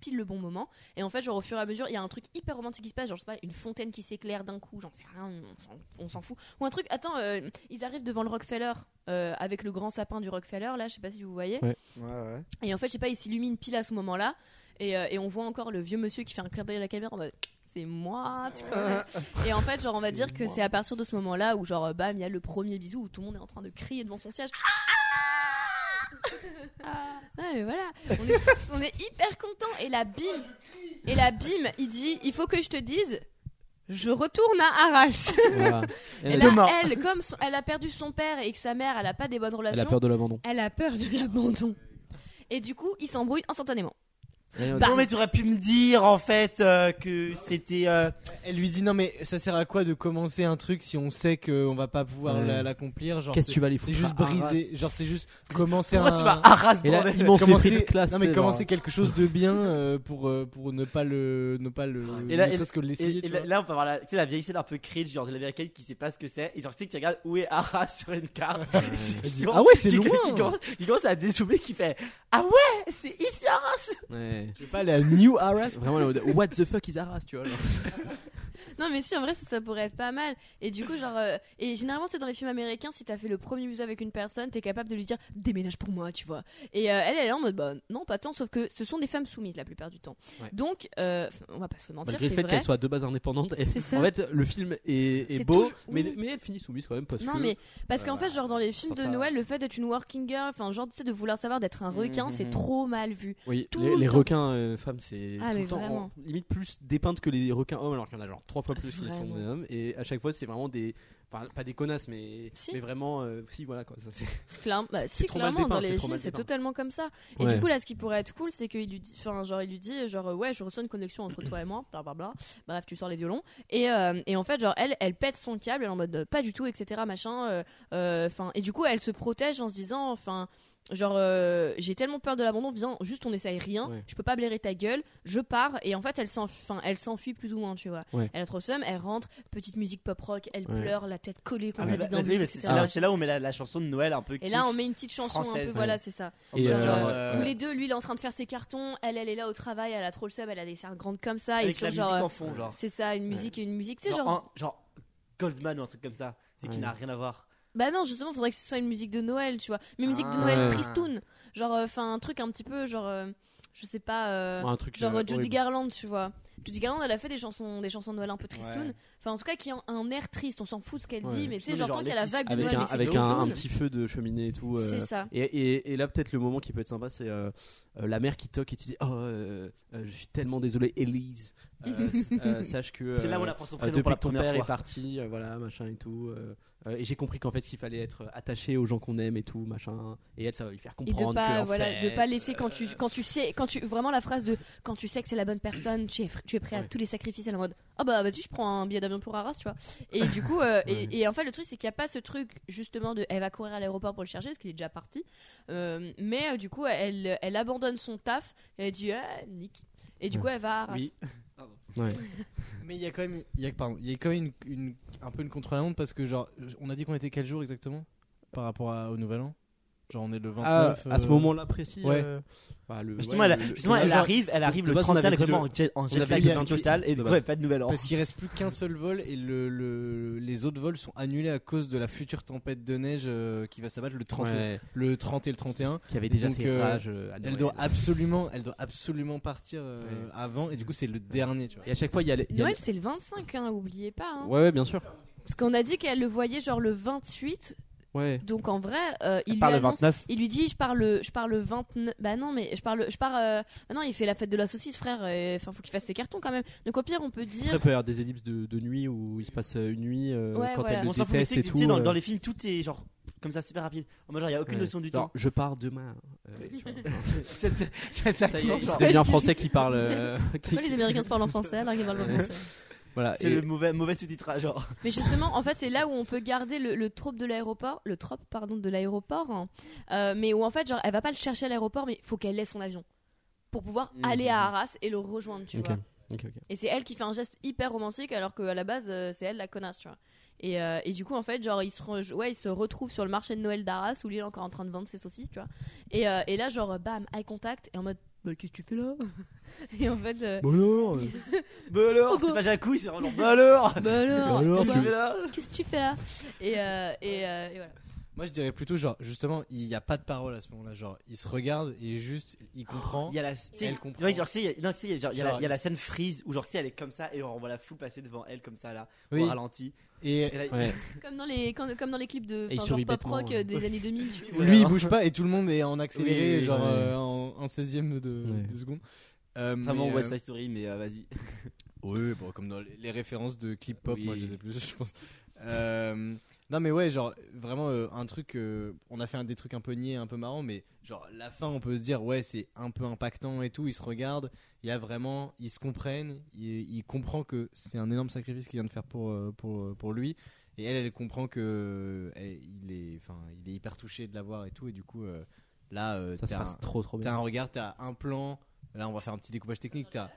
S6: pile le bon moment. Et en fait, genre au fur et à mesure, il y a un truc hyper romantique qui se passe, genre je sais pas, une fontaine qui s'éclaire d'un coup, j'en sais rien, on s'en- on s'en fout. Ou un truc, attends, euh, ils arrivent devant le Rockefeller euh, avec le grand sapin du Rockefeller, là, je sais pas si vous voyez. Et en fait, je sais pas, il s'illumine pile à ce moment-là. Et, euh, et on voit encore le vieux monsieur qui fait un clin d'œil à la caméra en mode c'est moi, tu connais. Et en fait, genre, on va dire que c'est à partir de ce moment-là où, genre, euh, bam, il y a le premier bisou où tout le monde est en train de crier devant son siège. Ah, mais voilà, on est, tous- on est hyper contents. Et la bim, et la bim, il dit il faut que je te dise, je retourne à Arras.
S8: (laughs) Voilà.
S6: Et
S8: Elle-
S7: Demain.
S6: là, elle, comme son- elle a perdu son père et que sa mère, elle a pas des bonnes
S8: Elle a
S6: relations,
S8: peur de l'abandon.
S6: elle a peur de l'abandon. Et du coup, ils s'embrouillent instantanément.
S8: Elle-
S6: bah,
S7: Non, mais tu aurais pu me dire en fait euh, que c'était. euh,
S5: Elle lui dit non mais ça sert à quoi de commencer un truc si on sait qu'on va pas pouvoir
S8: Ouais.
S5: la- l'accomplir genre
S8: Qu'est-ce que
S5: c'est-
S8: tu vas aller
S5: c'est
S8: foutre
S5: juste
S8: à Arras
S5: briser genre c'est juste commencer
S7: Pourquoi
S5: un
S7: tu vas à Arras,
S8: Et là,
S7: bordel
S8: immense
S5: commencer
S8: mépris de classe.
S5: non mais
S8: tu sais,
S5: commencer
S8: genre.
S5: quelque chose de bien euh, pour euh, pour ne pas le ne pas le
S7: Et là,
S5: ne
S7: et-
S5: serait-ce que l'essayer
S7: Et, et
S5: tu
S7: là,
S5: vois.
S7: là, on peut avoir la, tu sais, la vieille scène un peu cringe, genre de l'américaine qui sait pas ce que c'est. Et genre, tu sais, qui regarde où est Arras sur une carte.
S5: Elle dit,
S7: Qui-
S5: ah ouais c'est
S7: qui-
S5: loin
S7: Qui commence, qui commence à dézoomer, qui fait Ah ouais, c'est ici Arras
S8: Ouais.
S5: je vais pas aller à New Arras
S8: Vraiment, là, what the fuck is Arras, tu vois. genre.
S6: Non mais si en vrai ça, ça pourrait être pas mal et du coup genre euh, et généralement c'est dans les films américains si t'as fait le premier museau avec une personne t'es capable de lui dire déménage pour moi tu vois et euh, elle elle est en mode bah non pas tant sauf que ce sont des femmes soumises la plupart du temps
S8: Ouais.
S6: donc euh, on va pas se mentir
S8: Malgré
S6: c'est
S8: le fait
S6: vrai
S8: qu'elle soit de base indépendante, elle-
S6: C'est ça.
S8: en fait, le film est, est
S6: C'est
S8: beau,
S6: toujours-
S8: mais,
S6: oui.
S8: mais elle finit soumise quand même parce
S6: non
S8: que.
S6: mais parce qu'en
S8: Voilà.
S6: fait genre dans les films
S8: Ça,
S6: de
S8: ça-
S6: Noël le fait d'être une working girl enfin genre tu sais de vouloir savoir d'être un
S8: Mhm,
S6: requin c'est trop mal vu
S8: Oui,
S6: tout
S8: les,
S6: le
S8: les
S6: temps.
S8: requins euh, femmes, c'est
S6: Ah,
S8: tout
S6: mais
S8: le temps en-
S6: vraiment.
S8: limite plus dépeintes que les requins hommes, alors qu'il y en a genre trois fois plus que les
S6: Vraiment.
S8: hommes. Et à chaque fois, c'est vraiment des. enfin, pas des connasses, mais,
S6: Si.
S8: mais vraiment. euh, si, voilà quoi. Ça, c'est-
S6: C'est clair- bah,
S8: C'est-
S6: si
S8: c'est trop mal
S6: clairement dans
S8: dépeint, c'est
S6: les
S8: trop
S6: films
S8: mal
S6: c'est
S8: dépeint.
S6: totalement comme ça Et
S8: Ouais.
S6: du coup, là, ce qui pourrait être cool, c'est qu'il lui dit, enfin, genre, il lui dit, genre, euh, ouais, je ressens une connexion entre toi et moi, blablabla. Bref, tu sors les violons. Et, euh, et en fait, genre, elle, elle pète son câble, elle est en mode, euh, pas du tout, etc., machin. euh, euh, Enfin, et du coup, elle se protège en se disant, enfin, genre, euh, j'ai tellement peur de l'abandon, viens, juste on essaye rien,
S8: Ouais.
S6: je peux pas blairer ta gueule, je pars. Et en fait, elle s'enfuit, enfin, elle s'enfuit plus ou moins, tu vois.
S8: Ouais.
S6: Elle a trop le seum, elle rentre, petite musique pop rock, elle
S8: Ouais.
S6: pleure, la tête collée
S7: Ah,
S6: contre
S7: mais
S6: la
S7: bah,
S6: vidange,
S7: oui, mais
S6: etc..
S7: C'est là, c'est là où on met la, la chanson de Noël un peu
S6: Et là, on
S7: kitsch.
S6: met une petite chanson un
S7: Française.
S6: peu, voilà, c'est ça.
S8: Et,
S6: Genre,
S8: euh,
S6: euh,
S7: euh,
S6: Où les deux, lui, il est en train de faire ses cartons, elle, elle est là au travail, elle a trop le seum, elle a des serres grandes comme ça, et
S7: avec
S6: sur
S7: la
S6: genre.
S7: musique en
S6: euh,
S7: fond, genre.
S6: C'est ça, une musique et une musique. Tu sais,
S7: Genre,
S6: genre.
S7: un- genre Goldman ou un truc comme ça. C'est qui
S8: Ouais.
S7: n'a rien à voir.
S6: Bah non, justement, faudrait que ce soit une musique de Noël, tu vois. Mais musique de
S7: Ah.
S6: Noël
S8: Ouais.
S6: tristoun. Genre, euh, enfin, un truc un petit peu, genre. euh, je sais pas. euh,
S8: un truc
S6: genre
S8: euh,
S6: Judy
S8: horrible.
S6: Garland, tu vois. Judy Garland, elle a fait des chansons, des chansons de Noël un peu tristoun.
S7: Ouais.
S6: Enfin, en tout cas, qui ont un air triste, on s'en fout de ce qu'elle
S8: Ouais.
S6: dit, mais tu sais,
S7: Non, mais
S6: genre,
S7: genre,
S6: tant qu'il y a la
S7: Alexis,
S6: vague de
S8: avec
S6: Noël,
S8: un,
S6: mais c'est
S8: avec un, un
S6: tristoun.
S8: petit feu de cheminée et tout. euh,
S6: C'est ça.
S8: Et, et- et là, peut-être le moment qui peut être sympa, c'est euh, euh, la mère qui toque et qui dit Oh, euh, euh, je suis tellement désolé, Elise.
S6: (laughs)
S8: Euh, s- euh, sache que.
S7: C'est là
S8: euh,
S7: où on apprend son
S8: euh,
S7: prénom
S8: depuis
S7: pour la
S8: que ton
S7: première
S8: père
S7: fois.
S8: est parti, euh, voilà, machin et tout. euh, euh, et j'ai compris qu'en fait, qu'il fallait être euh, attaché aux gens qu'on aime et tout, machin. Et elle, ça va lui faire
S6: et
S8: comprendre.
S6: de pas
S8: que, en
S6: voilà
S8: fait,
S6: de pas laisser quand tu
S8: euh,
S6: quand tu sais quand tu vraiment la phrase de quand tu sais que c'est la bonne personne tu es fr- tu es prêt à
S8: Ouais.
S6: tous les sacrifices elle est en mode ah bah vas-y je prends un billet d'avion pour Arras tu vois et du coup euh,
S8: Ouais.
S6: et, et en fait le truc c'est qu'il n'y a pas ce truc justement de elle va courir à l'aéroport pour le chercher parce qu'il est déjà parti Euh, mais euh, du coup elle elle abandonne son taf et elle dit ah, nick et du coup elle va à Arras
S7: Oui.
S8: ouais.
S5: (laughs) mais il y a quand même il y a pardon, il y a quand même une, une- un peu une contre la montre parce que genre on a dit qu'on était quel jour exactement par rapport à- au nouvel an genre on est le 29
S8: Ah, à ce
S5: euh,
S8: moment-là précis.
S5: Ouais.
S8: euh, bah, le-
S7: Justement,
S8: ouais,
S7: elle,
S8: le- le-
S7: justement, elle
S5: genre-
S7: arrive, elle arrive
S8: de
S7: le
S8: base, on
S7: 30 elle est
S8: avait dit
S7: vraiment
S8: le-
S7: en jet, en
S8: hein. on
S7: jet
S8: avait
S7: lag
S8: dit
S7: en
S8: 28,
S7: total. Et
S8: de
S7: du coup,
S8: base.
S7: elle pas de nouvelle an.
S5: Parce qu'il reste plus qu'un seul vol et le, le- les autres vols sont annulés à cause de la future tempête de neige euh, qui va s'abattre le 30, et,
S8: ouais,
S5: le 30 et le 31.
S8: euh, qui avait déjà
S5: Donc,
S8: fait
S5: euh,
S8: rage. euh,
S7: Ah,
S8: à
S5: Elle
S8: Noël.
S5: doit absolument, elle doit absolument partir euh,
S8: Ouais.
S5: avant et du coup c'est le dernier. Tu vois.
S8: Et à chaque fois, il y a. les- il y a
S6: Noël c'est le 25 hein oubliez pas hein.
S8: les- Ouais, ouais, bien
S5: Euh,
S8: sûr.
S6: parce qu'on a dit qu'elle le voyait genre le 28
S8: Ouais.
S6: donc en vrai euh, il lui
S7: Par le
S6: annonce
S7: 29.
S6: Il lui dit je pars le je pars le 29 bah non mais je pars le je pars euh, bah non il fait la fête de la saucisse frère et- enfin faut qu'il fasse ses cartons quand même donc au pire on peut
S8: Après,
S6: dire
S8: il peut y avoir des ellipses de, de nuit où il se passe euh, une nuit euh,
S6: Ouais,
S8: quand
S6: voilà.
S8: elle
S7: On
S8: le
S7: s'en fout, mais
S8: déteste
S7: c'est
S8: et
S7: que,
S8: tout.
S7: tu sais, dans,
S8: euh,
S7: dans les films, tout est genre comme ça, super rapide. En mode, genre, il n'y a aucune
S8: ouais.
S7: notion du
S8: Genre,
S7: (laughs) temps.
S8: Je pars demain. euh, tu vois.
S7: Cet, cet
S8: Ça y est,
S7: accent,
S8: il
S7: genre,
S8: devient un français qui parle. euh, (laughs) qui-
S6: pourquoi les Américains se parlent en français alors qu'ils parlent pas français
S8: Voilà.
S7: c'est
S8: et- (laughs)
S7: le mauvais, mauvais sous-titrage. Genre,
S6: mais justement en fait c'est là où on peut garder le, le trope de l'aéroport le trope pardon de l'aéroport hein. Euh, mais où en fait genre elle va pas le chercher à l'aéroport mais faut qu'elle laisse son avion pour pouvoir aller à Arras et le rejoindre tu
S8: Ok.
S6: vois
S8: Ok, ok.
S6: Et c'est elle qui fait un geste hyper romantique alors qu'à la base euh, c'est elle la connasse, tu vois. Et, euh, et du coup en fait genre ils se, re- ouais, ils se retrouvent sur le marché de Noël d'Arras où lui il est encore en train de vendre ses saucisses, tu vois. Et, euh, et là genre bam, eye contact et en mode Bah, qu'est-ce que tu fais là (laughs) Et en fait, euh,
S8: alors
S7: Bah alors,
S6: Pourquoi
S7: c'est pas Jacouille, c'est vraiment Bah alors
S6: bah alors,
S8: alors,
S6: bah,
S7: Tu fais là
S6: qu'est-ce que tu fais là Et, euh, et, euh, et voilà.
S5: Moi, je dirais plutôt, genre, justement, il n'y a pas de parole à ce moment-là. Genre, il se regarde et juste, il comprend.
S7: Oh, Il y a la, tu sais,
S5: Elle
S7: tu vois,
S5: comprend.
S7: genre, tu sais, il y a- non, tu sais, il y a genre- il y a la-
S5: Genre,
S7: il y a la
S5: il-
S7: scène freeze où genre, tu sais, elle est comme ça et genre, on voit la foule passer devant elle comme ça là,
S5: Oui.
S7: au ralenti.
S5: Et
S7: Et là,
S8: Ouais.
S6: Comme dans les, comme, comme dans les clips de
S8: Et il
S6: enfin, genre
S8: sourit
S6: pop rock
S8: bêtement, hein.
S6: euh, des années 2000. tu vois.
S5: lui, il bouge pas et tout le monde est en accéléré,
S7: (laughs) Oui, oui, oui,
S5: genre
S8: ouais.
S5: euh, en, en 16ème de,
S8: Ouais.
S5: de seconde. Euh,
S7: Vraiment
S5: mais,
S7: West
S5: euh,
S7: Side Story, mais euh, vas-y.
S5: Ouais, bon, comme dans les les références de clip pop, moi je
S7: Oui.
S5: les ai plus, (laughs) je pense. Euh, non, mais ouais, genre vraiment euh, un truc. euh, on a fait un, des trucs un peu niais, un peu marrant, mais genre la fin, on peut se dire, ouais, c'est un peu impactant et tout. Ils se regardent, il y a vraiment, ils se comprennent, il, il comprend que c'est un énorme sacrifice qu'il vient de faire pour, euh, pour, pour lui. Et elle, elle comprend que euh, elle- il, est, enfin, il est hyper touché de l'avoir et tout, et du coup, euh, là, euh,
S8: Ça se
S5: t'as
S8: passe
S5: un-
S8: trop trop
S5: t'as
S8: bien.
S5: un regard, t'as un plan. Là, on va faire un petit découpage technique. T'as...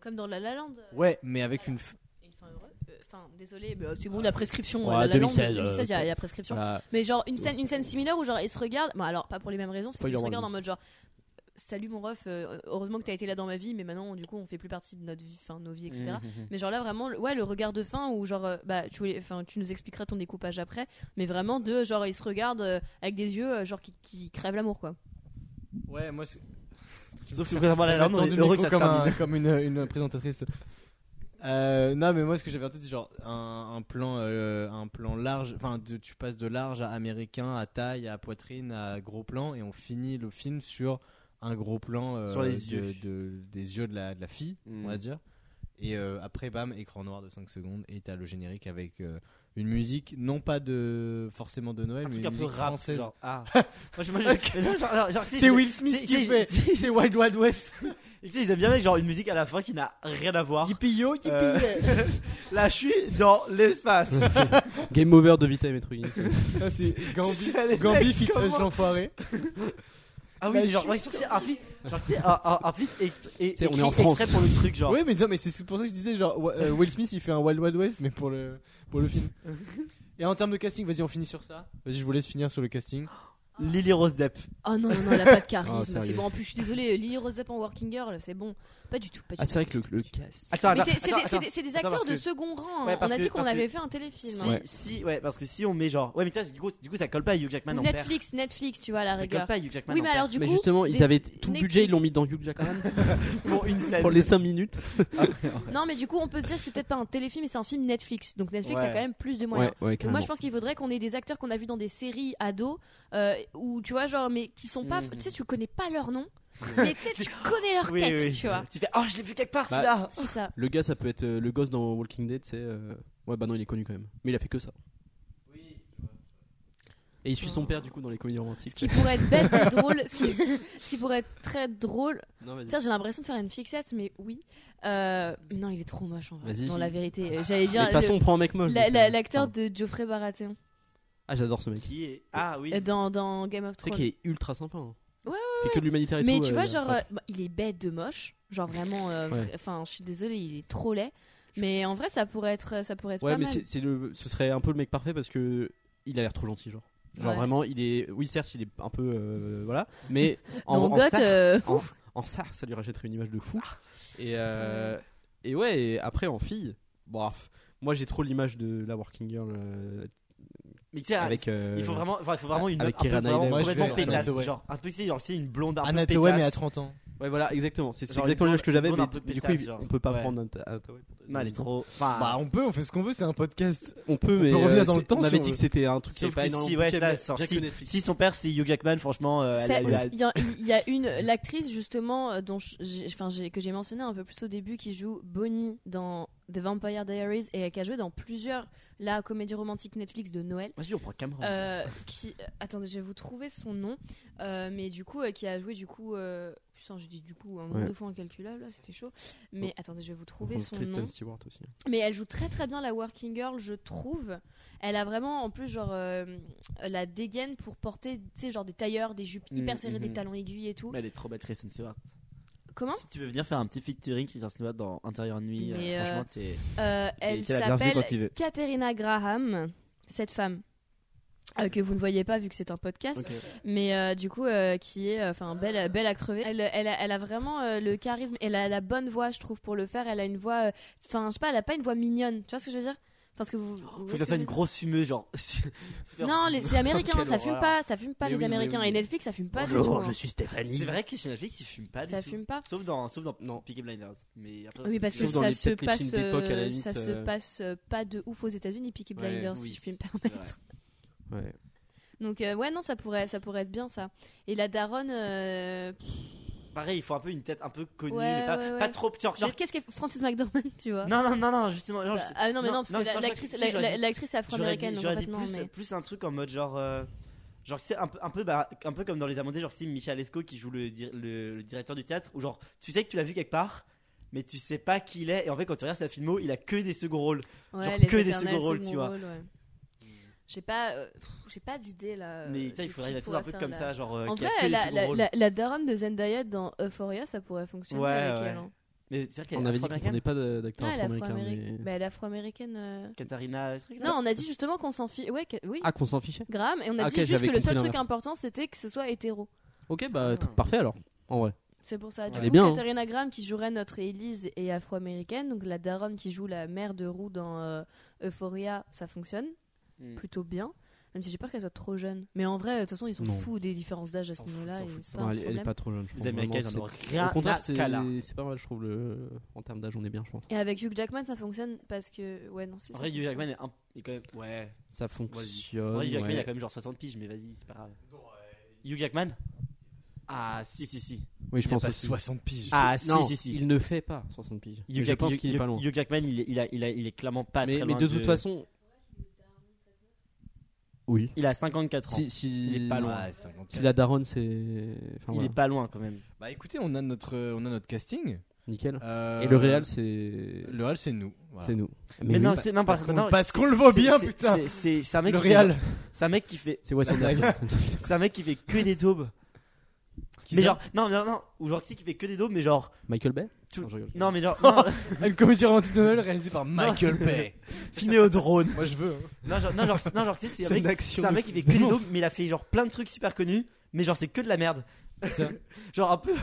S6: Comme dans La La Land.
S5: Ouais, mais avec une, f-
S6: Et une fin heureuse. Euh, Enfin, désolé, mais euh, c'est bon, la prescription.
S8: Ouais,
S6: euh, la La Land,
S8: 2016,
S6: 2016, il y a-
S8: euh,
S6: il y, a prescription.
S8: Voilà.
S6: Mais genre, une scène, une scène similaire où genre, ils se regardent. Bon, alors, pas pour les mêmes raisons, c'est
S8: Spoiler
S6: qu'ils se
S8: warning.
S6: regardent en mode genre. Salut mon ref, euh, heureusement que t'as été là dans ma vie, mais maintenant du coup on fait plus partie de notre vie, enfin nos vies, etc.
S8: Mmh,
S6: Mais genre là vraiment, le- ouais le regard de fin où genre euh, bah tu voulais, enfin tu nous expliqueras ton découpage après, mais vraiment de genre ils se regardent euh, avec des yeux euh, genre qui, qui crèvent l'amour quoi.
S5: Ouais, moi, c'est-
S7: Sauf que vraiment la
S5: on a
S7: lande, on
S5: tendu
S7: est
S5: le
S7: heureux que
S5: micro
S7: ça se
S5: comme, un- (laughs)
S7: termine.
S5: comme une, une présentatrice. Euh, non, mais moi, ce que j'avais en tête, c'est genre un, un plan, euh, un plan large. Enfin, de- tu passes de large à américain, à taille, à poitrine, à gros plan, et on finit le film sur un gros plan euh,
S7: Sur les
S5: de-
S7: yeux.
S5: de- des yeux de la, de la fille,
S7: Mm.
S5: on va dire. Et euh, après, bam, écran noir de 5 secondes, et t'as le générique avec euh, une musique, non pas de forcément de Noël,
S7: Un
S5: mais
S7: truc
S5: une
S7: un peu
S5: musique
S7: rap.
S5: française.
S7: Genre,
S5: (laughs)
S7: ah. Moi, je- moi, je- mais non, genre- alors, genre, si,
S5: C'est
S7: je-
S5: Will Smith
S7: si-
S5: qui
S7: si-
S5: fait, (laughs)
S7: si-
S5: c'est Wild Wild West.
S7: Et tu sais, ils aiment bien mettre genre une musique à la fin qui n'a rien à voir.
S5: Yippee yo, yippee.
S7: Euh, Là, je suis dans l'espace.
S8: Game over de Vita et Metro Games.
S5: Ah, c'est Gambi,
S7: Tu sais, les mecs,
S5: Gambi fit
S7: comment-
S5: Us l'enfoiré.
S7: Ah oui,
S5: Là,
S7: mais
S5: je
S7: genre,
S5: suis
S7: ouais, sûr que c'est un feat. Genre, tu sais, un, un, un feat exp- et,
S8: sais, on est
S7: écrit
S8: en France.
S7: exprès pour le truc, genre.
S5: Oui, mais non, mais c'est pour ça que je disais genre wa- euh, Will Smith il fait un Wild Wild West, mais pour le pour le film.
S8: (laughs)
S5: Et en termes de casting, vas-y, on finit sur ça. Vas-y, je vous laisse finir sur le casting.
S7: Lily Rose Depp.
S6: Oh non, non, non, elle a pas de
S8: (laughs) Ah,
S6: charisme.
S8: sérieux.
S6: c'est bon, en plus, je suis désolée, Lily Rosep en Working Girl, c'est bon. Pas du tout, pas du
S8: Ah,
S6: tout.
S8: c'est vrai que le, Ah, le cast.
S7: Attends,
S6: Mais
S7: attends,
S6: c'est- c'est
S7: attends,
S6: des- c'est
S7: attends.
S6: des, c'est des
S7: Attends,
S6: acteurs
S7: parce
S6: de
S7: que-
S6: second rang. hein.
S7: Ouais, parce
S6: on a
S7: que-
S6: dit qu'on
S7: parce
S6: avait
S7: que-
S6: fait un téléfilm.
S7: Si,
S6: hein.
S7: si, ouais, parce que si on met genre. Ouais, mais tu vois, du coup, du coup, ça colle pas à Hugh Jackman
S6: Ou
S7: en père.
S6: Netflix, Netflix, tu vois, à la
S7: Ça colle
S6: rigueur.
S7: pas à Hugh Jackman
S6: Oui,
S7: en
S6: mais alors du
S8: Mais
S6: coup.
S8: justement, ils
S6: des-
S8: avaient tout le
S6: Netflix-
S8: budget, ils l'ont mis dans Hugh Jackman
S7: père. (laughs) Pour une scène.
S8: pour les 5 minutes.
S6: Non, mais du coup, on peut se dire que c'est peut-être pas un téléfilm, mais c'est un film Netflix. Donc Netflix a
S7: Ouais.
S6: quand même plus de moyens.
S8: ouais,
S6: Donc moi je pense qu'il faudrait qu'on ait des acteurs qu'on a vus dans des séries ados euh, ou tu vois genre mais qui sont pas
S7: Mhm.
S6: tu sais tu connais pas leur nom mais tu sais tu connais leur
S7: Oui,
S6: tête
S7: oui.
S6: tu vois
S7: Tu fais, oh, je l'ai vu quelque part
S8: Bah,
S7: celui-là.
S6: c'est ça
S8: Le gars, ça peut être euh, le gosse dans Walking Dead, c'est. euh, Ouais, bah non, il est connu quand même. Mais il a fait que ça. Et il suit son père du coup dans les comédies romantiques.
S6: ce qui pourrait être bête et drôle ce qui, ce qui pourrait être très drôle
S8: Non, vas-y.
S6: Putain, j'ai l'impression de faire une fixette, mais oui. Euh, non, il est trop moche en vrai.
S8: Vas-y.
S6: Non, la vérité, euh, j'allais
S8: Mais
S6: dire.
S8: De toute façon,
S6: le-
S8: on prend un mec moche.
S6: la-
S8: donc,
S6: la-
S8: euh,
S6: L'acteur
S8: enfin.
S6: de Geoffrey Baratheon
S8: Ah, j'adore ce mec. Tu
S7: Qui est. Ah oui.
S6: euh, dans, dans Game of
S8: sais
S6: Thrones.
S8: qu'il est ultra sympa. hein.
S6: Ouais, ouais,
S8: Fait que de l'humanitaire et
S6: mais
S8: tout,
S6: tu
S8: euh,
S6: vois, genre,
S8: ouais.
S6: euh, bah, il est bête de moche. Genre vraiment. euh,
S8: Ouais.
S6: vra- Enfin, je suis désolée, il est trop laid. Mais en vrai, ça pourrait être, ça pourrait être
S8: Ouais,
S6: pas
S8: mais
S6: mal.
S8: c'est c'est le, ce serait un peu le mec parfait parce que il a l'air trop gentil, genre. Genre
S6: Ouais.
S8: vraiment, il est. Oui, certes, il est un peu. euh, voilà.
S6: (laughs)
S8: Mais en,
S6: Dans
S8: en
S6: Goth,
S8: Sarre-
S6: euh,
S8: en, en Sarre, ça lui rachèterait une image de fou. Et, euh, et ouais, et après en fille, bref. Moi j'ai trop l'image de la Working Girl euh,
S7: Mais tu sais,
S8: avec. euh,
S7: Ah, il faut vraiment, enfin, il faut vraiment une meuf
S8: avec
S7: un peu
S8: Keira
S7: vraiment
S8: Knightley.
S5: Moi, je
S7: complètement
S5: vais
S7: pétasse.
S5: Anataway.
S7: Genre, un peu, tu sais, genre, tu sais, une blonde un peu
S5: Anatoway,
S7: pétasse.
S5: mais à 30 ans.
S8: Ouais, voilà, exactement. C'est c'est
S7: Genre
S8: exactement
S7: une
S8: l'image que j'avais,
S7: blonde
S8: mais
S7: un peu
S8: du coup,
S7: pétasse,
S8: il-
S7: genre.
S8: on peut pas
S7: Ouais.
S8: prendre Anna- Hathaway pour des
S7: Non, elle est
S8: raisons.
S7: trop. Enfin,
S8: Ah.
S5: Bah, on peut, on fait ce qu'on veut, c'est un podcast.
S8: On peut,
S5: peut
S8: mais.
S5: revenir
S8: euh,
S5: dans le
S8: c'est-
S5: temps,
S8: On
S5: si
S8: avait
S5: on
S8: dit
S5: veut.
S8: que c'était un truc qui
S7: Sauf
S8: est pas
S7: que
S8: énorme.
S7: si, ouais,
S8: budget,
S7: ça,
S8: mais
S7: sort-
S8: bien que Netflix.
S7: si son père c'est Hugh Jackman, franchement, euh, elle
S6: Ça-
S7: a- elle a-
S6: Il y a- il y a une l'actrice justement euh, dont je- j'ai- enfin j'ai- que j'ai mentionné un peu plus au début qui joue Bonnie dans The Vampire Diaries et qui a joué dans plusieurs la comédie romantique Netflix de Noël.
S7: Vas-y, on prend Cameron.
S6: euh, qui euh, attendez je vais vous trouver son nom euh, mais du coup euh, qui a joué du coup euh, putain j'ai dit du coup un nombre
S8: Ouais.
S6: de fois incalculable là c'était chaud mais attendez je vais vous trouver son nom
S8: Kristen Stewart aussi.
S6: mais elle joue très très bien la working girl, je trouve. Elle a vraiment en plus genre euh, la dégaine pour porter, tu sais, genre des tailleurs, des jupes
S7: Mhm,
S6: hyper serrées, des
S7: mhm.
S6: talons aiguilles et tout.
S7: Mais elle est trop bête, Kristen Stewart.
S6: Comment
S7: si tu veux venir faire un petit featuring Kristen Stewart dans Intérieur Nuit, euh,
S6: Mais, euh,
S7: franchement, t'es.
S6: Euh, Elle
S7: t'es la bienvenue
S6: s'appelle
S7: quand tu veux.
S6: Katharina Graham, cette femme. euh,
S7: Ah.
S6: que vous ne voyez pas vu que c'est un podcast, mais euh, du coup euh, qui est euh, enfin
S7: Ah.
S6: belle, belle à crever. Elle, elle, a, elle a vraiment euh, le charisme, elle a la bonne voix je trouve pour le faire. Elle a une voix, euh, enfin je sais pas, elle a pas une voix mignonne. Tu vois ce que je veux dire Parce que vous. vous voyez
S7: Faut que
S6: ce
S7: ça
S6: je
S7: soit une
S6: veux dire
S7: grosse fumeuse, genre.
S6: Non, les- c'est américain,
S7: Quelle
S6: ça fume
S7: horreur.
S6: pas, ça fume pas
S8: Mais
S6: les
S8: oui, mais
S6: Américains
S8: oui.
S6: et Netflix ça fume pas du tout.
S2: Bonjour,
S6: hein.
S2: je suis Stéphanie.
S7: C'est vrai que chez Netflix, ils fument pas. du
S6: Ça
S7: tout.
S6: fume pas.
S7: Sauf dans, sauf dans
S8: Non.
S7: Peaky Blinders. Mais après,
S6: Ah Oui,
S7: c'est-
S6: parce que
S8: Sauf dans
S6: ça
S8: les-
S6: se
S8: peut-être les films
S6: passe,
S8: d'époque, à la
S6: euh,
S8: limite,
S6: ça se
S8: euh.
S6: passe euh, pas de ouf aux États-Unis, Peaky
S8: Ouais,
S6: Blinders,
S7: oui,
S6: si je puis me
S7: c'est
S6: permettre.
S7: vrai.
S8: Ouais.
S6: Donc euh, ouais, non, ça pourrait, ça pourrait être bien ça. Et la daronne, euh,
S7: Pareil, il faut un peu une tête un peu connue,
S6: Ouais,
S7: mais pas,
S6: ouais, ouais.
S7: pas trop ptorchée.
S6: genre qu'est-ce qu'est Frances McDormand, (laughs) tu vois
S7: Non, non, non, non, justement. genre,
S6: Bah,
S7: je-
S6: Ah non, mais non,
S7: non,
S6: parce
S7: non,
S6: que
S7: c'est
S6: la-
S7: pas ça que-
S6: l'actrice,
S7: si,
S6: la-
S7: j'aurais
S6: la-
S7: dit-
S6: l'actrice est
S7: J'aurais dit,
S6: afro-américaine, donc en
S7: j'aurais
S6: fait
S7: dit
S6: non,
S7: plus,
S6: mais
S7: plus un truc en mode genre. euh, genre, tu sais, un peu, un, peu, bah, un peu comme dans Les Amandés, genre, c'est Michel Esco qui joue le, dir- le- le directeur du théâtre, où genre, tu sais que tu l'as vu quelque part, mais tu sais pas qui il est, et en fait, quand tu regardes sa filmo, il a que des seconds rôles.
S6: ouais,
S7: euh, genre
S6: les
S7: que des
S6: éternels
S7: seconds rôles, tu
S6: seconds
S7: vois.
S6: rôles, ouais. J'ai pas, euh, pff, j'ai pas d'idée là. euh,
S7: mais tu sais, il
S6: de
S7: faudrait
S6: qui
S7: la chose
S6: pourrait
S7: un peu
S6: faire
S7: comme
S6: la-
S7: ça, genre, euh,
S6: En
S7: qui a
S6: vrai,
S7: que des
S6: la,
S7: seconds
S6: la,
S7: rôles.
S6: la, la daronne de Zendaya dans Euphoria, ça pourrait fonctionner
S7: Ouais,
S6: avec
S7: ouais.
S6: elle. hein.
S7: Mais c'est vrai qu'elle
S11: On
S7: est
S11: avait dit qu'on prenait
S7: afro-américaine.
S11: pas de- d'acteur
S6: Ouais, elle est
S11: afro-américain.
S6: afro-américaine.
S11: mais-
S6: Mais elle est afro-américaine. euh,
S7: Katarina, ce truc,
S6: Non, on a dit justement qu'on s'en fiche. Ouais, que- oui.
S11: Ah, qu'on s'en fichait
S6: Graham, et on a
S11: Ah, ok,
S6: dit juste
S11: j'avais
S6: que le seul
S11: compris
S6: truc
S11: l'inverse.
S6: important c'était que ce soit hétéro.
S11: Ok, bah
S7: Ah.
S11: t- parfait alors. En vrai.
S6: C'est pour ça. Du
S11: Elle
S6: coup,
S11: est bien, hein.
S6: Katharina Graham qui jouerait notre Élise est afro-américaine, donc la daronne qui joue la mère de Roux dans euh, Euphoria, ça fonctionne
S7: Mm.
S6: plutôt bien. Même si j'ai peur qu'elle soit trop jeune. Mais en vrai, de toute façon, ils sont
S11: Non.
S6: fous des différences d'âge à ce
S8: S'en foutent,
S6: niveau-là.
S8: s'en
S6: et
S8: foutent.
S6: C'est pas
S11: Non,
S6: un
S11: elle, elle est
S6: problème.
S11: pas trop jeune, je pense.
S7: Les Américains,
S11: vraiment,
S7: ils en ont
S11: c'est-
S7: rien
S11: Au contraire,
S7: à cala.
S11: c'est c'est pas mal, je trouve, le... en termes d'âge, on est bien, je pense.
S6: Et avec Hugh Jackman, ça fonctionne parce que. Ouais, non, si.
S7: En
S6: ça
S7: vrai, Hugh
S6: fonctionne.
S7: Jackman est un. est quand même... Ouais.
S11: Ça
S7: En
S11: fonctionne.
S7: vrai, Hugh Jackman, il a
S11: Euh, ouais.
S7: quand même genre 60 piges, mais vas-y, c'est pas grave. Hugh Jackman Ah, si, si, si.
S11: Oui, je
S5: Il a
S11: pense
S5: pas
S11: aussi.
S5: 60 piges.
S7: Ah,
S11: non,
S7: si, si, si.
S11: il ne fait pas 60 piges.
S7: Hugh,
S11: Mais je
S7: Jack-
S11: pense
S7: Hugh-
S11: qu'il est pas
S7: Hugh-
S11: loin.
S7: Hugh Jackman, il est, il a- il a- il est clairement pas
S11: mais,
S7: très
S11: mais
S7: loin
S11: de toute façon. Oui.
S7: il a 54 ans.
S11: Si, si...
S7: Il est pas loin.
S5: Ouais, 54.
S11: Si la daronne, c'est. Enfin,
S7: il
S11: voilà.
S7: est pas loin quand même.
S5: Bah écoutez, on a notre, on a notre casting.
S11: Nickel.
S5: Euh,
S11: Et le Real, c'est.
S5: Le Real, c'est nous. Voilà.
S11: C'est nous.
S7: Mais, non, c'est non
S5: Parce
S7: parce, que
S5: qu'on
S7: non,
S5: parce
S7: c'est-
S5: qu'on le vaut
S7: c'est-
S5: bien,
S7: c'est-
S5: putain.
S7: c'est- C'est c'est un mec
S5: Le
S7: qui fait-
S5: Real.
S7: C'est un mec qui fait
S11: (laughs) C'est Wes Anderson.
S7: c'est un mec qui fait que des daubes.
S11: (laughs)
S7: mais genre non non non ou genre si qui fait que des daubes mais genre
S11: Michael Bay
S7: tout-
S11: Non, je rigole.
S7: non
S11: (laughs)
S7: mais genre non,
S5: Une comédie romantique de Noël réalisée par Michael Bay.
S7: Finéodrone.
S5: (laughs) Moi je veux. hein.
S7: Non genre non genre non genre tu sais, c'est un mec
S11: action.
S7: c'est un mec qui fait que des daubes mais il a fait genre plein de trucs super connus mais genre c'est que de la merde.
S5: ça.
S7: (laughs) genre un peu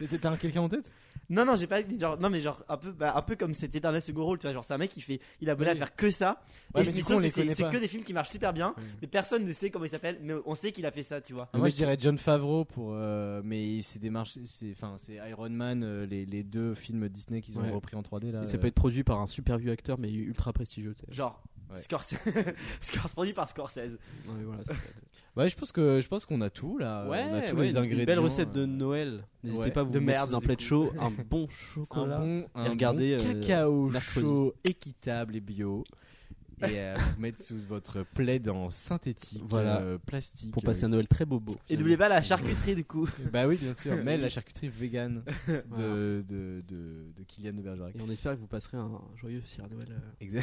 S5: Mais T'as un quelqu'un en tête
S7: Non, non, j'ai pas dit genre, non, mais genre un peu, bah, un peu comme cet éternel second rôle, tu vois. Genre, c'est un mec qui fait, il a abonné
S5: Oui.
S7: à faire que ça.
S5: Ouais,
S7: et
S5: mais
S7: je
S5: du
S7: dis
S5: coup, on
S7: sûr que
S5: les
S7: c'est
S5: connaît
S7: c'est
S5: pas.
S7: que des films qui marchent super bien,
S5: Oui.
S7: mais personne ne sait comment il s'appelle, mais on sait qu'il a fait ça, tu vois.
S5: Ah, Moi je dirais John Favreau pour. euh, mais c'est des marches. C'est enfin, c'est Iron Man, euh, les, les deux films Disney qu'ils ont
S11: Ouais.
S5: repris en 3D là.
S11: Et ça
S5: euh.
S11: peut être produit par un super vieux acteur, mais ultra prestigieux. tu sais.
S7: Genre,
S5: Ouais.
S7: Scorsese, (laughs) Scorsese produit par Scorsese.
S11: Non, mais voilà, ça peut être-
S5: Ouais, je pense que je pense qu'on a tout
S11: Euh,
S5: là. on a tous
S11: ouais,
S5: les
S11: une-
S5: ingrédients.
S11: Une belle recette
S5: euh,
S11: de Noël. N'hésitez
S5: ouais.
S11: pas à vous
S7: De
S11: mettre
S7: merde,
S11: sous un
S7: du
S11: plat de
S7: coup.
S11: chaud, un bon
S5: un
S11: chocolat.
S5: bon, un
S11: regardez,
S5: bon
S11: euh,
S5: cacao
S11: mercredi.
S5: chaud, équitable et bio. Et euh, vous mettre sous votre plaid en synthétique,
S11: Voilà.
S5: euh, plastique.
S11: Pour passer un Noël très bobo.
S7: Et n'oubliez pas la charcuterie, du coup.
S5: euh, (laughs) Bah oui, bien sûr. Mais la charcuterie vegan de,
S11: Voilà.
S5: de, de, de Kylian de Bergerac.
S11: Et on espère que vous passerez un joyeux Sire Noël. euh,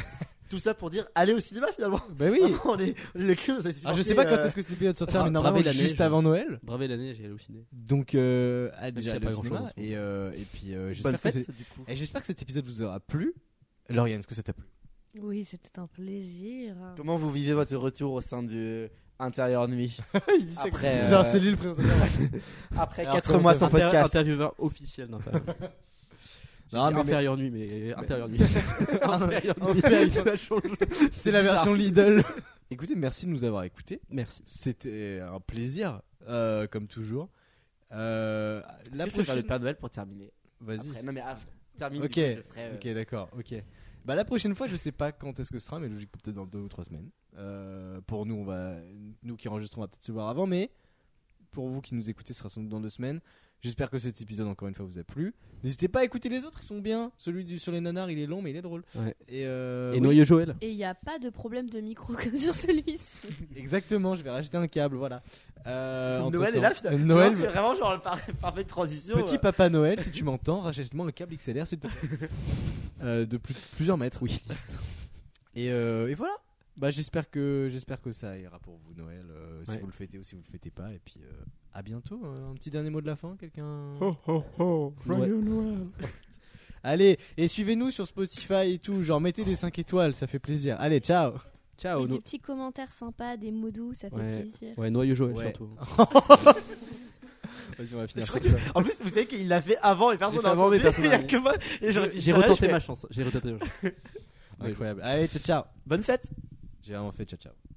S7: Tout ça pour dire, allez au cinéma finalement.
S5: Bah oui.
S7: (laughs) on est, on est le cul,
S5: Alors ah, je sais pas quand
S7: euh,
S5: est-ce que cet épisode sortira,
S11: bra-
S5: mais normalement
S11: braver la
S5: juste
S11: neige.
S5: avant Noël.
S11: Braver l'année, j'ai halluciné.
S5: Donc euh, à
S11: s'il
S5: déjà
S11: y a
S5: aller
S11: pas
S5: au
S11: grand-chose
S5: cinéma.
S11: en ce moment.
S5: Et, euh, et puis euh,
S7: Bonne
S5: j'espère que, c'est-
S7: fête, du coup.
S5: et j'espère que cet épisode vous aura plu. Lauriane, est-ce que ça t'a plu
S6: Oui, c'était un plaisir.
S7: Comment vous vivez votre retour au sein du intérieur nuit
S5: Il dit
S7: ça Après, comme- euh,
S5: Genre c'est lui le présentateur.
S7: après
S5: Alors,
S7: 4
S5: comment
S7: mois
S5: ça
S7: sans
S11: Inter-
S7: podcast
S11: Intervieweur officiel d'un J'ai dit
S5: Non, mais-
S11: inférieur nuit, mais
S7: euh,
S11: intérieur
S7: (laughs)
S11: nuit.
S5: c'est la version Lidl. Écoutez, merci de nous avoir écoutés.
S11: (laughs) Merci.
S5: C'était un plaisir, euh, comme toujours. Euh,
S7: Là,
S5: la
S7: je peux faire
S5: prochaine.
S7: le Père Noël pour terminer.
S5: Vas-y.
S7: Après, non mais ah, termine.
S5: Ok.
S7: du coup, je ferai, euh,
S5: Ok, d'accord. Ok. Bah la prochaine fois, je sais pas quand est-ce que ce sera, mais logique peut-être dans deux ou trois semaines. Euh, pour nous, on va, nous qui enregistrons, on va peut-être se voir avant, mais pour vous qui nous écoutez, ce sera sans doute dans deux semaines. J'espère que cet épisode encore une fois vous a plu. N'hésitez pas à écouter les autres, ils sont bien. Celui du sur les nanars, il est long mais il est drôle.
S11: Ouais.
S5: Et, euh,
S11: Et
S5: oui.
S11: noyeux Joël.
S6: Et il n'y a pas de problème de micro (laughs) comme sur celui-ci.
S5: Exactement, je vais racheter un câble, voilà. Euh,
S7: (laughs) Noël
S5: entre-temps,
S7: est là finalement.
S5: euh,
S7: Noël,
S5: Noël,
S7: c'est vraiment genre le par- (laughs) parfaite transition. euh.
S5: petit papa Noël, si tu m'entends, rachète-moi un câble XLR, s'il te plaît. Euh, de plus- plusieurs mètres. Oui. Et, euh, et voilà. Bah, j'espère que j'espère que ça ira pour vous Noël, euh, si
S11: Ouais.
S5: vous le fêtez ou si vous le fêtez pas. Et puis euh, à bientôt. Euh, un petit dernier mot de la fin, quelqu'un.
S11: Noël.
S5: (laughs) Allez, et suivez-nous sur Spotify et tout. Genre mettez des 5 étoiles, ça fait plaisir. Allez, ciao.
S8: Ciao.
S6: Et
S8: Ah, no-
S6: des petits commentaires sympas, des mots doux, ça fait
S8: Ouais.
S6: plaisir.
S8: Ouais, noyau Joël
S5: Ouais.
S8: surtout.
S5: Vas-y, on va finir
S7: Je
S5: sur
S7: crois
S5: ça.
S7: En plus, vous savez qu'il l'a fait avant et personne
S8: fait
S7: n'a
S8: avant, mais
S7: entendu. (laughs)
S8: personne
S7: Il y a
S8: n'a-
S7: que moi. Et genre,
S8: J'ai
S7: j'étais là,
S8: retenté
S7: je fais,
S8: ma chance. J'ai retenté ma chance.
S5: Incroyable. Allez, ciao, ciao.
S7: Bonne fête.
S5: J'ai vraiment fait ciao, ciao.